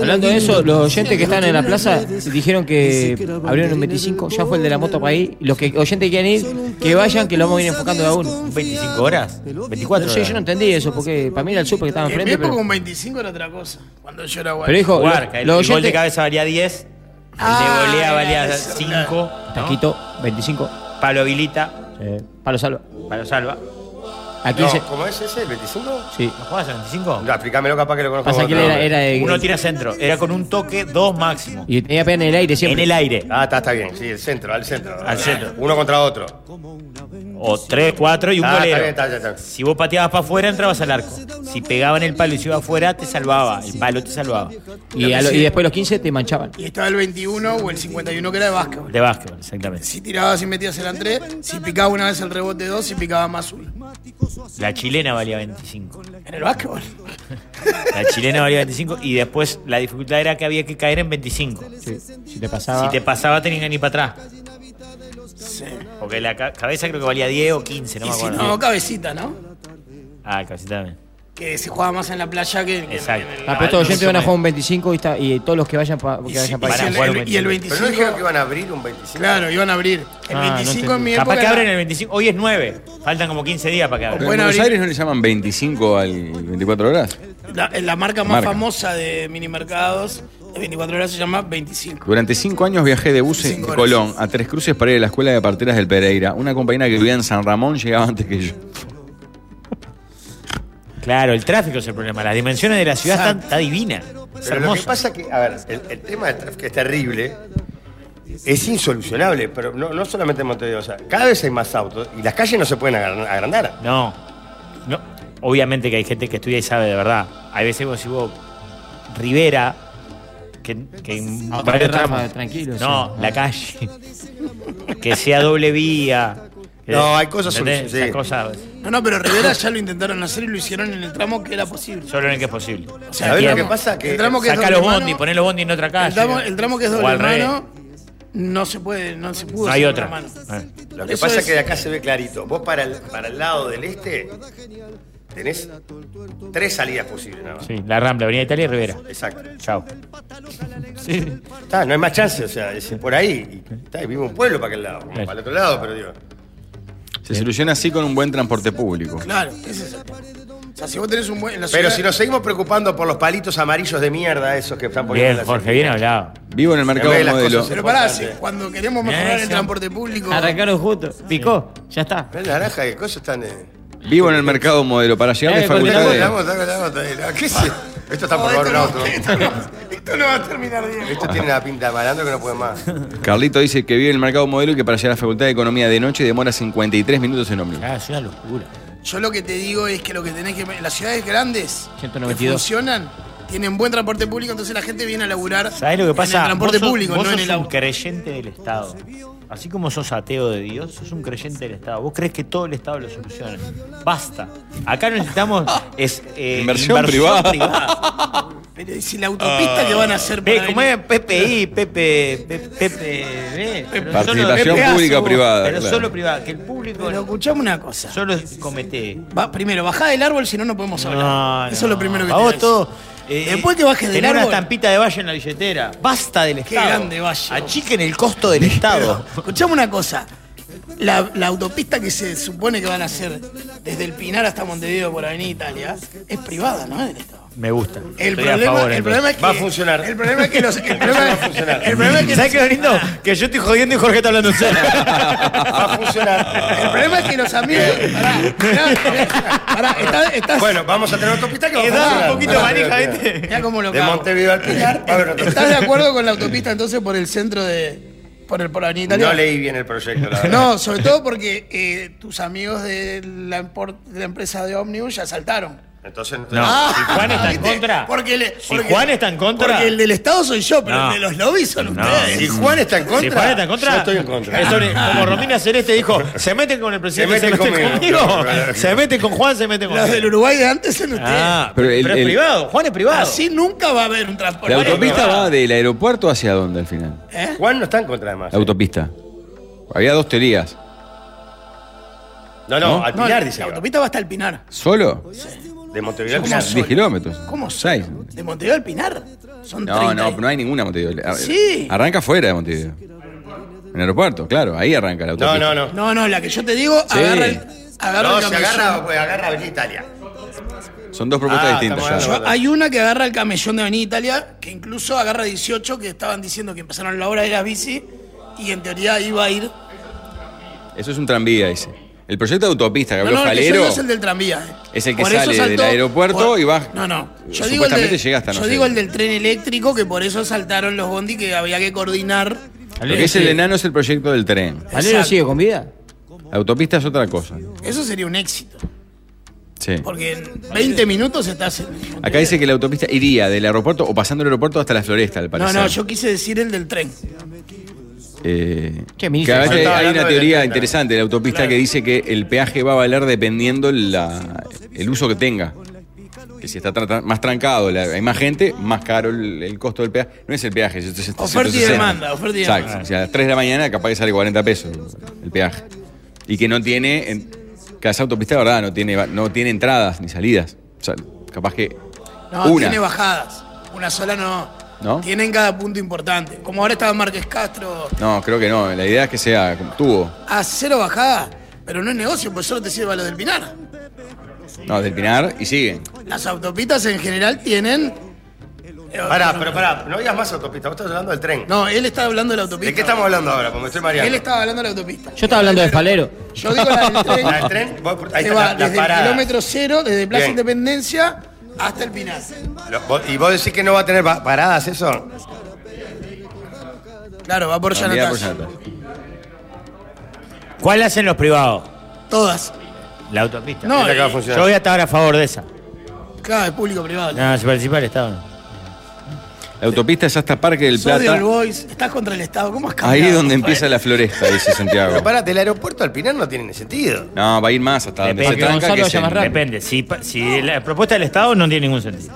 [SPEAKER 3] Hablando de eso, los oyentes que están en la plaza dijeron que abrieron un 25, ya fue el de la moto para ahí. Los que oyentes que quieran ir, que vayan, que lo vamos a ir enfocando de a uno.
[SPEAKER 2] 25 horas, 24
[SPEAKER 3] No sé, yo no
[SPEAKER 2] horas.
[SPEAKER 3] entendí eso, porque para mí era el súper que
[SPEAKER 2] Ah,
[SPEAKER 3] estaba
[SPEAKER 5] En mi
[SPEAKER 3] enfrente.
[SPEAKER 5] época
[SPEAKER 3] Pero,
[SPEAKER 5] un 25 era otra cosa. Cuando yo era guay.
[SPEAKER 3] pero dijo, lo-
[SPEAKER 2] Guarca, el,
[SPEAKER 3] los
[SPEAKER 2] el gol de
[SPEAKER 3] oyentes.
[SPEAKER 2] cabeza valía 10, el
[SPEAKER 5] Ah,
[SPEAKER 2] de volea
[SPEAKER 5] era
[SPEAKER 2] valía
[SPEAKER 5] eso,
[SPEAKER 2] 5,
[SPEAKER 3] Taquito, 25.
[SPEAKER 2] Pablo habilita,
[SPEAKER 3] eh, Palo salva.
[SPEAKER 2] Palo Salva.
[SPEAKER 3] A
[SPEAKER 1] No,
[SPEAKER 3] 15.
[SPEAKER 1] ¿Cómo es ese? ¿El 25?
[SPEAKER 3] Sí.
[SPEAKER 2] ¿No jugás a 25?
[SPEAKER 1] No, explícamelo capaz que lo conozco.
[SPEAKER 3] Pasa que él
[SPEAKER 1] otro
[SPEAKER 3] era,
[SPEAKER 1] nombre.
[SPEAKER 3] era de.
[SPEAKER 2] Uno tira centro, era con un toque, dos máximo.
[SPEAKER 3] Y tenía pena en el aire siempre.
[SPEAKER 2] En el aire.
[SPEAKER 1] Ah, está, está bien. Sí, el centro, al centro.
[SPEAKER 2] Al centro.
[SPEAKER 1] Uno contra otro.
[SPEAKER 2] O 3, 4 y un
[SPEAKER 1] ah, está bien,
[SPEAKER 2] golero.
[SPEAKER 1] está, está, está.
[SPEAKER 2] Si vos pateabas para afuera, entrabas al arco. Si pegaban el palo y se iba afuera, te salvaba. El palo te salvaba.
[SPEAKER 3] y, a lo- y después los 15 te manchaban.
[SPEAKER 5] Y estaba el 21 o el 51 que era de básquetbol.
[SPEAKER 2] De básquetbol, exactamente.
[SPEAKER 5] Si tirabas y metías el andrés, si picaba una vez el rebote 2, si picaba más uno.
[SPEAKER 2] La chilena valía 25.
[SPEAKER 5] En el básquetbol.
[SPEAKER 2] La chilena valía 25 y después la dificultad era que había que caer en 25.
[SPEAKER 3] Si te pasaba.
[SPEAKER 2] Si te pasaba tenías que ir para atrás. Porque la ca- cabeza creo que valía 10 o 15, no
[SPEAKER 5] y
[SPEAKER 2] me
[SPEAKER 5] si
[SPEAKER 2] acuerdo.
[SPEAKER 5] no, cabecita, ¿no?
[SPEAKER 2] Ah, casi también.
[SPEAKER 5] Que se jugaba más en la playa que en, que en-
[SPEAKER 2] Exacto.
[SPEAKER 5] en el-
[SPEAKER 3] Ah, pero estos oyentes van a jugar un 25 y, está, y todos los que vayan, pa-
[SPEAKER 5] Y,
[SPEAKER 3] que
[SPEAKER 5] si-
[SPEAKER 3] vayan
[SPEAKER 5] y
[SPEAKER 3] para
[SPEAKER 5] si
[SPEAKER 2] a
[SPEAKER 3] allá.
[SPEAKER 5] el,
[SPEAKER 2] jugar
[SPEAKER 5] el-
[SPEAKER 2] un
[SPEAKER 5] y el 25.
[SPEAKER 1] Pero no dijeron que iban a abrir un 25.
[SPEAKER 5] Claro, iban a abrir. El
[SPEAKER 2] Ah, no
[SPEAKER 5] 25 en mi
[SPEAKER 2] entendí.
[SPEAKER 5] época.
[SPEAKER 2] Capaz que abren
[SPEAKER 5] era-
[SPEAKER 2] el 25. Hoy es 9. Faltan como 15 días para que
[SPEAKER 4] Pero
[SPEAKER 2] abran.
[SPEAKER 4] en
[SPEAKER 5] Bueno,
[SPEAKER 4] Buenos
[SPEAKER 5] abrí-
[SPEAKER 4] Aires no le llaman 25 al 24 horas.
[SPEAKER 5] La, la marca más
[SPEAKER 4] Marca.
[SPEAKER 5] famosa de minimercados de 24 horas se llama 25.
[SPEAKER 4] Durante cinco años viajé de bus en
[SPEAKER 5] Cinco horas.
[SPEAKER 4] Colón a Tres Cruces para ir a la escuela de parteras del Pereira. Una compañera que vivía en San Ramón llegaba antes que yo.
[SPEAKER 2] Claro, el tráfico es el problema. Las dimensiones de la ciudad están, está divina. Es
[SPEAKER 1] Pero lo que
[SPEAKER 2] hermoso.
[SPEAKER 1] pasa que, a ver, el, el tema del tráfico es terrible, es insolucionable, pero no, no solamente en Montevideo, o sea, cada vez hay más autos y las calles no se pueden agar- agrandar.
[SPEAKER 2] No. no. Obviamente que hay gente que estudia y sabe de verdad. Hay veces que vos decís, vos, Rivera, que, que en
[SPEAKER 9] Otra
[SPEAKER 2] varios
[SPEAKER 9] vez Rafa,
[SPEAKER 2] tramos.
[SPEAKER 9] tranquilo,
[SPEAKER 2] No,
[SPEAKER 9] sí.
[SPEAKER 3] ah.
[SPEAKER 2] la calle. que sea doble vía. que-
[SPEAKER 1] No, hay cosas
[SPEAKER 2] ¿entendés?
[SPEAKER 1] solu- sí.
[SPEAKER 2] Esas cosas
[SPEAKER 5] No, no, pero Rivera ya lo intentaron hacer y lo hicieron en el tramo que era posible.
[SPEAKER 2] solo en el que es posible.
[SPEAKER 5] sea,
[SPEAKER 1] ¿Sabés lo que
[SPEAKER 5] digamos,
[SPEAKER 1] pasa? Que
[SPEAKER 5] el tramo que es
[SPEAKER 2] Saca
[SPEAKER 5] doble
[SPEAKER 2] los
[SPEAKER 5] mano,
[SPEAKER 2] bondi, poné los bondi en otra
[SPEAKER 5] El
[SPEAKER 2] calle.
[SPEAKER 5] tramo, el tramo que es
[SPEAKER 2] O
[SPEAKER 5] doble
[SPEAKER 2] al revés.
[SPEAKER 5] mano no se puede, no se pudo.
[SPEAKER 2] No hay
[SPEAKER 5] hacer
[SPEAKER 2] otra.
[SPEAKER 5] doble mano.
[SPEAKER 2] Ah.
[SPEAKER 1] Lo que
[SPEAKER 5] Eso
[SPEAKER 1] pasa es
[SPEAKER 5] es-
[SPEAKER 1] que de acá se ve clarito. Vos para el, para el lado del este tenés tres salidas posibles nada más.
[SPEAKER 2] Sí, la Rambla, Avenida Italia y Rivera.
[SPEAKER 1] Exacto.
[SPEAKER 2] Chao.
[SPEAKER 1] Está, no hay más chance, o sea, es por ahí. Y, está, y vive un pueblo para aquel lado, como para el otro lado, pero digo.
[SPEAKER 4] Se soluciona así con un buen transporte público.
[SPEAKER 5] Claro, ese es el tema. O sea, si vos tenés un buen. en la
[SPEAKER 1] Pero
[SPEAKER 5] ciudad-
[SPEAKER 1] si nos seguimos preocupando por los palitos amarillos de mierda, esos que están poniendo. en
[SPEAKER 2] Bien,
[SPEAKER 1] las
[SPEAKER 2] Jorge, bien hablado.
[SPEAKER 4] Vivo en el mercado
[SPEAKER 1] ve las
[SPEAKER 4] modelo.
[SPEAKER 1] cosas
[SPEAKER 5] Pero pará, si,
[SPEAKER 1] Importante.
[SPEAKER 5] cuando queremos mejorar el
[SPEAKER 2] Eso.
[SPEAKER 5] transporte público.
[SPEAKER 9] Arrancaron juntos. Picó. Ya está.
[SPEAKER 1] ¿Ves la naranja? ¿Qué cosas están.? eh?
[SPEAKER 4] Vivo en el mercado modelo. Para llegar de
[SPEAKER 9] Eh, contame,
[SPEAKER 4] facultad
[SPEAKER 1] Dame,
[SPEAKER 4] de-
[SPEAKER 1] dame, dame, dame, dame, dame. ¿Qué es esto? Ah. Esto está por
[SPEAKER 5] No,
[SPEAKER 1] favor un
[SPEAKER 5] esto,
[SPEAKER 1] auto.
[SPEAKER 5] no, esto, no, esto no va a terminar bien.
[SPEAKER 1] Esto tiene una pinta de malandro que no puede más.
[SPEAKER 4] Carlito dice que vive en el mercado modelo y que para llegar a la facultad de economía de noche demora 53 minutos en ómnibus.
[SPEAKER 2] Ah, es una locura.
[SPEAKER 5] Yo lo que te digo es que lo que tenés que. Las ciudades grandes
[SPEAKER 9] 192.
[SPEAKER 5] que funcionan tienen buen transporte público, entonces la gente viene a laburar
[SPEAKER 2] ¿Sabés lo que pasa?
[SPEAKER 5] en el transporte
[SPEAKER 2] Vos sos-
[SPEAKER 5] público,
[SPEAKER 2] vos
[SPEAKER 5] no en
[SPEAKER 2] sos
[SPEAKER 5] el
[SPEAKER 2] un
[SPEAKER 5] auto.
[SPEAKER 2] creyente del Estado. Así como sos ateo de Dios, sos un creyente del Estado. Vos crees que todo el Estado lo soluciona. Basta. Acá
[SPEAKER 5] *laughs*
[SPEAKER 2] necesitamos es, eh,
[SPEAKER 4] Inversión privada. *laughs*
[SPEAKER 5] Pero ¿y si la autopista que van a hacer
[SPEAKER 2] Ah. Ve,
[SPEAKER 5] para
[SPEAKER 2] ¿Cómo
[SPEAKER 5] venir?
[SPEAKER 2] es PPI, PP, eh, PP,
[SPEAKER 4] Participación pública privada,
[SPEAKER 2] Pero
[SPEAKER 4] claro.
[SPEAKER 2] solo privada, que el público
[SPEAKER 5] Pero escuchame una cosa.
[SPEAKER 2] solo comete.
[SPEAKER 5] Va, primero, bajá del árbol, si no, no podemos hablar.
[SPEAKER 2] No,
[SPEAKER 5] Eso es lo primero que
[SPEAKER 2] A
[SPEAKER 5] te
[SPEAKER 2] vos
[SPEAKER 5] digo.
[SPEAKER 2] todo.
[SPEAKER 5] Después que bajes del
[SPEAKER 2] tener una
[SPEAKER 5] árbol.
[SPEAKER 2] estampita de valle en la billetera. Basta del Estado.
[SPEAKER 5] grande Valle.
[SPEAKER 2] Achiquen el costo del Estado.
[SPEAKER 5] Escuchame una cosa. La, la autopista que se supone que van a hacer desde el Pinar hasta Montevideo por Avenida Italia es privada, ¿no? Es del Estado.
[SPEAKER 2] Me gusta.
[SPEAKER 5] El
[SPEAKER 2] Estoy a
[SPEAKER 5] problema,
[SPEAKER 2] favor, eh.
[SPEAKER 5] el
[SPEAKER 2] entonces.
[SPEAKER 5] problema es que
[SPEAKER 1] eh, Va a funcionar.
[SPEAKER 5] El problema es
[SPEAKER 1] *laughs*
[SPEAKER 5] que los el problema,
[SPEAKER 1] Va a funcionar.
[SPEAKER 5] el problema es que
[SPEAKER 2] ¿Sabes qué es lindo? Que yo estoy jodiendo y Jorge está hablando en serio.
[SPEAKER 1] Va a funcionar. Eh.
[SPEAKER 5] el problema es que los amigos pará, pará, pará, estás, estás
[SPEAKER 1] Bueno, vamos a tener autopista que va a
[SPEAKER 2] Quedá
[SPEAKER 1] funcionar.
[SPEAKER 2] un poquito
[SPEAKER 1] Pará,
[SPEAKER 2] manija,
[SPEAKER 1] pará,
[SPEAKER 2] ¿viste?
[SPEAKER 1] pará.
[SPEAKER 5] mirá cómo lo
[SPEAKER 1] De *laughs*
[SPEAKER 5] cago.
[SPEAKER 1] Montevideo al Pilar, va a haber autopista.
[SPEAKER 5] ¿Estás de acuerdo con la autopista entonces por el centro de por el por Avenida Italia?
[SPEAKER 1] No leí bien el proyecto, la verdad.
[SPEAKER 5] *laughs* No, sobre todo porque eh, tus amigos de la, empor- de la empresa de Omnibus ya saltaron. Ah,
[SPEAKER 1] Entonces
[SPEAKER 2] No. si Juan está en
[SPEAKER 5] ¿viste?
[SPEAKER 2] contra.
[SPEAKER 5] Porque le-
[SPEAKER 2] si
[SPEAKER 5] porque-
[SPEAKER 2] Juan está en contra.
[SPEAKER 5] Porque el del Estado soy yo, pero
[SPEAKER 2] No.
[SPEAKER 5] el de los lobbies son
[SPEAKER 2] No.
[SPEAKER 5] ustedes.
[SPEAKER 1] Si Juan está en contra.
[SPEAKER 2] Si Juan está en contra,
[SPEAKER 1] Yo estoy en contra.
[SPEAKER 2] Eso le-
[SPEAKER 5] *laughs*
[SPEAKER 2] como Romina Celeste dijo, se meten con el presidente, se
[SPEAKER 1] Se
[SPEAKER 2] meten,
[SPEAKER 1] meten conmigo.
[SPEAKER 5] *laughs*
[SPEAKER 2] conmigo. se meten con Juan, se meten con
[SPEAKER 5] Los del Uruguay Ah, de antes son ustedes.
[SPEAKER 2] Ah, pero,
[SPEAKER 4] Pero el-
[SPEAKER 2] es
[SPEAKER 4] el-
[SPEAKER 2] privado. Juan es privado.
[SPEAKER 5] Así nunca va a haber un transporte.
[SPEAKER 4] La autopista va del aeropuerto hacia dónde al final.
[SPEAKER 5] ¿Eh?
[SPEAKER 1] Juan no está en contra, además.
[SPEAKER 4] La autopista. Había dos teorías.
[SPEAKER 1] No, no,
[SPEAKER 4] ¿No?
[SPEAKER 1] al
[SPEAKER 5] No,
[SPEAKER 1] Pilar
[SPEAKER 5] la-
[SPEAKER 1] dice.
[SPEAKER 5] la
[SPEAKER 1] que va.
[SPEAKER 5] autopista va hasta el Pinar.
[SPEAKER 4] ¿Solo?
[SPEAKER 1] De Montevideo al Pilar.
[SPEAKER 5] Somos-
[SPEAKER 4] 10 kilómetros.
[SPEAKER 5] ¿Cómo?
[SPEAKER 4] 6.
[SPEAKER 5] De Montevideo al Pinar. Son
[SPEAKER 4] No,
[SPEAKER 5] 30.
[SPEAKER 4] no, no hay ninguna Montevideo. A-
[SPEAKER 5] Sí.
[SPEAKER 4] Arranca fuera de Montevideo. En el aeropuerto, claro, ahí arranca la
[SPEAKER 1] No,
[SPEAKER 4] autopista.
[SPEAKER 1] no, no.
[SPEAKER 5] No, no, la que yo te digo,
[SPEAKER 4] Sí.
[SPEAKER 5] agarra el, agarra
[SPEAKER 1] No,
[SPEAKER 5] el
[SPEAKER 1] se
[SPEAKER 5] camellón.
[SPEAKER 1] agarra, pues, agarra Avenida Italia.
[SPEAKER 4] Son dos propuestas
[SPEAKER 1] Ah,
[SPEAKER 4] distintas.
[SPEAKER 1] estamos
[SPEAKER 4] ya.
[SPEAKER 1] hablando
[SPEAKER 5] Yo- hay una que agarra el camellón de Avenida Italia, que incluso agarra 18, que estaban diciendo que empezaron la obra de las bici, y en teoría iba a ir
[SPEAKER 4] Eso es un tranvía, dice. El proyecto de autopista que
[SPEAKER 5] No,
[SPEAKER 4] habló
[SPEAKER 5] no, el que yo
[SPEAKER 4] Falero.
[SPEAKER 5] digo es el del tranvía. eh.
[SPEAKER 4] Es el que
[SPEAKER 5] Por eso
[SPEAKER 4] sale del aeropuerto y va-
[SPEAKER 5] No, no. Yo digo el,
[SPEAKER 4] Supuestamente
[SPEAKER 5] de-
[SPEAKER 4] llega hasta, no
[SPEAKER 5] yo
[SPEAKER 4] sé.
[SPEAKER 5] digo el del tren eléctrico, que por eso saltaron los bondi que había que coordinar.
[SPEAKER 4] Lo que es el enano es el proyecto del tren.
[SPEAKER 9] ¿Valero
[SPEAKER 5] Exacto.
[SPEAKER 9] sigue con vida?
[SPEAKER 4] La autopista es otra cosa.
[SPEAKER 5] Eso sería un éxito.
[SPEAKER 4] Sí.
[SPEAKER 5] Porque en 20 minutos estás en.
[SPEAKER 4] Acá dice que la autopista iría del aeropuerto o pasando el aeropuerto hasta la floresta, al
[SPEAKER 5] No,
[SPEAKER 4] parecer.
[SPEAKER 5] no, yo quise decir el del tren.
[SPEAKER 4] Eh,
[SPEAKER 9] Che, ministro,
[SPEAKER 4] cada vez
[SPEAKER 9] yo
[SPEAKER 4] que
[SPEAKER 1] estaba
[SPEAKER 4] hay
[SPEAKER 1] hablando
[SPEAKER 4] una
[SPEAKER 1] de
[SPEAKER 4] teoría
[SPEAKER 1] la-
[SPEAKER 4] interesante de la autopista que dice que el peaje va a valer dependiendo la- el uso que tenga. Que si está tra- más trancado, la- hay más gente, más caro el, el costo del peaje. No es el peaje, es el 160.
[SPEAKER 5] Oferta y demanda, oferta y demanda.
[SPEAKER 4] Exacto. Si a las 3 de la mañana capaz que sale 40 pesos el peaje. Y que no tiene, en, que esa autopista de verdad no tiene, no tiene entradas ni salidas. O sea, capaz que
[SPEAKER 5] No,
[SPEAKER 4] una.
[SPEAKER 5] tiene bajadas. Una sola no.
[SPEAKER 4] ¿No?
[SPEAKER 5] Tienen cada punto importante. Como ahora estaba Márquez Castro
[SPEAKER 4] No, creo que no. La idea es que sea como tubo.
[SPEAKER 5] a cero bajada, pero no es negocio, pues solo te sirve a los del Pinar.
[SPEAKER 4] No, del Pinar y siguen.
[SPEAKER 5] Las autopistas en general tienen. eh,
[SPEAKER 1] Pará, pero pará, no digas más autopista, vos estás hablando del tren.
[SPEAKER 5] No, él está hablando de la autopista.
[SPEAKER 1] ¿De qué estamos hablando ahora? Porque me estoy mareando.
[SPEAKER 5] Él estaba hablando de la autopista.
[SPEAKER 9] Yo estaba hablando de Falero.
[SPEAKER 5] Yo digo la del
[SPEAKER 1] *laughs*
[SPEAKER 5] tren.
[SPEAKER 1] La del Ah, tren, vos- ahí
[SPEAKER 5] que
[SPEAKER 1] está
[SPEAKER 5] va
[SPEAKER 1] la- la
[SPEAKER 5] desde
[SPEAKER 1] parada.
[SPEAKER 5] el kilómetro cero, desde Plaza
[SPEAKER 1] Bien.
[SPEAKER 5] Independencia hasta el Pinar.
[SPEAKER 1] Lo- vos- ¿Y vos decís que no va a tener pa- paradas eso?
[SPEAKER 5] Claro, va por
[SPEAKER 4] Tranvía por
[SPEAKER 5] Yanatás.
[SPEAKER 4] Yanatás.
[SPEAKER 2] ¿Cuál hacen los privados?
[SPEAKER 5] Todas.
[SPEAKER 2] La autopista.
[SPEAKER 5] No,
[SPEAKER 1] Esta que va a
[SPEAKER 5] eh,
[SPEAKER 1] funcionar.
[SPEAKER 2] Yo voy a estar a favor de esa.
[SPEAKER 5] claro, es público privado.
[SPEAKER 2] No, se participa el Estado. no.
[SPEAKER 4] La autopista es hasta Parque del
[SPEAKER 5] Sos de All
[SPEAKER 4] Plata.
[SPEAKER 5] Boys, estás contra el Estado, ¿cómo has
[SPEAKER 4] Ahí
[SPEAKER 5] cambiado?
[SPEAKER 4] es donde empieza la floresta, dice
[SPEAKER 1] Pero
[SPEAKER 4] Santiago.
[SPEAKER 1] parate, el aeropuerto al Pinar no tiene ni sentido.
[SPEAKER 4] No, va a ir más
[SPEAKER 2] Ah,
[SPEAKER 4] hasta donde se
[SPEAKER 9] Depende,
[SPEAKER 4] tranca.
[SPEAKER 9] Gonzalo
[SPEAKER 4] que es
[SPEAKER 9] vaya más
[SPEAKER 4] en-
[SPEAKER 9] rápido.
[SPEAKER 2] Depende, si, pa- si la propuesta del Estado no tiene ningún sentido.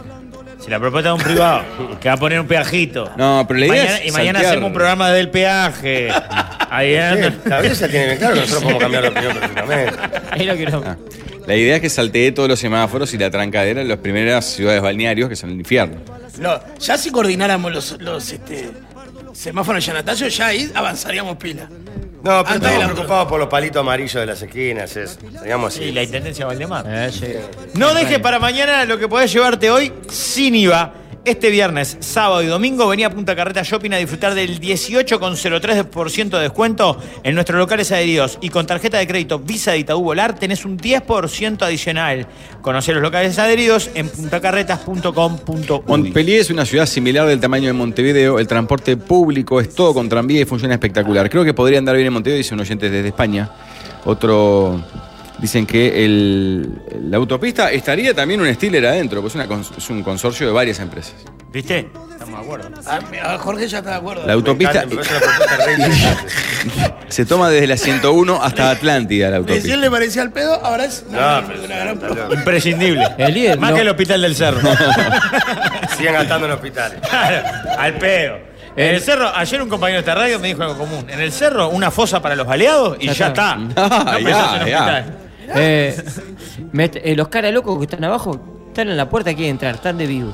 [SPEAKER 2] Si la propuesta de un
[SPEAKER 4] *laughs*
[SPEAKER 2] privado que va a poner un peajito.
[SPEAKER 4] No, pero la idea
[SPEAKER 2] mañana,
[SPEAKER 4] es
[SPEAKER 2] Y mañana
[SPEAKER 4] saltear.
[SPEAKER 2] hacemos un programa del
[SPEAKER 4] *laughs*
[SPEAKER 2] peaje. Ahí
[SPEAKER 1] Bien,
[SPEAKER 2] anda-
[SPEAKER 1] La belleza tiene bien claro que nosotros podemos cambiar de opinión perfectamente.
[SPEAKER 9] Ahí lo quiero.
[SPEAKER 4] Ah. La idea es que saltee todos los semáforos y la trancadera en las primeras ciudades balnearios, que son el infierno.
[SPEAKER 5] No, ya si coordináramos los, los este, semáforos de Yanatayo, ya ahí avanzaríamos pila.
[SPEAKER 1] No, pero
[SPEAKER 5] Anda de la-
[SPEAKER 1] estamos preocupados por los palitos amarillos de las esquinas, es, digamos
[SPEAKER 2] Sí,
[SPEAKER 1] así.
[SPEAKER 2] la Intendencia de Valdemar.
[SPEAKER 9] Eh, sí.
[SPEAKER 2] No dejes para mañana lo que podés llevarte hoy sin IVA. Este viernes, sábado y domingo venía a Punta Carreta Shopping a disfrutar del 18,03% de descuento en nuestros locales adheridos. Y con tarjeta de crédito Visa de Itaú Volar tenés un 10% adicional. Conocer los locales adheridos en puntacarretas.com.uy.
[SPEAKER 4] Montpellier es una ciudad similar del tamaño de Montevideo. El transporte público es todo con tranvía y funciona espectacular. Creo que podría andar bien en Montevideo, dice un oyente desde España. Otro. Dicen que el- la autopista estaría también un Steeler adentro, pues es una cons- es un consorcio de varias empresas.
[SPEAKER 2] ¿Viste?
[SPEAKER 5] Ah, mira, Jorge ya está de acuerdo.
[SPEAKER 4] La autopista
[SPEAKER 1] Me parece una propuesta re interesante.
[SPEAKER 4] se toma desde la 101 hasta Atlántida, la autopista.
[SPEAKER 5] Recién le parecía al pedo, ahora es
[SPEAKER 1] No,
[SPEAKER 5] es
[SPEAKER 1] pero-
[SPEAKER 5] una gran
[SPEAKER 1] está
[SPEAKER 5] pro-
[SPEAKER 1] loco.
[SPEAKER 2] Imprescindible.
[SPEAKER 9] El líder,
[SPEAKER 2] Más
[SPEAKER 9] no.
[SPEAKER 2] que el Hospital
[SPEAKER 9] *laughs*
[SPEAKER 2] del Cerro.
[SPEAKER 1] Sigan gastando en hospitales.
[SPEAKER 2] Claro, al pedo. En el cerro, ayer un compañero de esta radio me dijo algo común. En el cerro, una fosa para los baleados y
[SPEAKER 9] Ya
[SPEAKER 2] ya,
[SPEAKER 9] está.
[SPEAKER 2] está.
[SPEAKER 4] Ah,
[SPEAKER 2] pensás
[SPEAKER 4] ya,
[SPEAKER 2] en
[SPEAKER 4] ya.
[SPEAKER 2] hospital.
[SPEAKER 9] Eh, me- eh, los cara locos que están abajo están en la puerta, quieren entrar, están de vivo.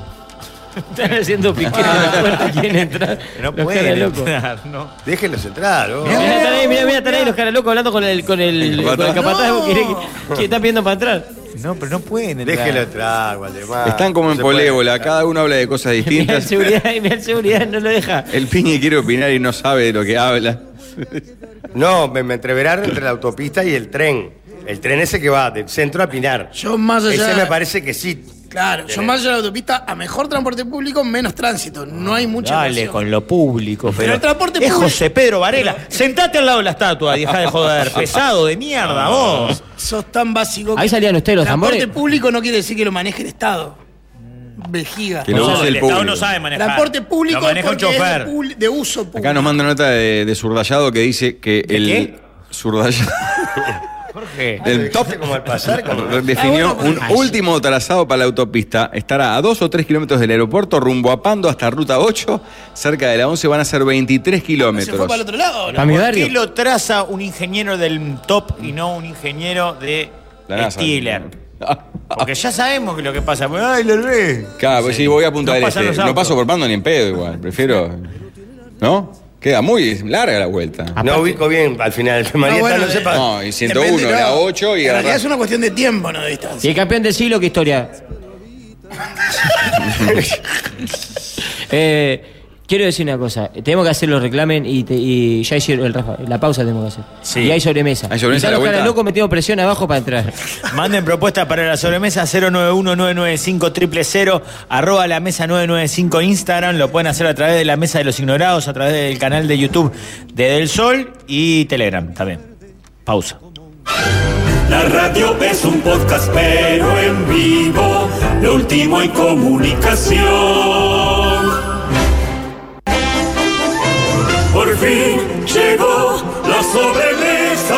[SPEAKER 9] *laughs* Están haciendo piquete en la puerta, quieren entrar.
[SPEAKER 2] No
[SPEAKER 9] los
[SPEAKER 2] puede
[SPEAKER 9] cara locos.
[SPEAKER 2] entrar, no.
[SPEAKER 1] Déjenlos entrar, ¿no?
[SPEAKER 9] Mirá, están ahí, mirá, mirá, están ahí los cara locos hablando con el, con el,
[SPEAKER 4] ¿El
[SPEAKER 9] con el
[SPEAKER 4] capataz?
[SPEAKER 9] capataz
[SPEAKER 5] No.
[SPEAKER 9] que, que- que está pidiendo para entrar.
[SPEAKER 2] No, pero no pueden entrar.
[SPEAKER 1] Déjenlo entrar, Waldemar.
[SPEAKER 4] Están como
[SPEAKER 1] No
[SPEAKER 4] en
[SPEAKER 1] se puede.
[SPEAKER 4] polébola, cada uno habla de cosas
[SPEAKER 9] Mirá el
[SPEAKER 3] *laughs*
[SPEAKER 4] distintas.
[SPEAKER 9] seguridad, mirá el seguridad, no lo deja.
[SPEAKER 4] El piñe quiere opinar y no sabe de lo que habla.
[SPEAKER 1] No, me, me entreveraron entre la autopista y el tren. El tren ese que va del centro a Pinar.
[SPEAKER 5] Yo más allá.
[SPEAKER 1] Ese me parece que sí.
[SPEAKER 5] Claro, yo más allá de la autopista, a mejor transporte público, menos tránsito. No hay mucha
[SPEAKER 2] Dale
[SPEAKER 5] opción.
[SPEAKER 2] con lo público, pero.
[SPEAKER 5] Pero el transporte
[SPEAKER 2] es
[SPEAKER 5] público-
[SPEAKER 2] José Pedro Varela. Sentate al lado de la estatua y dejá de joder. Pesado de mierda, vos.
[SPEAKER 5] Sos tan básico.
[SPEAKER 9] Ahí salían ustedes los
[SPEAKER 5] Transporte
[SPEAKER 9] tambores.
[SPEAKER 5] público no quiere decir que lo maneje el Estado. Vejiga.
[SPEAKER 4] Que lo
[SPEAKER 2] No,
[SPEAKER 4] use el
[SPEAKER 2] Estado
[SPEAKER 4] público.
[SPEAKER 2] no sabe manejar.
[SPEAKER 5] Transporte público
[SPEAKER 2] Lo maneja un
[SPEAKER 5] porque es de,
[SPEAKER 2] chofer.
[SPEAKER 5] pul- de uso público.
[SPEAKER 4] Acá nos manda una nota de, de Zurdallado que dice que el.
[SPEAKER 2] qué?
[SPEAKER 4] Zurdallado. El top
[SPEAKER 1] Como al pasar,
[SPEAKER 4] eh,
[SPEAKER 1] como-
[SPEAKER 4] *laughs* definió
[SPEAKER 5] Ah, bueno,
[SPEAKER 4] un último trazado para la autopista. Estará a 2 o 3 kilómetros del aeropuerto, rumbo a Pando hasta ruta 8. Cerca de la 11 van a ser 23
[SPEAKER 5] ¿Se fue
[SPEAKER 4] kilómetros.
[SPEAKER 5] para el otro lado?
[SPEAKER 9] Para mi
[SPEAKER 2] ¿Por qué
[SPEAKER 9] barrio.
[SPEAKER 2] lo traza un ingeniero del top y no un ingeniero de
[SPEAKER 4] La NASA.
[SPEAKER 2] Steeler?
[SPEAKER 4] *laughs*
[SPEAKER 2] Porque ya sabemos que lo que pasa. ¡Ay, le re!
[SPEAKER 4] Claro, pues sí, voy a Punta
[SPEAKER 2] No
[SPEAKER 4] del
[SPEAKER 2] pasan
[SPEAKER 4] Este.
[SPEAKER 2] los
[SPEAKER 4] No
[SPEAKER 2] autos.
[SPEAKER 4] paso por Pando ni en pedo igual. Prefiero. ¿No? Queda muy larga la vuelta.
[SPEAKER 1] No ubico bien al final. María está,
[SPEAKER 5] Ah, bueno,
[SPEAKER 1] no sepa.
[SPEAKER 4] No, y 101,
[SPEAKER 5] Depende,
[SPEAKER 4] la
[SPEAKER 5] no.
[SPEAKER 4] 8 y
[SPEAKER 5] En realidad
[SPEAKER 4] agarrás-
[SPEAKER 5] es una cuestión de tiempo, no de
[SPEAKER 9] Y
[SPEAKER 5] distancia.
[SPEAKER 9] el campeón del siglo, ¿qué historia? Eh, quiero decir una cosa. Tenemos que hacer los reclamen y, te- y ya hicieron el Rafa. La pausa tenemos que hacer.
[SPEAKER 2] Sí.
[SPEAKER 9] Y hay sobremesa.
[SPEAKER 4] ¿Hay sobremesa
[SPEAKER 9] Y
[SPEAKER 4] a
[SPEAKER 9] están
[SPEAKER 4] la
[SPEAKER 9] los
[SPEAKER 4] vuelta?
[SPEAKER 9] caras locos metiendo presión abajo para entrar.
[SPEAKER 2] Manden propuestas para la sobremesa 091995000 arroba la mesa 995 Instagram. Lo pueden hacer a través de la mesa de los ignorados, a través del canal de YouTube de Del Sol y Telegram también. Pausa.
[SPEAKER 10] La radio es un podcast, pero en vivo, lo último en comunicación. Por fin llegó la sobremesa.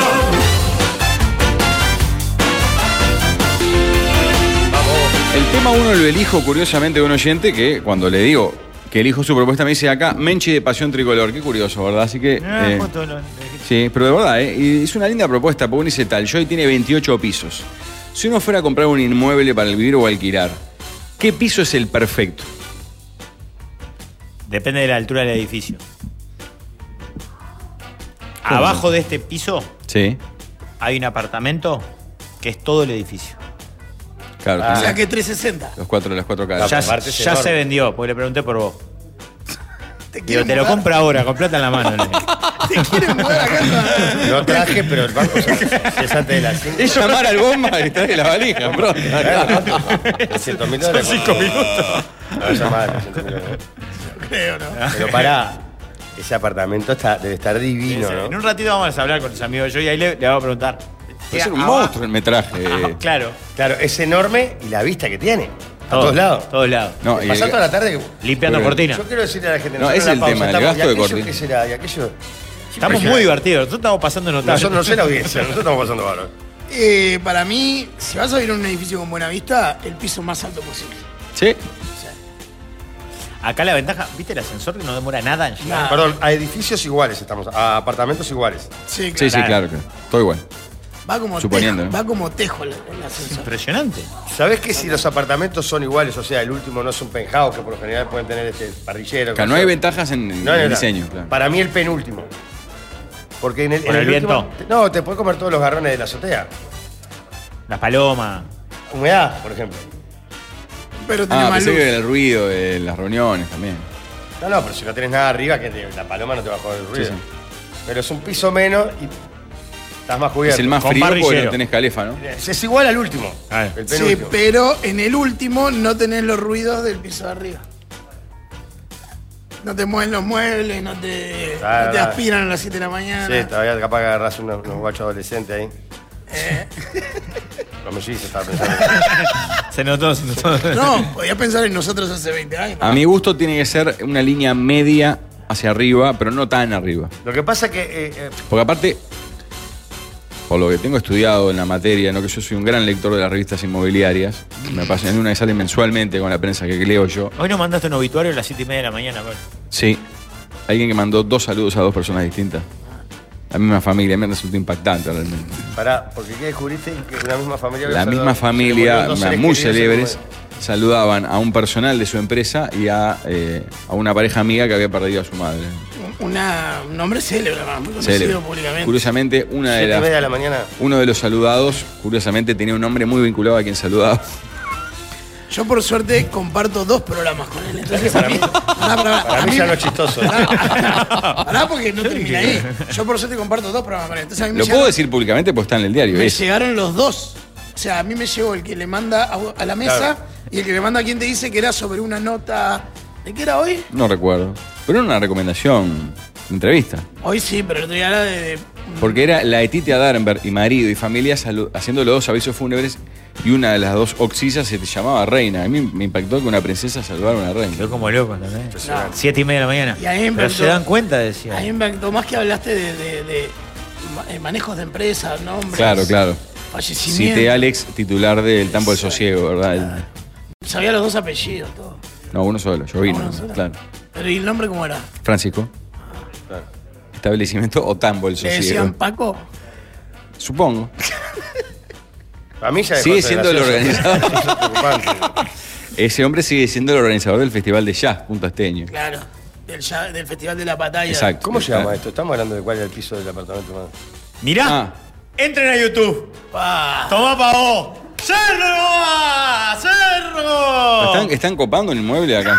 [SPEAKER 4] El tema uno lo elijo curiosamente de un oyente que cuando le digo que elijo su propuesta me dice acá, Menchi de Pasión Tricolor. Qué curioso, ¿verdad? Así que...
[SPEAKER 2] Ah,
[SPEAKER 4] eh, sí, pero de verdad, ¿eh? Y es una linda propuesta, porque uno dice tal, Joy tiene 28 pisos. Si uno fuera a comprar un inmueble para vivir o alquilar, ¿qué piso es el perfecto?
[SPEAKER 2] Depende de la altura del edificio. Abajo de este piso
[SPEAKER 4] Sí,
[SPEAKER 2] hay un apartamento que es todo el edificio.
[SPEAKER 4] claro.
[SPEAKER 5] O sea
[SPEAKER 4] tenés
[SPEAKER 5] que 360.
[SPEAKER 4] Ah. Los cuatro, las cuatro
[SPEAKER 1] Ah,
[SPEAKER 4] casas.
[SPEAKER 2] Ya,
[SPEAKER 1] aparte es
[SPEAKER 2] ya
[SPEAKER 1] enorme.
[SPEAKER 2] se vendió, porque le pregunté por vos.
[SPEAKER 5] Te
[SPEAKER 2] Digo,
[SPEAKER 5] quieren
[SPEAKER 2] te lo
[SPEAKER 5] mudar-
[SPEAKER 2] compra ahora, con plata en
[SPEAKER 1] *laughs*
[SPEAKER 2] la mano. le dije.
[SPEAKER 5] Te quieren mudar a casa.
[SPEAKER 1] No traje, pero el banco ya- ya es antes de las 5.
[SPEAKER 4] Es llamar al bomba y trae la valija, bro.
[SPEAKER 1] mil dólares. Son 5 minutos. No, ya más, 300 mil dólares.
[SPEAKER 5] Creo, ¿no?
[SPEAKER 1] Pero pará. Ese apartamento está, debe estar divino,
[SPEAKER 2] En
[SPEAKER 1] ¿no?
[SPEAKER 2] un ratito vamos a hablar con los amigos yo y ahí le, le vamos a preguntar.
[SPEAKER 4] Es un
[SPEAKER 1] Pues
[SPEAKER 2] Abajo-
[SPEAKER 4] monstruo el metraje.
[SPEAKER 2] Claro.
[SPEAKER 1] Claro, es enorme y la vista que tiene.
[SPEAKER 2] Todo,
[SPEAKER 1] todos lados?
[SPEAKER 2] Todos lados.
[SPEAKER 4] No, y
[SPEAKER 1] Pasá
[SPEAKER 4] el-
[SPEAKER 1] toda la tarde
[SPEAKER 2] Limpiando cortinas.
[SPEAKER 1] Yo quiero decirle a la gente,
[SPEAKER 4] No,
[SPEAKER 1] nosotros
[SPEAKER 4] es
[SPEAKER 1] en
[SPEAKER 4] el
[SPEAKER 1] la pausa
[SPEAKER 4] tema, el
[SPEAKER 1] estamos,
[SPEAKER 4] gasto de
[SPEAKER 1] ¿y aquello
[SPEAKER 4] cortina.
[SPEAKER 1] qué será? ¿Y aquello?
[SPEAKER 2] Estamos muy divertidos. Nosotros estamos pasando notables.
[SPEAKER 1] Nosotros no sé la audiencia, nosotros estamos pasando bárbaro.
[SPEAKER 5] Eh, para mí, si vas a vivir en un edificio con buena vista, el piso más alto posible.
[SPEAKER 4] Sí.
[SPEAKER 2] Acá la ventaja, ¿viste el ascensor que no demora nada en llegar?
[SPEAKER 1] Perdón, a edificios iguales estamos, a apartamentos iguales.
[SPEAKER 5] Sí,
[SPEAKER 4] Sí, sí, claro, claro. Todo igual.
[SPEAKER 5] Va como
[SPEAKER 4] Suponiendo,
[SPEAKER 5] tejo,
[SPEAKER 4] ¿eh?
[SPEAKER 5] va como tejo el, el ascensor.
[SPEAKER 2] Impresionante.
[SPEAKER 1] ¿Sabés que si los apartamentos son iguales, o sea, el último no es un penthouse, que por lo general pueden tener este parrillero?
[SPEAKER 4] Claro, no hay ventajas en, en
[SPEAKER 1] No, no,
[SPEAKER 4] el
[SPEAKER 1] no.
[SPEAKER 4] diseño. claro.
[SPEAKER 1] Para mí el penúltimo. Porque en el,
[SPEAKER 2] ¿Por
[SPEAKER 1] en
[SPEAKER 2] el viento?
[SPEAKER 1] último- no, te puedes comer todos los garrones de la azotea.
[SPEAKER 2] Las palomas.
[SPEAKER 1] Humedad, por ejemplo.
[SPEAKER 5] Pero tiene
[SPEAKER 4] Ah,
[SPEAKER 5] más
[SPEAKER 4] pensé
[SPEAKER 5] luz.
[SPEAKER 4] que el ruido de las reuniones también.
[SPEAKER 1] No, no, pero si no tenés nada arriba, que te- la paloma no te va a joder el ruido.
[SPEAKER 4] Sí, sí.
[SPEAKER 1] Pero es un piso menos y estás más cubierto.
[SPEAKER 4] Es el más
[SPEAKER 2] con
[SPEAKER 4] frío porque
[SPEAKER 2] parrillero.
[SPEAKER 4] no tenés calefa, ¿no?
[SPEAKER 1] Es es igual al último.
[SPEAKER 2] Claro.
[SPEAKER 1] El
[SPEAKER 5] Sí,
[SPEAKER 1] penúltimo.
[SPEAKER 5] pero en el último no tenés los ruidos del piso de arriba. No te mueven los muebles, no te,
[SPEAKER 1] Claro,
[SPEAKER 5] no te
[SPEAKER 1] claro.
[SPEAKER 5] aspiran a las 7 de la mañana.
[SPEAKER 1] Sí, todavía capaz que agarrás unos, unos guachos adolescentes ahí.
[SPEAKER 4] Eh.
[SPEAKER 1] *laughs* Los mellizos estaba pensando.
[SPEAKER 2] Se notó, se
[SPEAKER 1] *laughs*
[SPEAKER 2] notó.
[SPEAKER 5] No, podía pensar en nosotros hace 20 años.
[SPEAKER 4] A mi gusto tiene que ser una línea media hacia arriba, pero no tan arriba.
[SPEAKER 1] Lo que pasa que eh, eh,
[SPEAKER 4] Porque aparte, por lo que tengo estudiado en la materia, no que yo soy un gran lector de las revistas inmobiliarias, me pasan una que sale mensualmente con la prensa que leo yo.
[SPEAKER 2] Hoy nos mandaste un obituario a las 7 y media de la mañana, Pablo.
[SPEAKER 4] Sí, alguien que mandó dos saludos a dos personas distintas. La misma familia, me resultó impactante realmente.
[SPEAKER 1] Pará, porque ¿qué descubriste? Que una misma familia...
[SPEAKER 4] La
[SPEAKER 1] había saludado- se
[SPEAKER 4] misma
[SPEAKER 1] le
[SPEAKER 4] familia,
[SPEAKER 1] murieron dos seres
[SPEAKER 4] muy
[SPEAKER 1] queridos en
[SPEAKER 4] célebres,
[SPEAKER 1] un momento.
[SPEAKER 4] saludaban a un personal de su empresa y a, eh, a una pareja amiga que había perdido a su madre.
[SPEAKER 5] Una, un hombre célebre, además, muy conocido
[SPEAKER 4] Célebre.
[SPEAKER 5] públicamente.
[SPEAKER 4] Curiosamente, una de
[SPEAKER 1] Siete y
[SPEAKER 4] las
[SPEAKER 1] media de la mañana.
[SPEAKER 4] Uno de los saludados, curiosamente, tenía un nombre muy vinculado a
[SPEAKER 1] *laughs*
[SPEAKER 4] quien saludaba.
[SPEAKER 5] Yo, por suerte, comparto dos programas con él. Entonces,
[SPEAKER 1] Para mí-
[SPEAKER 5] *laughs* Pará, pará,
[SPEAKER 1] Para
[SPEAKER 5] a
[SPEAKER 1] mí
[SPEAKER 5] mí-
[SPEAKER 1] ya no es chistoso.
[SPEAKER 5] *laughs* Pará, porque no termina ahí. Yo, por suerte, comparto dos programas con él. Entonces, a mí me
[SPEAKER 4] Lo puedo
[SPEAKER 5] llegaron-
[SPEAKER 4] decir públicamente porque está en el diario.
[SPEAKER 5] Me
[SPEAKER 4] es.
[SPEAKER 5] llegaron los dos. O sea, a mí me llegó el que le manda a, a la mesa
[SPEAKER 1] Claro.
[SPEAKER 5] y el que le manda a quien te dice que era sobre una nota. ¿De qué era hoy?
[SPEAKER 4] No recuerdo. Pero era una recomendación, una entrevista.
[SPEAKER 5] Hoy sí, pero el otro día era de. de-
[SPEAKER 4] Porque era la Etitia Darrenberg y marido y familia salu- haciendo los dos avisos fúnebres y una de las dos oxisas se llamaba reina. A mí me impactó que una princesa saludara a una reina.
[SPEAKER 2] Quedó como loco también.
[SPEAKER 5] Impresionante.
[SPEAKER 2] 7 y media de la mañana.
[SPEAKER 5] Y ahí
[SPEAKER 2] Pero
[SPEAKER 5] empezó-
[SPEAKER 2] se dan cuenta, decía.
[SPEAKER 5] Ahí em- me impactó más que hablaste de, de- de ma- eh, manejos de empresas, nombres.
[SPEAKER 4] Claro, claro.
[SPEAKER 5] Fallecimiento.
[SPEAKER 4] Cité a Alex, titular del Tambo del Sosiego, ¿verdad?
[SPEAKER 5] Sabía los dos apellidos, todo.
[SPEAKER 4] No, uno solo, yo vino.
[SPEAKER 5] Uno solo.
[SPEAKER 4] Claro.
[SPEAKER 5] Pero ¿y el nombre cómo era?
[SPEAKER 4] Francisco. Establecimiento o Tambo del
[SPEAKER 5] ¿Le decían
[SPEAKER 4] Sosiego.
[SPEAKER 5] Paco?
[SPEAKER 4] Supongo.
[SPEAKER 1] A mí ya dejó
[SPEAKER 4] Sigue
[SPEAKER 1] de ser
[SPEAKER 4] siendo el
[SPEAKER 1] gracioso.
[SPEAKER 4] organizador.
[SPEAKER 1] Es preocupante.
[SPEAKER 4] Ese hombre sigue siendo el organizador del Festival de Jazz Punta Esteño.
[SPEAKER 5] Claro. Del, ya- del Festival de la Batalla.
[SPEAKER 4] Exacto.
[SPEAKER 1] ¿Cómo
[SPEAKER 4] Está-
[SPEAKER 1] llegamos a esto? Estamos hablando de cuál era el piso del apartamento más.
[SPEAKER 2] Mirá,
[SPEAKER 4] Ah.
[SPEAKER 2] entren a YouTube.
[SPEAKER 5] Pa.
[SPEAKER 2] Tomá pa' vos. ¡Cerro! ¡Cerro!
[SPEAKER 4] ¿Están, están copando el inmueble acá. en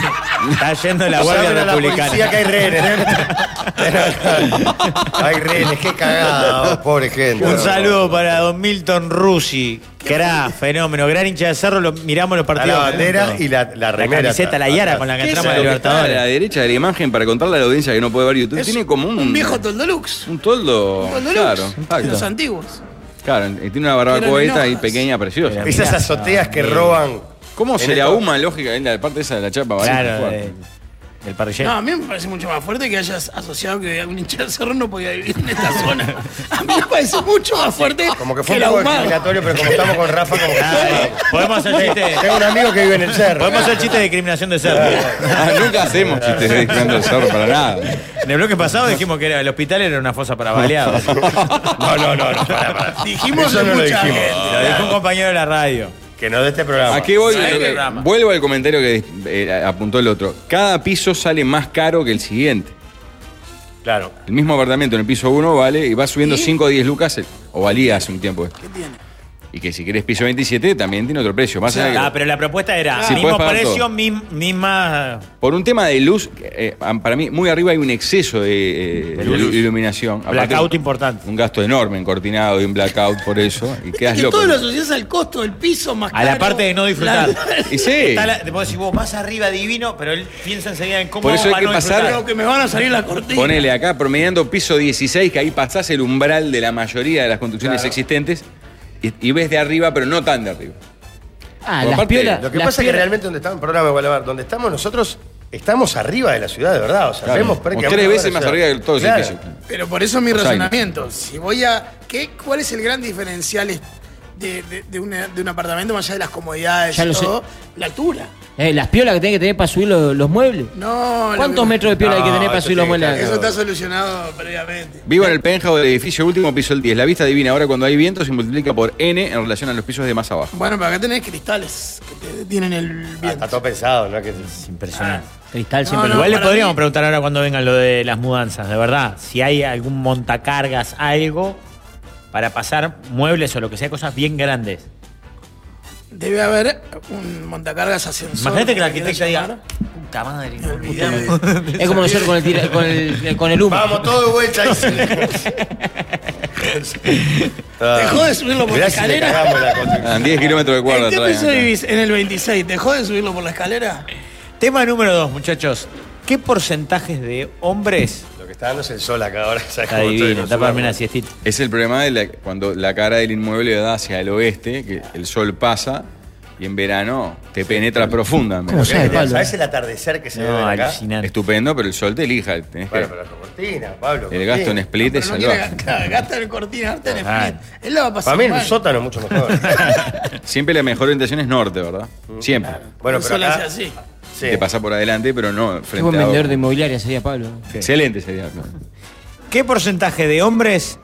[SPEAKER 4] Punta?
[SPEAKER 2] Está yendo
[SPEAKER 1] *laughs*
[SPEAKER 2] la
[SPEAKER 1] Llamen
[SPEAKER 2] Guardia
[SPEAKER 1] a
[SPEAKER 2] Republicana.
[SPEAKER 1] policía que hay rehenes. ¿eh?
[SPEAKER 2] *laughs*
[SPEAKER 1] hay rehenes, qué cagada, pobre gente.
[SPEAKER 2] Un saludo para Don Milton Rusi. Gran fenómeno, gran hincha de cerro. Lo, miramos los
[SPEAKER 1] Para
[SPEAKER 2] partidos.
[SPEAKER 1] la bandera
[SPEAKER 2] juntos.
[SPEAKER 1] y la, la
[SPEAKER 2] La
[SPEAKER 1] remera.
[SPEAKER 2] camiseta, la Yara con la que
[SPEAKER 4] ¿Qué es
[SPEAKER 2] entramos a
[SPEAKER 4] lo que está a
[SPEAKER 2] Libertadores.
[SPEAKER 4] la derecha de la imagen para contarle a la audiencia que no puede ver YouTube? Tiene como un,
[SPEAKER 5] Un viejo Toldolux.
[SPEAKER 4] un toldo.
[SPEAKER 5] Un Toldolux.
[SPEAKER 4] Mm. claro,
[SPEAKER 5] de los
[SPEAKER 4] exacto.
[SPEAKER 5] antiguos.
[SPEAKER 4] Claro, y tiene una
[SPEAKER 5] Eran en
[SPEAKER 4] barbacoeta ahí
[SPEAKER 5] hojas.
[SPEAKER 4] pequeña, preciosa.
[SPEAKER 2] Era-
[SPEAKER 1] Esas azoteas
[SPEAKER 2] Ah,
[SPEAKER 1] que roban.
[SPEAKER 4] ¿Cómo se
[SPEAKER 1] En
[SPEAKER 4] le
[SPEAKER 1] esto- eh.
[SPEAKER 4] ahuma lógicamente la parte esa de la chapa? ¿vale?
[SPEAKER 2] Claro,
[SPEAKER 4] Fuerte.
[SPEAKER 2] de- del
[SPEAKER 5] No,
[SPEAKER 2] parrillero.
[SPEAKER 5] a mí me parece mucho más fuerte que hayas asociado que un hincha de cerro no podía vivir en esta zona. A mí me parece mucho más fuerte
[SPEAKER 1] Como que fue un
[SPEAKER 5] la
[SPEAKER 1] poco
[SPEAKER 5] ahumada.
[SPEAKER 1] discriminatorio, pero
[SPEAKER 2] *laughs*
[SPEAKER 1] como estamos con Rafa,
[SPEAKER 2] Ah,
[SPEAKER 1] como
[SPEAKER 2] Ay,
[SPEAKER 1] que.
[SPEAKER 2] Podemos hacer chiste.
[SPEAKER 1] Tengo un amigo que vive en el cerro.
[SPEAKER 2] Podemos hacer chiste de discriminación de cerro.
[SPEAKER 4] *laughs* Ah, nunca hacemos chistes de Fernando del Cerro para nada.
[SPEAKER 2] En el bloque pasado dijimos que era, el hospital era una fosa para baleados.
[SPEAKER 1] No, no, no, no, pará, pará.
[SPEAKER 5] Dijimos
[SPEAKER 1] Eso
[SPEAKER 5] de
[SPEAKER 1] no lo
[SPEAKER 5] mucha
[SPEAKER 1] dijimos.
[SPEAKER 5] gente.
[SPEAKER 2] Lo dijo un compañero de la radio.
[SPEAKER 1] Que no de este programa.
[SPEAKER 4] Aquí voy,
[SPEAKER 2] Sale
[SPEAKER 4] lo que-
[SPEAKER 2] del programa.
[SPEAKER 4] vuelvo al comentario que eh, apuntó el otro. Cada piso sale más caro que el siguiente.
[SPEAKER 1] Claro.
[SPEAKER 4] El mismo apartamento en el piso 1 vale y va subiendo 5 o 10 lucas, el- o valía hace un tiempo. esto. Y que si querés piso 27 también tiene otro precio. Más allá que-
[SPEAKER 2] Ah, pero la propuesta era
[SPEAKER 4] Si
[SPEAKER 2] mismo
[SPEAKER 4] podés pagar
[SPEAKER 2] precio,
[SPEAKER 4] todo.
[SPEAKER 2] mim- misma.
[SPEAKER 4] Por un tema de luz, eh, para mí muy arriba hay un exceso de, eh,
[SPEAKER 2] De luz.
[SPEAKER 4] ilu- iluminación. Aparte,
[SPEAKER 2] Blackout importante.
[SPEAKER 4] Un gasto enorme en cortinado y un blackout por eso. Y quedas
[SPEAKER 5] Que
[SPEAKER 4] loco.
[SPEAKER 5] todo lo asocias al costo del piso más
[SPEAKER 2] A la
[SPEAKER 5] caro.
[SPEAKER 2] parte de no disfrutar.
[SPEAKER 4] Y sí.
[SPEAKER 2] Está la- te puedo decir, vos vas arriba divino, pero él piensa enseguida en cómo
[SPEAKER 4] Por eso
[SPEAKER 2] hago
[SPEAKER 4] hay
[SPEAKER 2] para
[SPEAKER 4] que
[SPEAKER 2] no
[SPEAKER 4] pasar-
[SPEAKER 2] disfrutar.
[SPEAKER 5] Lo que me van a salir la cortina.
[SPEAKER 4] Ponele acá, promediando piso 16, que ahí pasás el umbral de la mayoría de las construcciones existentes y, y ves de arriba, pero no tan de arriba.
[SPEAKER 9] Ah,
[SPEAKER 1] Por aparte, lo que pasa es que realmente donde estamos, programa donde estamos nosotros, estamos arriba de la ciudad, de verdad. O sea,
[SPEAKER 4] Claro.
[SPEAKER 1] vemos
[SPEAKER 4] O
[SPEAKER 1] prácticamente.
[SPEAKER 4] tres
[SPEAKER 1] toda
[SPEAKER 4] veces
[SPEAKER 1] la
[SPEAKER 4] más
[SPEAKER 1] ciudad.
[SPEAKER 4] arriba que todo el
[SPEAKER 1] Claro.
[SPEAKER 4] edificio.
[SPEAKER 5] Pero por eso mi
[SPEAKER 4] Los aires.
[SPEAKER 5] razonamiento. Si voy a. ¿qué, ¿Cuál es el gran diferencial es- de, de- de una- de un apartamento más allá de las comodidades
[SPEAKER 9] Ya
[SPEAKER 5] y
[SPEAKER 9] lo sé.
[SPEAKER 5] todo? La altura.
[SPEAKER 9] Eh, las piolas que tenés que tener para subir los, los muebles.
[SPEAKER 5] No, la-
[SPEAKER 9] ¿Cuántos metros de piola hay que tener para subir los muebles?
[SPEAKER 5] Eso está solucionado previamente.
[SPEAKER 4] Vivo en el penthouse del edificio último, piso el 10. La vista divina. Ahora cuando hay viento se multiplica por N en relación a los pisos de más abajo.
[SPEAKER 5] Bueno, pero acá tenés cristales que te detienen el viento.
[SPEAKER 1] Está todo pensado, ¿no? Que es
[SPEAKER 2] impresionante.
[SPEAKER 9] Cristal
[SPEAKER 5] siempre- Ah, No, no,
[SPEAKER 2] Igual le
[SPEAKER 5] para
[SPEAKER 2] podríamos
[SPEAKER 5] mí-
[SPEAKER 2] preguntar ahora cuando vengan lo de las mudanzas, de verdad. Si hay algún montacargas, algo para pasar muebles o lo que sea, cosas bien grandes.
[SPEAKER 5] Debe haber un montacargas ascensor.
[SPEAKER 2] Imagínate que el
[SPEAKER 5] como le
[SPEAKER 2] arquitecto
[SPEAKER 5] quieras
[SPEAKER 2] diga, puta madre. no
[SPEAKER 5] llamar.
[SPEAKER 2] olvidamos".
[SPEAKER 5] *laughs*
[SPEAKER 9] Es como nosotros con el, tira- con el, con el humo.
[SPEAKER 1] Vamos, todo de vuelta.
[SPEAKER 5] Dejó de subirlo por la
[SPEAKER 1] Ah. Mirá si le
[SPEAKER 5] escalera.
[SPEAKER 1] cagamos la construcción.
[SPEAKER 4] A 10 kilómetros de cuadra
[SPEAKER 5] ¿En qué
[SPEAKER 4] atrás.
[SPEAKER 5] piso vivís? En el 26. ¿Dejó de subirlo por la escalera?
[SPEAKER 2] Tema número dos, muchachos. ¿Qué porcentajes de hombres
[SPEAKER 4] Ah.
[SPEAKER 1] Lo que está dando es el sol acá ahora. *laughs* ¿sabes
[SPEAKER 2] está
[SPEAKER 1] cómo estoy?
[SPEAKER 2] divino?
[SPEAKER 1] Nos
[SPEAKER 2] Está para
[SPEAKER 1] sumamos.
[SPEAKER 2] darme una siestita.
[SPEAKER 4] Es el problema de la- cuando la cara del inmueble da hacia el oeste, que el sol pasa y en verano te penetra profundamente.
[SPEAKER 9] ¿Cómo se- Sabe, Pablo.
[SPEAKER 1] ¿Sabes el atardecer que se ve
[SPEAKER 2] eh. No,
[SPEAKER 1] acá?
[SPEAKER 2] alucinante.
[SPEAKER 4] Estupendo, pero el sol te elija. tenés que-
[SPEAKER 1] Bueno, pero con cortina, Pablo.
[SPEAKER 4] el gasto en
[SPEAKER 1] cortina.
[SPEAKER 4] split es
[SPEAKER 5] Pero no quiere
[SPEAKER 4] salvaje.
[SPEAKER 5] gastar, gasta en cortina, gasta en
[SPEAKER 2] Ah.
[SPEAKER 5] split. Él la va a pasar
[SPEAKER 1] Para mí en un
[SPEAKER 5] mal.
[SPEAKER 1] sótano es mucho
[SPEAKER 4] *laughs*
[SPEAKER 1] mejor.
[SPEAKER 4] *laughs* Siempre la mejor orientación es norte, ¿verdad? Siempre.
[SPEAKER 1] bueno,
[SPEAKER 5] El
[SPEAKER 1] pero
[SPEAKER 5] sol hace
[SPEAKER 1] acá,
[SPEAKER 5] así.
[SPEAKER 1] sí.
[SPEAKER 4] Te pasa por adelante, pero no
[SPEAKER 9] Qué buen
[SPEAKER 4] frente a
[SPEAKER 9] vendedor de inmobiliaria sería Pablo.
[SPEAKER 4] Excelente sería. ¿no?
[SPEAKER 2] ¿Qué porcentaje de hombres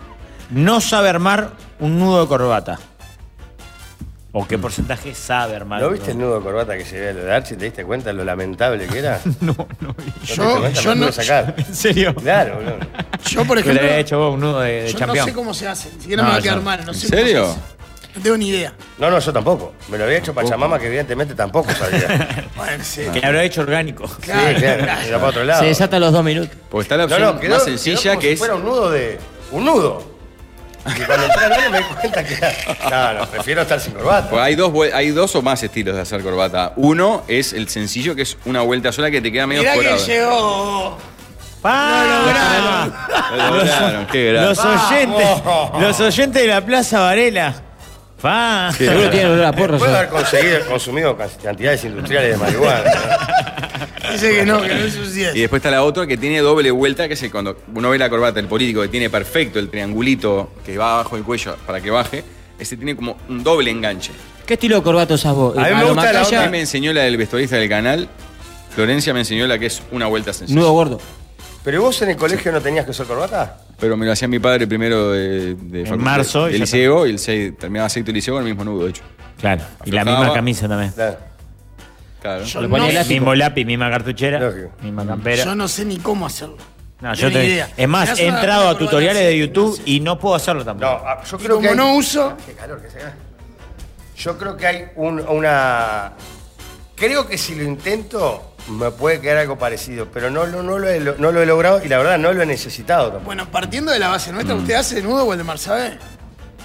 [SPEAKER 2] no sabe armar un nudo de corbata? ¿O qué porcentaje sabe armar?
[SPEAKER 1] ¿No
[SPEAKER 2] un
[SPEAKER 1] viste el
[SPEAKER 2] nudo?
[SPEAKER 1] nudo de corbata que se ve a lo de Archie? ¿Te diste cuenta lo lamentable que
[SPEAKER 5] *laughs*
[SPEAKER 1] era?
[SPEAKER 5] Yo- yo no-
[SPEAKER 1] pude sacar.
[SPEAKER 2] ¿En serio?
[SPEAKER 1] Claro, boludo.
[SPEAKER 5] Yo, por
[SPEAKER 2] Que le
[SPEAKER 5] ejemplo,
[SPEAKER 2] había hecho vos un nudo de, de
[SPEAKER 5] yo no
[SPEAKER 2] campeón.
[SPEAKER 5] sé cómo se hace. Ni
[SPEAKER 2] No,
[SPEAKER 5] siquiera me va a
[SPEAKER 2] yo-
[SPEAKER 5] quedar mal. No
[SPEAKER 4] ¿En
[SPEAKER 5] sé cómo se
[SPEAKER 4] serio?
[SPEAKER 5] hace. No tengo ni idea.
[SPEAKER 1] No, no, yo tampoco. Me lo había hecho Pachamama, que evidentemente tampoco
[SPEAKER 5] *laughs*
[SPEAKER 1] sabía.
[SPEAKER 5] Bueno, sí.
[SPEAKER 2] Que le habrá hecho orgánico.
[SPEAKER 1] Sí, claro.
[SPEAKER 5] *laughs*
[SPEAKER 1] Era para otro lado.
[SPEAKER 9] Se desata a los dos minutos.
[SPEAKER 4] Porque está la
[SPEAKER 1] No,
[SPEAKER 4] opción
[SPEAKER 1] no, quedó,
[SPEAKER 4] más
[SPEAKER 1] quedó
[SPEAKER 4] sencilla
[SPEAKER 1] como
[SPEAKER 4] que
[SPEAKER 1] si
[SPEAKER 4] es.
[SPEAKER 1] fuera un nudo de. Un nudo. Que cuando entré al baño me di cuenta que era. No, no, prefiero estar sin corbata.
[SPEAKER 4] Pues hay dos, vue- hay dos o más estilos de hacer corbata. Uno es el sencillo, que es una vuelta sola que te queda medio
[SPEAKER 5] Mirá que
[SPEAKER 4] forado.
[SPEAKER 5] llegó.
[SPEAKER 2] ¡Para!
[SPEAKER 4] Lo lograron, qué gran.
[SPEAKER 2] Los oyentes, los oyentes de la Plaza Varela. ¡Pa!
[SPEAKER 9] Seguro tiene olor a porro.
[SPEAKER 1] Puedo haber
[SPEAKER 9] ¿sabes?
[SPEAKER 1] conseguido, consumido cantidades industriales de marihuana. ¿no?
[SPEAKER 5] Dice que no, que no es un 10.
[SPEAKER 4] Y después está la otra que tiene doble vuelta, que es el- cuando uno ve la corbata del político que tiene perfecto el triangulito que va abajo del cuello para que baje, ese tiene como un doble enganche.
[SPEAKER 9] ¿Qué estilo de corbato usas vos?
[SPEAKER 1] A mí me
[SPEAKER 9] lo
[SPEAKER 1] gusta la
[SPEAKER 9] Macaya,
[SPEAKER 1] Ya.
[SPEAKER 4] A mí me enseñó la del vestuarista del canal, Florencia me enseñó la que es una vuelta sencilla.
[SPEAKER 9] Nudo gordo.
[SPEAKER 1] ¿Pero vos en el colegio no tenías que usar corbata?
[SPEAKER 4] Pero me lo hacía mi padre primero de, de facultad-
[SPEAKER 2] marzo y
[SPEAKER 4] de
[SPEAKER 2] ya
[SPEAKER 4] liceo, y el seis- terminaba sexto y liceo con el mismo nudo, de hecho.
[SPEAKER 2] Claro, y la
[SPEAKER 4] Aflojaba.
[SPEAKER 2] misma camisa también.
[SPEAKER 1] Claro.
[SPEAKER 4] Claro.
[SPEAKER 5] Yo
[SPEAKER 9] Le
[SPEAKER 5] no,
[SPEAKER 9] ponía el ácido.
[SPEAKER 2] Mismo lápiz, misma cartuchera,
[SPEAKER 1] Lógico.
[SPEAKER 2] misma campera.
[SPEAKER 5] yo no sé ni cómo hacerlo.
[SPEAKER 2] No, yo
[SPEAKER 5] ni
[SPEAKER 2] te-
[SPEAKER 5] idea.
[SPEAKER 2] Es
[SPEAKER 5] Me
[SPEAKER 2] más,
[SPEAKER 5] hace
[SPEAKER 2] he
[SPEAKER 5] una
[SPEAKER 2] entrado a
[SPEAKER 5] prueba
[SPEAKER 2] tutoriales
[SPEAKER 5] de
[SPEAKER 2] de YouTube y no puedo hacerlo
[SPEAKER 1] No,
[SPEAKER 2] tampoco.
[SPEAKER 1] ah, yo
[SPEAKER 5] Y
[SPEAKER 1] creo que.
[SPEAKER 5] como
[SPEAKER 1] hay-
[SPEAKER 5] no uso-
[SPEAKER 1] Qué calor que se da. Yo creo que hay un- una. Creo que si lo intento, me puede quedar algo parecido, pero no, lo- no lo, he, lo- no lo he logrado y la verdad no lo he necesitado tampoco.
[SPEAKER 5] Bueno, partiendo de la base
[SPEAKER 2] Mm.
[SPEAKER 5] nuestra, ¿usted hace de nudo o el de Marsabé?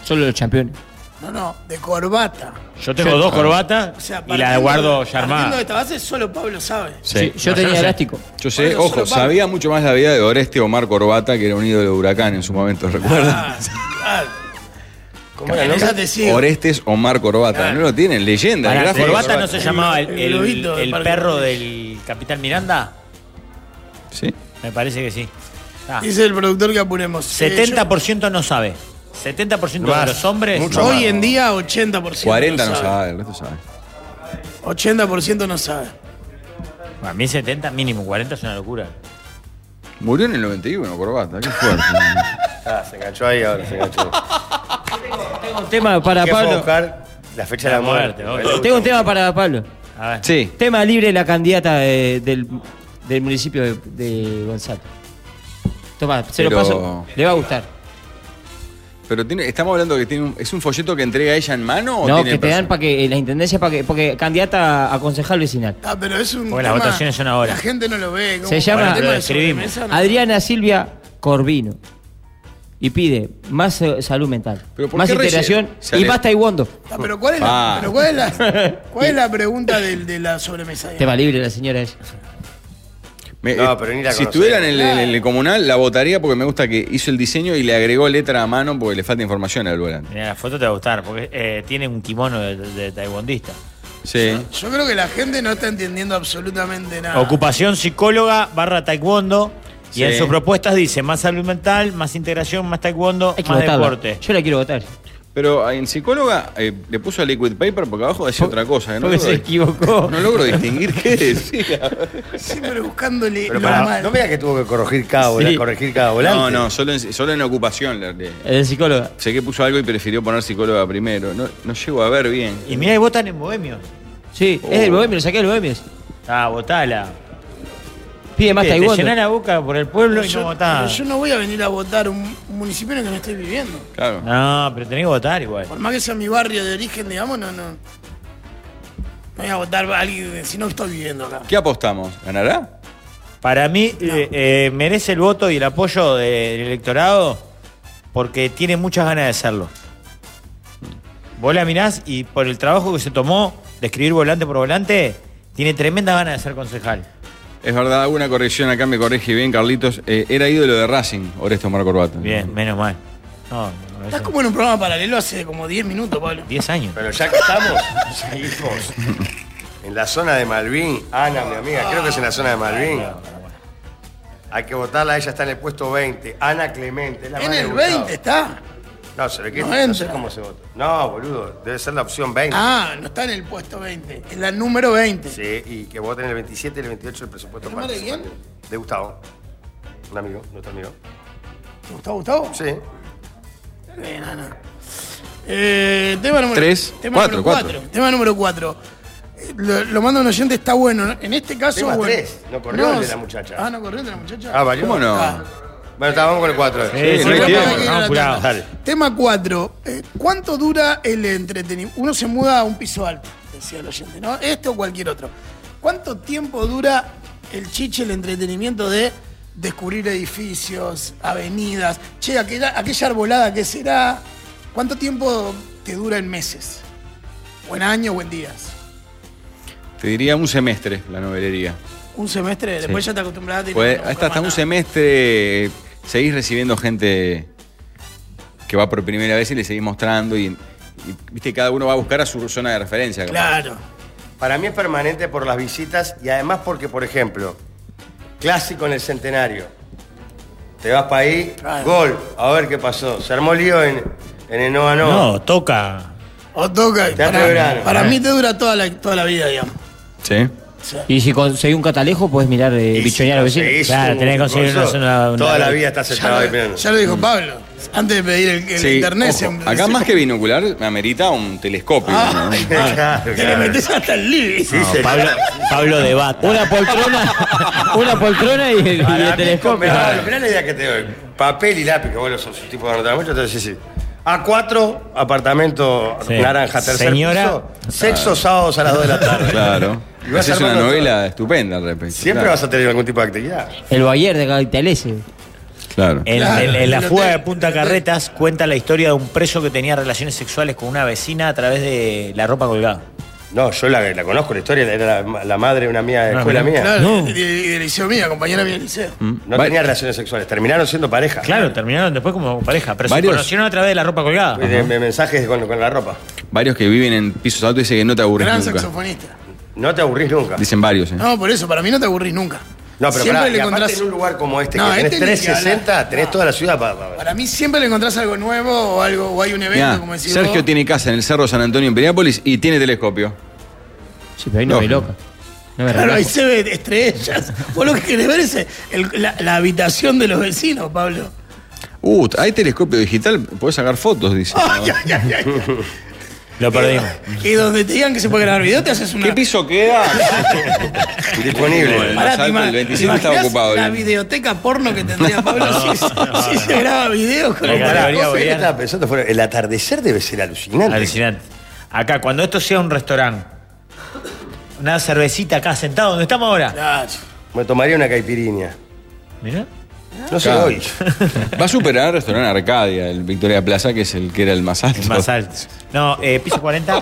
[SPEAKER 9] Solo los campeones.
[SPEAKER 5] No, no, de corbata.
[SPEAKER 2] Yo tengo dos corbatas
[SPEAKER 5] O sea,
[SPEAKER 2] y la
[SPEAKER 5] partiendo-
[SPEAKER 2] guardo ya
[SPEAKER 5] Partiendo de
[SPEAKER 2] armada.
[SPEAKER 5] esta base, solo Pablo sabe.
[SPEAKER 9] Sí, yo
[SPEAKER 2] no, yo
[SPEAKER 9] tenía
[SPEAKER 2] no sé.
[SPEAKER 9] elástico.
[SPEAKER 4] Yo sé,
[SPEAKER 5] Bueno,
[SPEAKER 4] ojo,
[SPEAKER 5] solo Pablo.
[SPEAKER 4] sabía mucho más la vida de Oreste Omar Corbata, que era un ídolo de huracán en su momento, *laughs*
[SPEAKER 5] Ah,
[SPEAKER 4] ¿recuerdan?
[SPEAKER 5] Claro.
[SPEAKER 1] ¿Cómo era, no?
[SPEAKER 5] Esa te sigue.
[SPEAKER 4] Orestes Omar Corbata, no lo tienen, leyenda.
[SPEAKER 2] Pará,
[SPEAKER 4] el gráfico.
[SPEAKER 2] ¿Corbata no se llamaba el,
[SPEAKER 5] El
[SPEAKER 2] el-
[SPEAKER 5] globito del
[SPEAKER 2] el
[SPEAKER 5] Parque
[SPEAKER 2] perro
[SPEAKER 5] Rodríguez.
[SPEAKER 2] del Capitán Miranda?
[SPEAKER 4] Sí.
[SPEAKER 2] Me parece que sí. Ah,
[SPEAKER 5] Dice el productor que apuremos. Eh,
[SPEAKER 2] 70% no sabe. 70% de
[SPEAKER 1] Más.
[SPEAKER 2] los hombres.
[SPEAKER 5] Eh, yo- hoy en día, 80%.
[SPEAKER 4] 40 no sabe, el resto sabe.
[SPEAKER 5] 80% no sabe.
[SPEAKER 2] A mí 70, mínimo 40 es una locura.
[SPEAKER 4] Murió en el 91, Corbata, qué fuerte.
[SPEAKER 1] Ah, se enganchó ahí ahora, se enganchó.
[SPEAKER 9] Tengo un tema para
[SPEAKER 1] ¿Qué fue a
[SPEAKER 9] Pablo.
[SPEAKER 1] buscar? La fecha de la
[SPEAKER 2] La muerte,
[SPEAKER 1] muerte.
[SPEAKER 2] obvio.
[SPEAKER 9] Tengo un tema para Pablo.
[SPEAKER 2] A ver.
[SPEAKER 4] *laughs* sí.
[SPEAKER 9] Tema libre de la candidata de- del, del municipio de, de Gonzalo. Toma, se lo
[SPEAKER 4] Pero-
[SPEAKER 9] paso. Le va a gustar.
[SPEAKER 4] Pero tiene, estamos hablando que tiene un- es un folleto que entrega ella en mano o
[SPEAKER 9] No,
[SPEAKER 4] tiene
[SPEAKER 9] que te dan
[SPEAKER 4] persona?
[SPEAKER 9] para que eh, la intendencia, para que, porque candidata a concejal vecinal.
[SPEAKER 5] Ah, pero es un.
[SPEAKER 2] Porque las
[SPEAKER 5] tema-
[SPEAKER 2] votaciones son ahora.
[SPEAKER 5] La gente no lo ve. como
[SPEAKER 9] Se llama-
[SPEAKER 5] para
[SPEAKER 9] Bueno,
[SPEAKER 5] el tema
[SPEAKER 2] lo
[SPEAKER 5] de
[SPEAKER 2] describimos.
[SPEAKER 5] sobremesa, no.
[SPEAKER 9] Adriana Silvia Corvino. Y pide más eh, salud mental,
[SPEAKER 4] Pero ¿por
[SPEAKER 9] más
[SPEAKER 4] qué relle-
[SPEAKER 9] integración
[SPEAKER 4] sale-
[SPEAKER 9] y más taekwondo.
[SPEAKER 5] Ah, pero ¿cuál es,
[SPEAKER 4] Ah.
[SPEAKER 5] la, pero cuál es la, cuál
[SPEAKER 2] *laughs*
[SPEAKER 5] es la pregunta del- de, la sobremesa?
[SPEAKER 9] Tema libre la señora ella.
[SPEAKER 4] Me-
[SPEAKER 1] No,
[SPEAKER 4] eh,
[SPEAKER 1] pero ni la
[SPEAKER 4] si
[SPEAKER 1] conocés.
[SPEAKER 4] estuviera en el, en el comunal, la votaría porque me gusta que hizo el diseño y le agregó letra a mano porque le falta información al volante.
[SPEAKER 2] Mira, la foto te va a gustar, porque eh, tiene un kimono de, de- de taekwondista.
[SPEAKER 4] Sí.
[SPEAKER 5] Yo creo que la gente no está entendiendo absolutamente nada.
[SPEAKER 2] Ocupación psicóloga barra taekwondo. Y
[SPEAKER 5] Ah. Sí.
[SPEAKER 2] en sus propuestas dice más salud mental, más integración, más taekwondo,
[SPEAKER 4] que
[SPEAKER 2] más
[SPEAKER 4] votarla.
[SPEAKER 2] deporte.
[SPEAKER 3] Yo la quiero votar.
[SPEAKER 4] Pero en psicóloga eh, le puso liquid paper porque abajo decía otra cosa. que Oh, No
[SPEAKER 2] porque
[SPEAKER 4] logro
[SPEAKER 2] se
[SPEAKER 4] di-
[SPEAKER 9] *laughs*
[SPEAKER 4] No logro distinguir qué *laughs* decía.
[SPEAKER 5] Siempre buscándole
[SPEAKER 1] Pero
[SPEAKER 5] lo
[SPEAKER 1] pará,
[SPEAKER 5] malo.
[SPEAKER 1] no veas que tuvo que corregir cada, vola-
[SPEAKER 4] Sí.
[SPEAKER 1] corregir cada volante.
[SPEAKER 4] No, no, solo en, solo en ocupación. la- de-
[SPEAKER 9] El psicólogo.
[SPEAKER 4] Sé que puso algo y prefirió poner psicóloga primero. No, no llego a ver bien.
[SPEAKER 2] Y mira, y votan en Bohemios.
[SPEAKER 9] Sí, es del Bohemio, lo saqué del Bohemio.
[SPEAKER 2] Ah, votala.
[SPEAKER 9] Pide más
[SPEAKER 2] Te
[SPEAKER 9] taekwondo.
[SPEAKER 2] llená la boca por el pueblo y no
[SPEAKER 5] Pero
[SPEAKER 2] votás.
[SPEAKER 5] yo no voy a venir a votar un un municipio en el que no estoy viviendo.
[SPEAKER 4] Claro.
[SPEAKER 2] No, pero tenés que votar igual.
[SPEAKER 5] Por más que sea mi barrio de origen, digamos, no, no. No voy a votar a alguien si no estoy viviendo acá.
[SPEAKER 4] ¿Qué apostamos? ¿Ganará?
[SPEAKER 2] Para mí eh, eh, merece el voto y el apoyo de- del electorado porque tiene muchas ganas de hacerlo. Vos la mirás y por el trabajo que se tomó de escribir volante por volante, tiene tremenda ganas de ser concejal.
[SPEAKER 4] Es verdad, hago una corrección acá, me corrige bien, Carlitos. Eh, era ídolo de Racing, Oresto Mar Corbata.
[SPEAKER 2] Bien, menos mal. No,
[SPEAKER 5] Estás como en un programa paralelo hace como 10 minutos, Pablo.
[SPEAKER 2] 10 años.
[SPEAKER 1] Pero ya que estamos, *laughs* seguimos. En la zona de Malvin, Ana, mi amiga, creo que es en la zona de Malvin. Hay que votarla, ella está en el puesto 20. Ana Clemente, es la
[SPEAKER 5] En
[SPEAKER 1] madre
[SPEAKER 5] el
[SPEAKER 1] de Gustavo.
[SPEAKER 5] 20 está.
[SPEAKER 1] No, se le
[SPEAKER 5] No
[SPEAKER 1] quita, no sé
[SPEAKER 5] entra.
[SPEAKER 1] cómo se vota. No, boludo, debe ser la opción 20.
[SPEAKER 5] Ah, no está en el puesto 20. En la número 20.
[SPEAKER 1] Sí, y que voten el 27 y el 28 del presupuesto
[SPEAKER 5] ¿Es la madre de
[SPEAKER 1] participativo. De Gustavo. Un amigo, nuestro amigo.
[SPEAKER 5] ¿Te gustó, Gustavo?
[SPEAKER 1] Sí.
[SPEAKER 5] Bien, Ana. Eh, tema número
[SPEAKER 4] Tres,
[SPEAKER 5] tema
[SPEAKER 4] cuatro,
[SPEAKER 5] número
[SPEAKER 4] cuatro.
[SPEAKER 5] Tema número 4. Lo, lo manda un oyente, está bueno. ¿no? En este caso.
[SPEAKER 1] Tema
[SPEAKER 5] bueno.
[SPEAKER 1] tres, no corrió el de la muchacha.
[SPEAKER 5] Ah, no corrió el de la muchacha.
[SPEAKER 1] Ah, valió.
[SPEAKER 4] ¿Cómo no?
[SPEAKER 5] Ah.
[SPEAKER 1] Bueno, está, vamos con el 4.
[SPEAKER 4] Sí, sí, no hay tiempo, Ah,
[SPEAKER 5] estamos apurados.
[SPEAKER 1] Dale.
[SPEAKER 5] Tema 4. ¿Cuánto dura el entretenimiento? Uno se muda a un piso alto, decía el oyente, ¿no? Este o cualquier otro. ¿Cuánto tiempo dura el chiche, el entretenimiento de descubrir edificios, avenidas? Che, aquella, aquella arbolada, ¿qué será? ¿Cuánto tiempo te dura en meses? ¿O en años o en días?
[SPEAKER 4] Te diría un semestre la novelería.
[SPEAKER 5] ¿Un semestre? Después ya te acostumbrás a
[SPEAKER 4] Pues hasta, hasta un semestre eh, seguís recibiendo gente que va por primera vez y le seguís mostrando y, y, viste cada uno va a buscar a su zona de referencia. capaz.
[SPEAKER 5] Claro.
[SPEAKER 1] Para mí es permanente por las visitas y además porque, por ejemplo, clásico en el centenario. Te vas para ahí,
[SPEAKER 5] Claro.
[SPEAKER 1] gol, a ver qué pasó. Se armó lío en, en el Noa Noa.
[SPEAKER 2] No, toca.
[SPEAKER 5] O toca.
[SPEAKER 1] Teatro de
[SPEAKER 5] Para,
[SPEAKER 1] verano.
[SPEAKER 5] para
[SPEAKER 4] Eh.
[SPEAKER 5] mí te dura toda la, toda la vida, digamos.
[SPEAKER 4] Sí.
[SPEAKER 9] Y si conseguís un catalejo, podés mirar, eh,
[SPEAKER 1] Y si
[SPEAKER 9] bichonear a los vecinos.
[SPEAKER 1] conseguís
[SPEAKER 2] Claro,
[SPEAKER 1] un
[SPEAKER 2] tenés que conseguir una
[SPEAKER 1] coso,
[SPEAKER 2] zona- una-
[SPEAKER 1] Toda la vida estás
[SPEAKER 5] Ya lo-
[SPEAKER 1] sentado ahí mirando.
[SPEAKER 5] Ya lo dijo Pablo. Antes de pedir el, el
[SPEAKER 4] Sí,
[SPEAKER 5] internet.
[SPEAKER 4] ojo,
[SPEAKER 5] se-
[SPEAKER 4] acá
[SPEAKER 5] se-
[SPEAKER 4] más que binocular me amerita un telescopio.
[SPEAKER 5] Ah,
[SPEAKER 1] *laughs*
[SPEAKER 4] ¿no?
[SPEAKER 1] Claro,
[SPEAKER 5] Te le
[SPEAKER 1] claro.
[SPEAKER 5] metes hasta el living.
[SPEAKER 1] Sí, señor.
[SPEAKER 2] Pablo, Pablo de Bata.
[SPEAKER 9] Una poltrona, *laughs* una poltrona y, el- y
[SPEAKER 1] Para
[SPEAKER 9] el
[SPEAKER 1] mí,
[SPEAKER 9] telescopio.
[SPEAKER 1] Mirá, mirá la idea que te doy. Papel y lápiz, que vos los sos un tipo de anotar mucho, entonces sí, sí. A4, apartamento
[SPEAKER 2] Sí.
[SPEAKER 1] naranja, tercer
[SPEAKER 2] Señora.
[SPEAKER 1] piso, sexo sábados a las 2 de la tarde.
[SPEAKER 4] Claro.
[SPEAKER 1] Y vas
[SPEAKER 4] Esa es una
[SPEAKER 1] armando
[SPEAKER 4] novela estupenda de repente.
[SPEAKER 1] Siempre
[SPEAKER 4] claro.
[SPEAKER 1] vas a tener algún tipo de actividad.
[SPEAKER 9] El Bayer de Capitalese.
[SPEAKER 4] Claro.
[SPEAKER 1] Eh,
[SPEAKER 2] En,
[SPEAKER 5] Claro,
[SPEAKER 2] en- en la
[SPEAKER 5] el
[SPEAKER 2] fuga
[SPEAKER 5] hotel,
[SPEAKER 2] de Punta
[SPEAKER 5] el hotel.
[SPEAKER 2] Carretas cuenta la historia de un preso que tenía relaciones sexuales con una vecina a través de la ropa colgada.
[SPEAKER 1] No, yo la, la conozco la historia, era la, la madre de una mía de
[SPEAKER 2] No,
[SPEAKER 1] escuela
[SPEAKER 2] mirá.
[SPEAKER 1] mía.
[SPEAKER 5] Claro,
[SPEAKER 2] No.
[SPEAKER 5] y- y y del liceo mía, compañera mía del liceo.
[SPEAKER 1] No
[SPEAKER 4] Va-
[SPEAKER 1] tenía relaciones sexuales, terminaron siendo pareja.
[SPEAKER 2] Claro, terminaron después como pareja, pero
[SPEAKER 4] Varios-
[SPEAKER 2] se conocieron a través de la ropa colgada.
[SPEAKER 1] Y de- de mensajes con, con la ropa.
[SPEAKER 4] Varios que viven en pisos altos dicen que no te aburres
[SPEAKER 5] Gran
[SPEAKER 4] nunca.
[SPEAKER 5] saxofonista.
[SPEAKER 1] No te aburrís nunca.
[SPEAKER 4] Dicen varios, ¿eh?
[SPEAKER 5] No, por eso, para mí no te aburrís nunca.
[SPEAKER 1] No, pero
[SPEAKER 5] siempre
[SPEAKER 1] pará,
[SPEAKER 5] le
[SPEAKER 1] y aparte
[SPEAKER 5] encontrás-
[SPEAKER 1] en un lugar como este,
[SPEAKER 5] No,
[SPEAKER 1] que tenés
[SPEAKER 5] este ni que
[SPEAKER 1] 360,
[SPEAKER 5] hablar. Ah.
[SPEAKER 1] tenés toda la ciudad para, para ver.
[SPEAKER 5] Para mí siempre le encontrás algo nuevo o algo o hay un evento,
[SPEAKER 4] Mirá,
[SPEAKER 5] como decís
[SPEAKER 4] Sergio
[SPEAKER 5] vos.
[SPEAKER 4] tiene casa en el Cerro San Antonio en Piriápolis y tiene telescopio.
[SPEAKER 9] Sí, pero ahí no me
[SPEAKER 4] Lógico.
[SPEAKER 9] loca. No me
[SPEAKER 5] Claro,
[SPEAKER 9] relajo.
[SPEAKER 5] ahí se ve estrellas. Vos lo que querés ver es el- la, la habitación de los vecinos, Pablo.
[SPEAKER 4] Uh, hay telescopio digital, podés sacar fotos, dice.
[SPEAKER 2] Ah,
[SPEAKER 5] Ay, ay, ay, ay.
[SPEAKER 2] Lo perdimos.
[SPEAKER 5] Y donde te digan que se puede grabar video, te haces una.
[SPEAKER 4] ¿Qué piso queda?
[SPEAKER 1] Disponible.
[SPEAKER 4] Bueno. más
[SPEAKER 5] Pará,
[SPEAKER 4] alto,
[SPEAKER 5] te ima-
[SPEAKER 4] el 25
[SPEAKER 5] ¿te
[SPEAKER 4] estaba
[SPEAKER 5] imaginás
[SPEAKER 4] ocupado,
[SPEAKER 5] La
[SPEAKER 4] ¿eh?
[SPEAKER 5] videoteca porno que
[SPEAKER 4] *laughs*
[SPEAKER 5] tendría Pablo si, si se graba videos con
[SPEAKER 2] La
[SPEAKER 5] el
[SPEAKER 1] Pará,
[SPEAKER 2] categoría
[SPEAKER 1] vos sabés que
[SPEAKER 2] boliviana.
[SPEAKER 1] estaba pensando, fuera, el atardecer debe ser alucinante.
[SPEAKER 2] Alucinante. Acá, cuando esto sea un restaurante, una cervecita acá sentado donde estamos ahora.
[SPEAKER 5] Claro.
[SPEAKER 1] Me tomaría una caipirinha.
[SPEAKER 2] Mirá.
[SPEAKER 1] No sé
[SPEAKER 4] Claro.
[SPEAKER 1] hoy.
[SPEAKER 4] Va a superar al restaurante Arcadia, el Victoria Plaza, que es el que era el más alto.
[SPEAKER 2] El más alto. No, eh, piso 40.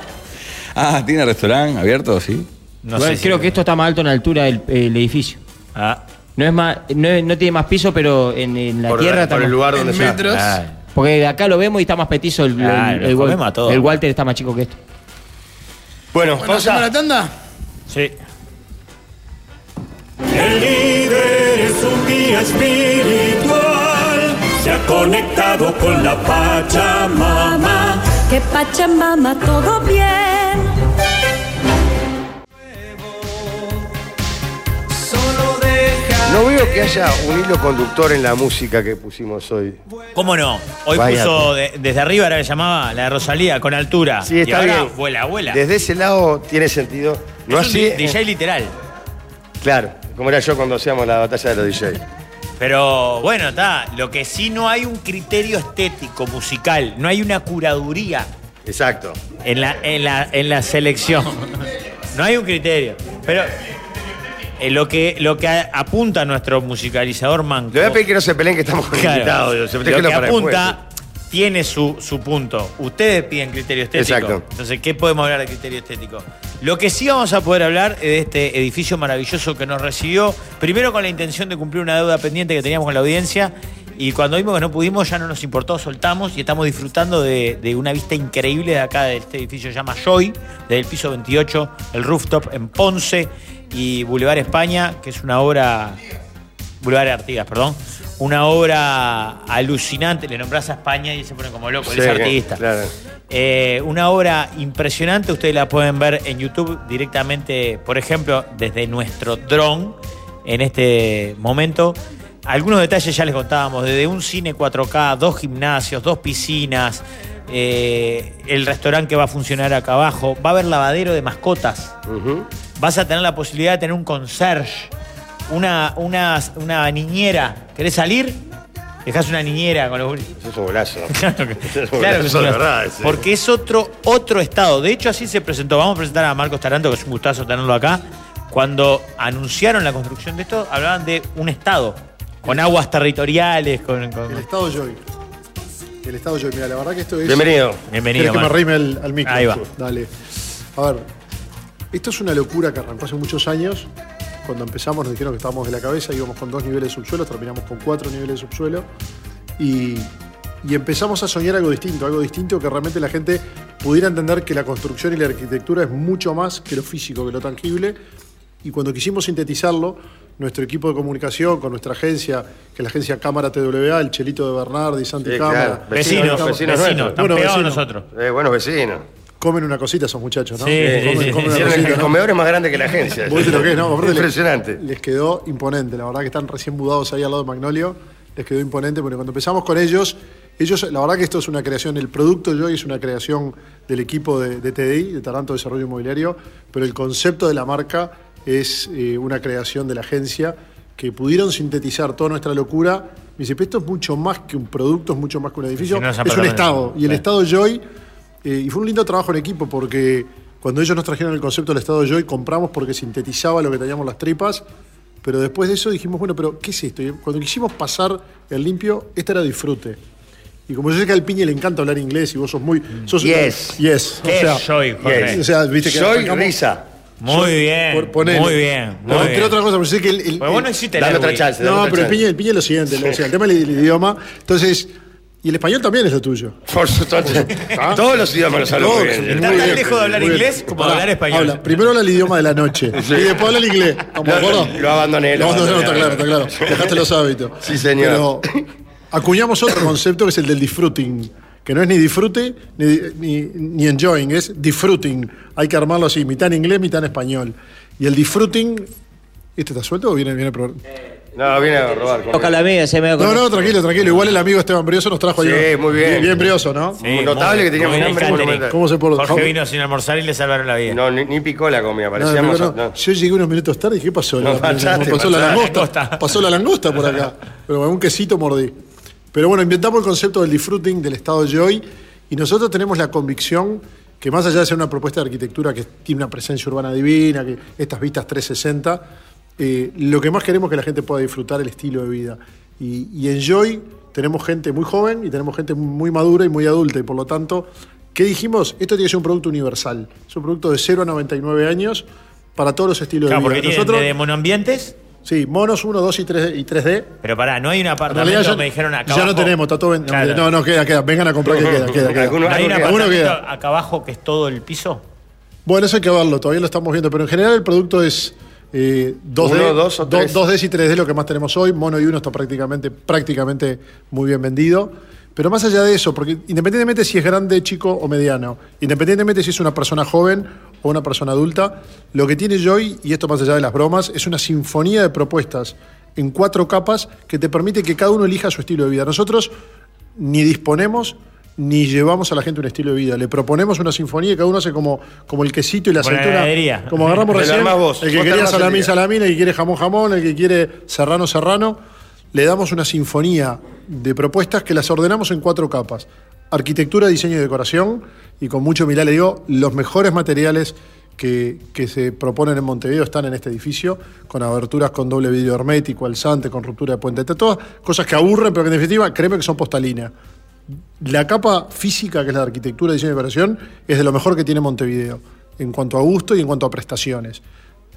[SPEAKER 4] Ah, tiene restaurante abierto, sí.
[SPEAKER 2] No
[SPEAKER 9] Igual
[SPEAKER 2] sé.
[SPEAKER 9] creo
[SPEAKER 2] si-
[SPEAKER 9] que esto está más alto en la altura del el edificio.
[SPEAKER 2] Ah,
[SPEAKER 9] No es más, no, es- no tiene más piso, pero en, en la
[SPEAKER 1] Por,
[SPEAKER 9] tierra
[SPEAKER 1] por
[SPEAKER 9] está
[SPEAKER 1] el
[SPEAKER 9] más-
[SPEAKER 1] lugar donde
[SPEAKER 5] En
[SPEAKER 1] sea.
[SPEAKER 5] metros.
[SPEAKER 2] claro.
[SPEAKER 9] Porque acá lo vemos y está más petizo el, el-
[SPEAKER 2] Claro,
[SPEAKER 9] el-
[SPEAKER 2] comemos a todos.
[SPEAKER 9] el Walter está más chico que esto.
[SPEAKER 1] Bueno,
[SPEAKER 5] Bueno, ¿hacemos la tanda?
[SPEAKER 2] Sí.
[SPEAKER 10] El líder es un guía espiritual, se ha conectado con la Pachamama.
[SPEAKER 6] Que Pachamama todo bien.
[SPEAKER 1] No veo que haya un hilo conductor en la música que pusimos hoy.
[SPEAKER 2] ¿Cómo no? Hoy
[SPEAKER 1] Vaya.
[SPEAKER 2] puso de- desde arriba, ahora le llamaba la de Rosalía, con altura.
[SPEAKER 1] Sí, está
[SPEAKER 2] y ahora
[SPEAKER 1] bien.
[SPEAKER 2] vuela, vuela.
[SPEAKER 1] Desde ese lado tiene sentido. No eh.
[SPEAKER 2] es un
[SPEAKER 1] así.
[SPEAKER 2] di- DJ literal.
[SPEAKER 1] Claro, como era yo cuando hacíamos la batalla de los DJs.
[SPEAKER 2] Pero bueno, está. Lo que sí no hay un criterio estético, musical. No hay una curaduría
[SPEAKER 1] Exacto.
[SPEAKER 2] en la, en la, en la selección. No hay un criterio. Pero eh, lo que, lo que a- apunta nuestro musicalizador Manco.
[SPEAKER 1] Le voy a pedir que no se peleen que estamos con
[SPEAKER 2] Claro.
[SPEAKER 1] invitados, Dios, se-
[SPEAKER 2] Lo
[SPEAKER 1] déjenlo
[SPEAKER 2] que
[SPEAKER 1] para
[SPEAKER 2] apunta tiene su, su punto. Ustedes piden criterio estético.
[SPEAKER 1] Exacto.
[SPEAKER 2] Entonces, ¿qué podemos hablar de criterio estético? Lo que sí vamos a poder hablar es de este edificio maravilloso que nos recibió, primero con la intención de cumplir una deuda pendiente que teníamos con la audiencia, y cuando vimos que no pudimos, ya no nos importó, soltamos y estamos disfrutando de, de una vista increíble de acá, de este edificio, se llama Joy, desde el piso 28, el rooftop en Ponce y Boulevard España, que es una obra Boulevard Artigas, perdón. Una obra alucinante. Le nombras a España y se pone como loco.
[SPEAKER 1] Sí,
[SPEAKER 2] él pues, es artista.
[SPEAKER 1] claro.
[SPEAKER 2] Eh, una obra impresionante. Ustedes la pueden ver en YouTube directamente, por ejemplo, desde nuestro dron en este momento. Algunos detalles ya les contábamos, desde un cine 4K, dos gimnasios, dos piscinas, eh, el restaurante que va a funcionar acá abajo, va a haber lavadero de mascotas, vas a tener la posibilidad de tener un concierge, una, una, una niñera. ¿Querés salir? Dejás una niñera con los boli-
[SPEAKER 1] Eso es un golazo.
[SPEAKER 2] Claro
[SPEAKER 1] Eso *laughs* es un
[SPEAKER 2] Claro,
[SPEAKER 1] golazo, de verdad. ese.
[SPEAKER 2] porque es otro, otro estado. De hecho, así se presentó. Vamos a presentar a Marcos Taranto, que es un gustazo tenerlo acá. Cuando anunciaron la construcción de esto, hablaban de un estado, con aguas territoriales, con. con-
[SPEAKER 11] El Estado Joy. El Estado Joy. Mira, la verdad que esto es.
[SPEAKER 1] Bienvenido.
[SPEAKER 2] Bienvenido,
[SPEAKER 11] ¿Querés que me
[SPEAKER 2] Mar.
[SPEAKER 11] arrime al, al micro?
[SPEAKER 2] Ahí va.
[SPEAKER 11] Dale. A ver, esto es una locura que arrancó hace muchos años. Cuando empezamos nos dijeron que estábamos de la cabeza, íbamos con dos niveles de subsuelo, terminamos con cuatro niveles de subsuelo. Y, y empezamos a soñar algo distinto, algo distinto que realmente la gente pudiera entender que la construcción y la arquitectura es mucho más que lo físico, que lo tangible. Y cuando quisimos sintetizarlo, nuestro equipo de comunicación con nuestra agencia, que es la agencia Cámara TWA, el Chelito de Bernardi, Santi
[SPEAKER 1] Sí,
[SPEAKER 11] Cámara.
[SPEAKER 1] claro. Vecinos,
[SPEAKER 11] Cámara.
[SPEAKER 1] vecinos nuestros.
[SPEAKER 2] están
[SPEAKER 11] Bueno,
[SPEAKER 2] pegados a
[SPEAKER 11] vecino.
[SPEAKER 2] nosotros.
[SPEAKER 1] Eh, buenos vecinos.
[SPEAKER 11] Comen una cosita esos muchachos, ¿no?
[SPEAKER 2] Sí, sí,
[SPEAKER 11] comen,
[SPEAKER 2] sí, sí,
[SPEAKER 11] comen Eh, una
[SPEAKER 1] Hicieron el,
[SPEAKER 11] cosita,
[SPEAKER 1] el
[SPEAKER 11] ¿no?
[SPEAKER 1] comedor es más grande que la agencia.
[SPEAKER 11] ¿Vos viste lo que es, no? Aparte les-
[SPEAKER 1] Impresionante.
[SPEAKER 11] Les quedó imponente, la verdad que están recién mudados ahí al lado de Magnolio. Les quedó imponente, porque cuando empezamos con ellos, ellos, la verdad que esto es una creación, el producto Joy es una creación del equipo de, de TDI, de Taranto Desarrollo Inmobiliario, pero el concepto de la marca es eh, una creación de la agencia que pudieron sintetizar toda nuestra locura. Me dice, "Pero esto es mucho más que un producto, es mucho más que un edificio,
[SPEAKER 2] Si no, es
[SPEAKER 11] es un
[SPEAKER 2] apartamento.
[SPEAKER 11] estado. Y el
[SPEAKER 2] Sí.
[SPEAKER 11] estado Joy eh, y fue un lindo trabajo en equipo porque cuando ellos nos trajeron el concepto del estado yo y compramos porque sintetizaba lo que teníamos las tripas, pero después de eso dijimos, bueno, pero ¿qué es esto? Y cuando quisimos pasar el limpio, este era disfrute. Y como yo sé que al Piñe le encanta hablar inglés y vos sos muy... Sos
[SPEAKER 1] Yes.
[SPEAKER 11] Yes.
[SPEAKER 2] Mm. ¿Qué es Joy, Jorge?
[SPEAKER 11] O sea, viste que
[SPEAKER 1] Soy
[SPEAKER 11] arrancamos-
[SPEAKER 1] risa.
[SPEAKER 2] Muy
[SPEAKER 11] Joy,
[SPEAKER 2] bien.
[SPEAKER 11] por- ponele.
[SPEAKER 2] Muy bien.
[SPEAKER 11] No,
[SPEAKER 2] muy
[SPEAKER 11] entre
[SPEAKER 2] bien.
[SPEAKER 11] otras cosas, porque sé que el... el-
[SPEAKER 2] Pues vos
[SPEAKER 11] el-
[SPEAKER 2] no hiciste
[SPEAKER 1] Dame
[SPEAKER 2] el
[SPEAKER 1] otra
[SPEAKER 2] Erwin.
[SPEAKER 1] chance. dame
[SPEAKER 11] no,
[SPEAKER 1] otra
[SPEAKER 11] pero el
[SPEAKER 1] chance.
[SPEAKER 11] piñe, el piñe es lo siguiente, o sea, el tema del del idioma. Entonces, y el español también es lo tuyo.
[SPEAKER 1] Por supuesto. Todos los idiomas los hablan
[SPEAKER 11] ¿Ah? Todos,
[SPEAKER 1] muy bien.
[SPEAKER 2] Está
[SPEAKER 11] Muy
[SPEAKER 2] tan
[SPEAKER 11] bien,
[SPEAKER 2] lejos de hablar
[SPEAKER 11] muy bien.
[SPEAKER 2] inglés como de
[SPEAKER 11] Pará,
[SPEAKER 2] hablar español.
[SPEAKER 11] habla. Primero habla el idioma de
[SPEAKER 1] *laughs*
[SPEAKER 11] la noche y después habla el inglés. ¿Estamos de
[SPEAKER 1] Lo,
[SPEAKER 11] acuerdo?
[SPEAKER 1] lo abandoné.
[SPEAKER 11] No,
[SPEAKER 1] lo
[SPEAKER 11] no, no, está
[SPEAKER 1] abandoné.
[SPEAKER 11] claro, está claro. Dejaste los hábitos.
[SPEAKER 1] Sí, señor.
[SPEAKER 11] Pero acuñamos
[SPEAKER 1] *coughs*
[SPEAKER 11] otro concepto que es el del disfruting. Que no es ni disfrute ni, ni, ni enjoying, es disfruting. Hay que armarlo así, mitad en inglés, mitad en español. Y el disfruting. ¿Este está suelto o viene, viene pro-
[SPEAKER 2] Eh,
[SPEAKER 1] No, viene a robar. conmigo.
[SPEAKER 3] Toca la media, se me va
[SPEAKER 11] No, no, tranquilo, tranquilo. Igual el amigo Esteban Brioso nos trajo
[SPEAKER 1] Sí,
[SPEAKER 11] ahí.
[SPEAKER 1] muy bien.
[SPEAKER 11] Bien, bien Brioso, ¿no?
[SPEAKER 2] Sí,
[SPEAKER 1] Notable
[SPEAKER 2] muy-
[SPEAKER 1] que teníamos un
[SPEAKER 2] muy bien,
[SPEAKER 1] hambre
[SPEAKER 2] catering.
[SPEAKER 1] monumental.
[SPEAKER 11] ¿Cómo se por-
[SPEAKER 2] Jorge
[SPEAKER 11] cómo-
[SPEAKER 2] vino sin almorzar y le salvaron la vida.
[SPEAKER 1] No, ni, ni picó la comida,
[SPEAKER 11] No, no,
[SPEAKER 1] parecíamos.
[SPEAKER 11] no, no.
[SPEAKER 1] no.
[SPEAKER 11] Yo llegué unos minutos tarde y dije, ¿qué pasó?
[SPEAKER 1] No,
[SPEAKER 11] La-
[SPEAKER 1] manchaste,
[SPEAKER 11] pasó la
[SPEAKER 1] manchaste.
[SPEAKER 11] langosta.
[SPEAKER 2] Langosta.
[SPEAKER 11] Pasó la langosta por acá. Pero un quesito mordí. Pero bueno, inventamos el concepto del disfruting del estado de hoy y nosotros tenemos la convicción que más allá de ser una propuesta de arquitectura que tiene una presencia urbana divina, que estas vistas 360, eh, lo que más queremos es que la gente pueda disfrutar el estilo de vida. Y, y en Joy tenemos gente muy joven y tenemos gente muy madura y muy adulta y por lo tanto, ¿qué dijimos? Esto tiene que ser un producto universal, es un producto de 0 a 99 años para todos los estilos
[SPEAKER 2] Claro,
[SPEAKER 11] de
[SPEAKER 2] porque
[SPEAKER 11] vida.
[SPEAKER 2] tienen
[SPEAKER 11] Nosotros-
[SPEAKER 2] desde monoambientes,
[SPEAKER 11] Sí, monos 1, 2 y 3 y 3D.
[SPEAKER 2] pero pará, no hay un
[SPEAKER 11] En realidad
[SPEAKER 2] apartamento,
[SPEAKER 11] ya,
[SPEAKER 2] me dijeron acá.
[SPEAKER 11] ya no
[SPEAKER 2] abajo.
[SPEAKER 11] tenemos, está todo ven-
[SPEAKER 2] Claro.
[SPEAKER 11] No, no, queda, queda. Vengan a comprar que queda, queda, queda.
[SPEAKER 1] Alguno-
[SPEAKER 2] ¿No hay un
[SPEAKER 1] Alguno
[SPEAKER 2] apartamento
[SPEAKER 11] queda.
[SPEAKER 2] acá abajo que es todo el piso?
[SPEAKER 11] Bueno, eso hay que verlo, todavía lo estamos viendo, pero en general el producto es eh, 2D,
[SPEAKER 1] Uno, dos o
[SPEAKER 11] do-
[SPEAKER 1] tres.
[SPEAKER 11] 2Ds y 3D lo que más tenemos hoy. Mono y uno está prácticamente, prácticamente muy bien vendido. Pero más allá de eso, porque independientemente si es grande, chico o mediano, independientemente si es una persona joven o una persona adulta, lo que tiene Joy, y esto más allá de las bromas, es una sinfonía de propuestas en cuatro capas que te permite que cada uno elija su estilo de vida. Nosotros ni disponemos ni llevamos a la gente un estilo de vida. Le proponemos una sinfonía y cada uno hace como, como el quesito y la
[SPEAKER 2] Como la
[SPEAKER 11] aceituna.
[SPEAKER 2] ganadería.
[SPEAKER 11] Como agarramos
[SPEAKER 1] Te lo
[SPEAKER 11] recién.
[SPEAKER 1] armás vos.
[SPEAKER 11] El que
[SPEAKER 1] Vos te
[SPEAKER 11] quería
[SPEAKER 1] armás el
[SPEAKER 11] salamín,
[SPEAKER 1] día.
[SPEAKER 11] salamín, el que quiere jamón, jamón, el que quiere serrano, serrano. Le damos una sinfonía de propuestas que las ordenamos en cuatro capas. Arquitectura, diseño y decoración. Y con mucho milagro le digo, los mejores materiales que, que se proponen en Montevideo están en este edificio, con aberturas con doble vidrio hermético, alzante, con ruptura de puente, todas cosas que aburren, pero que en definitiva créeme que son postalina. La capa física, que es la de arquitectura, diseño y decoración, es de lo mejor que tiene Montevideo, en cuanto a gusto y en cuanto a prestaciones.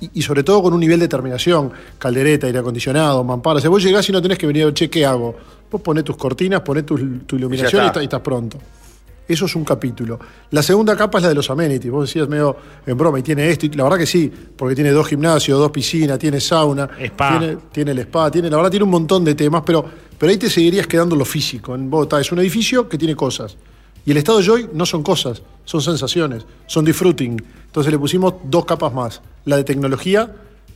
[SPEAKER 11] Y, y sobre todo con un nivel de terminación, caldereta, aire acondicionado, mamparas. O sea, vos llegás y no tenés que venir a ver, che, ¿qué hago? Vos ponés tus cortinas, ponés tu, tu iluminación y,
[SPEAKER 1] está.
[SPEAKER 11] ta- y estás pronto. Eso es un capítulo. La segunda capa es la de los amenities. Vos decías medio en broma, y tiene esto, y la verdad que sí, porque tiene dos gimnasios, dos piscinas, tiene sauna,
[SPEAKER 2] Spa.
[SPEAKER 11] Tiene, tiene el spa, tiene, la verdad tiene un montón de temas, pero, pero ahí te seguirías quedando lo físico. En Bogotá es un edificio que tiene cosas. Y el estado de joy no son cosas, son sensaciones, son disfruting. Entonces le pusimos dos capas más, la de tecnología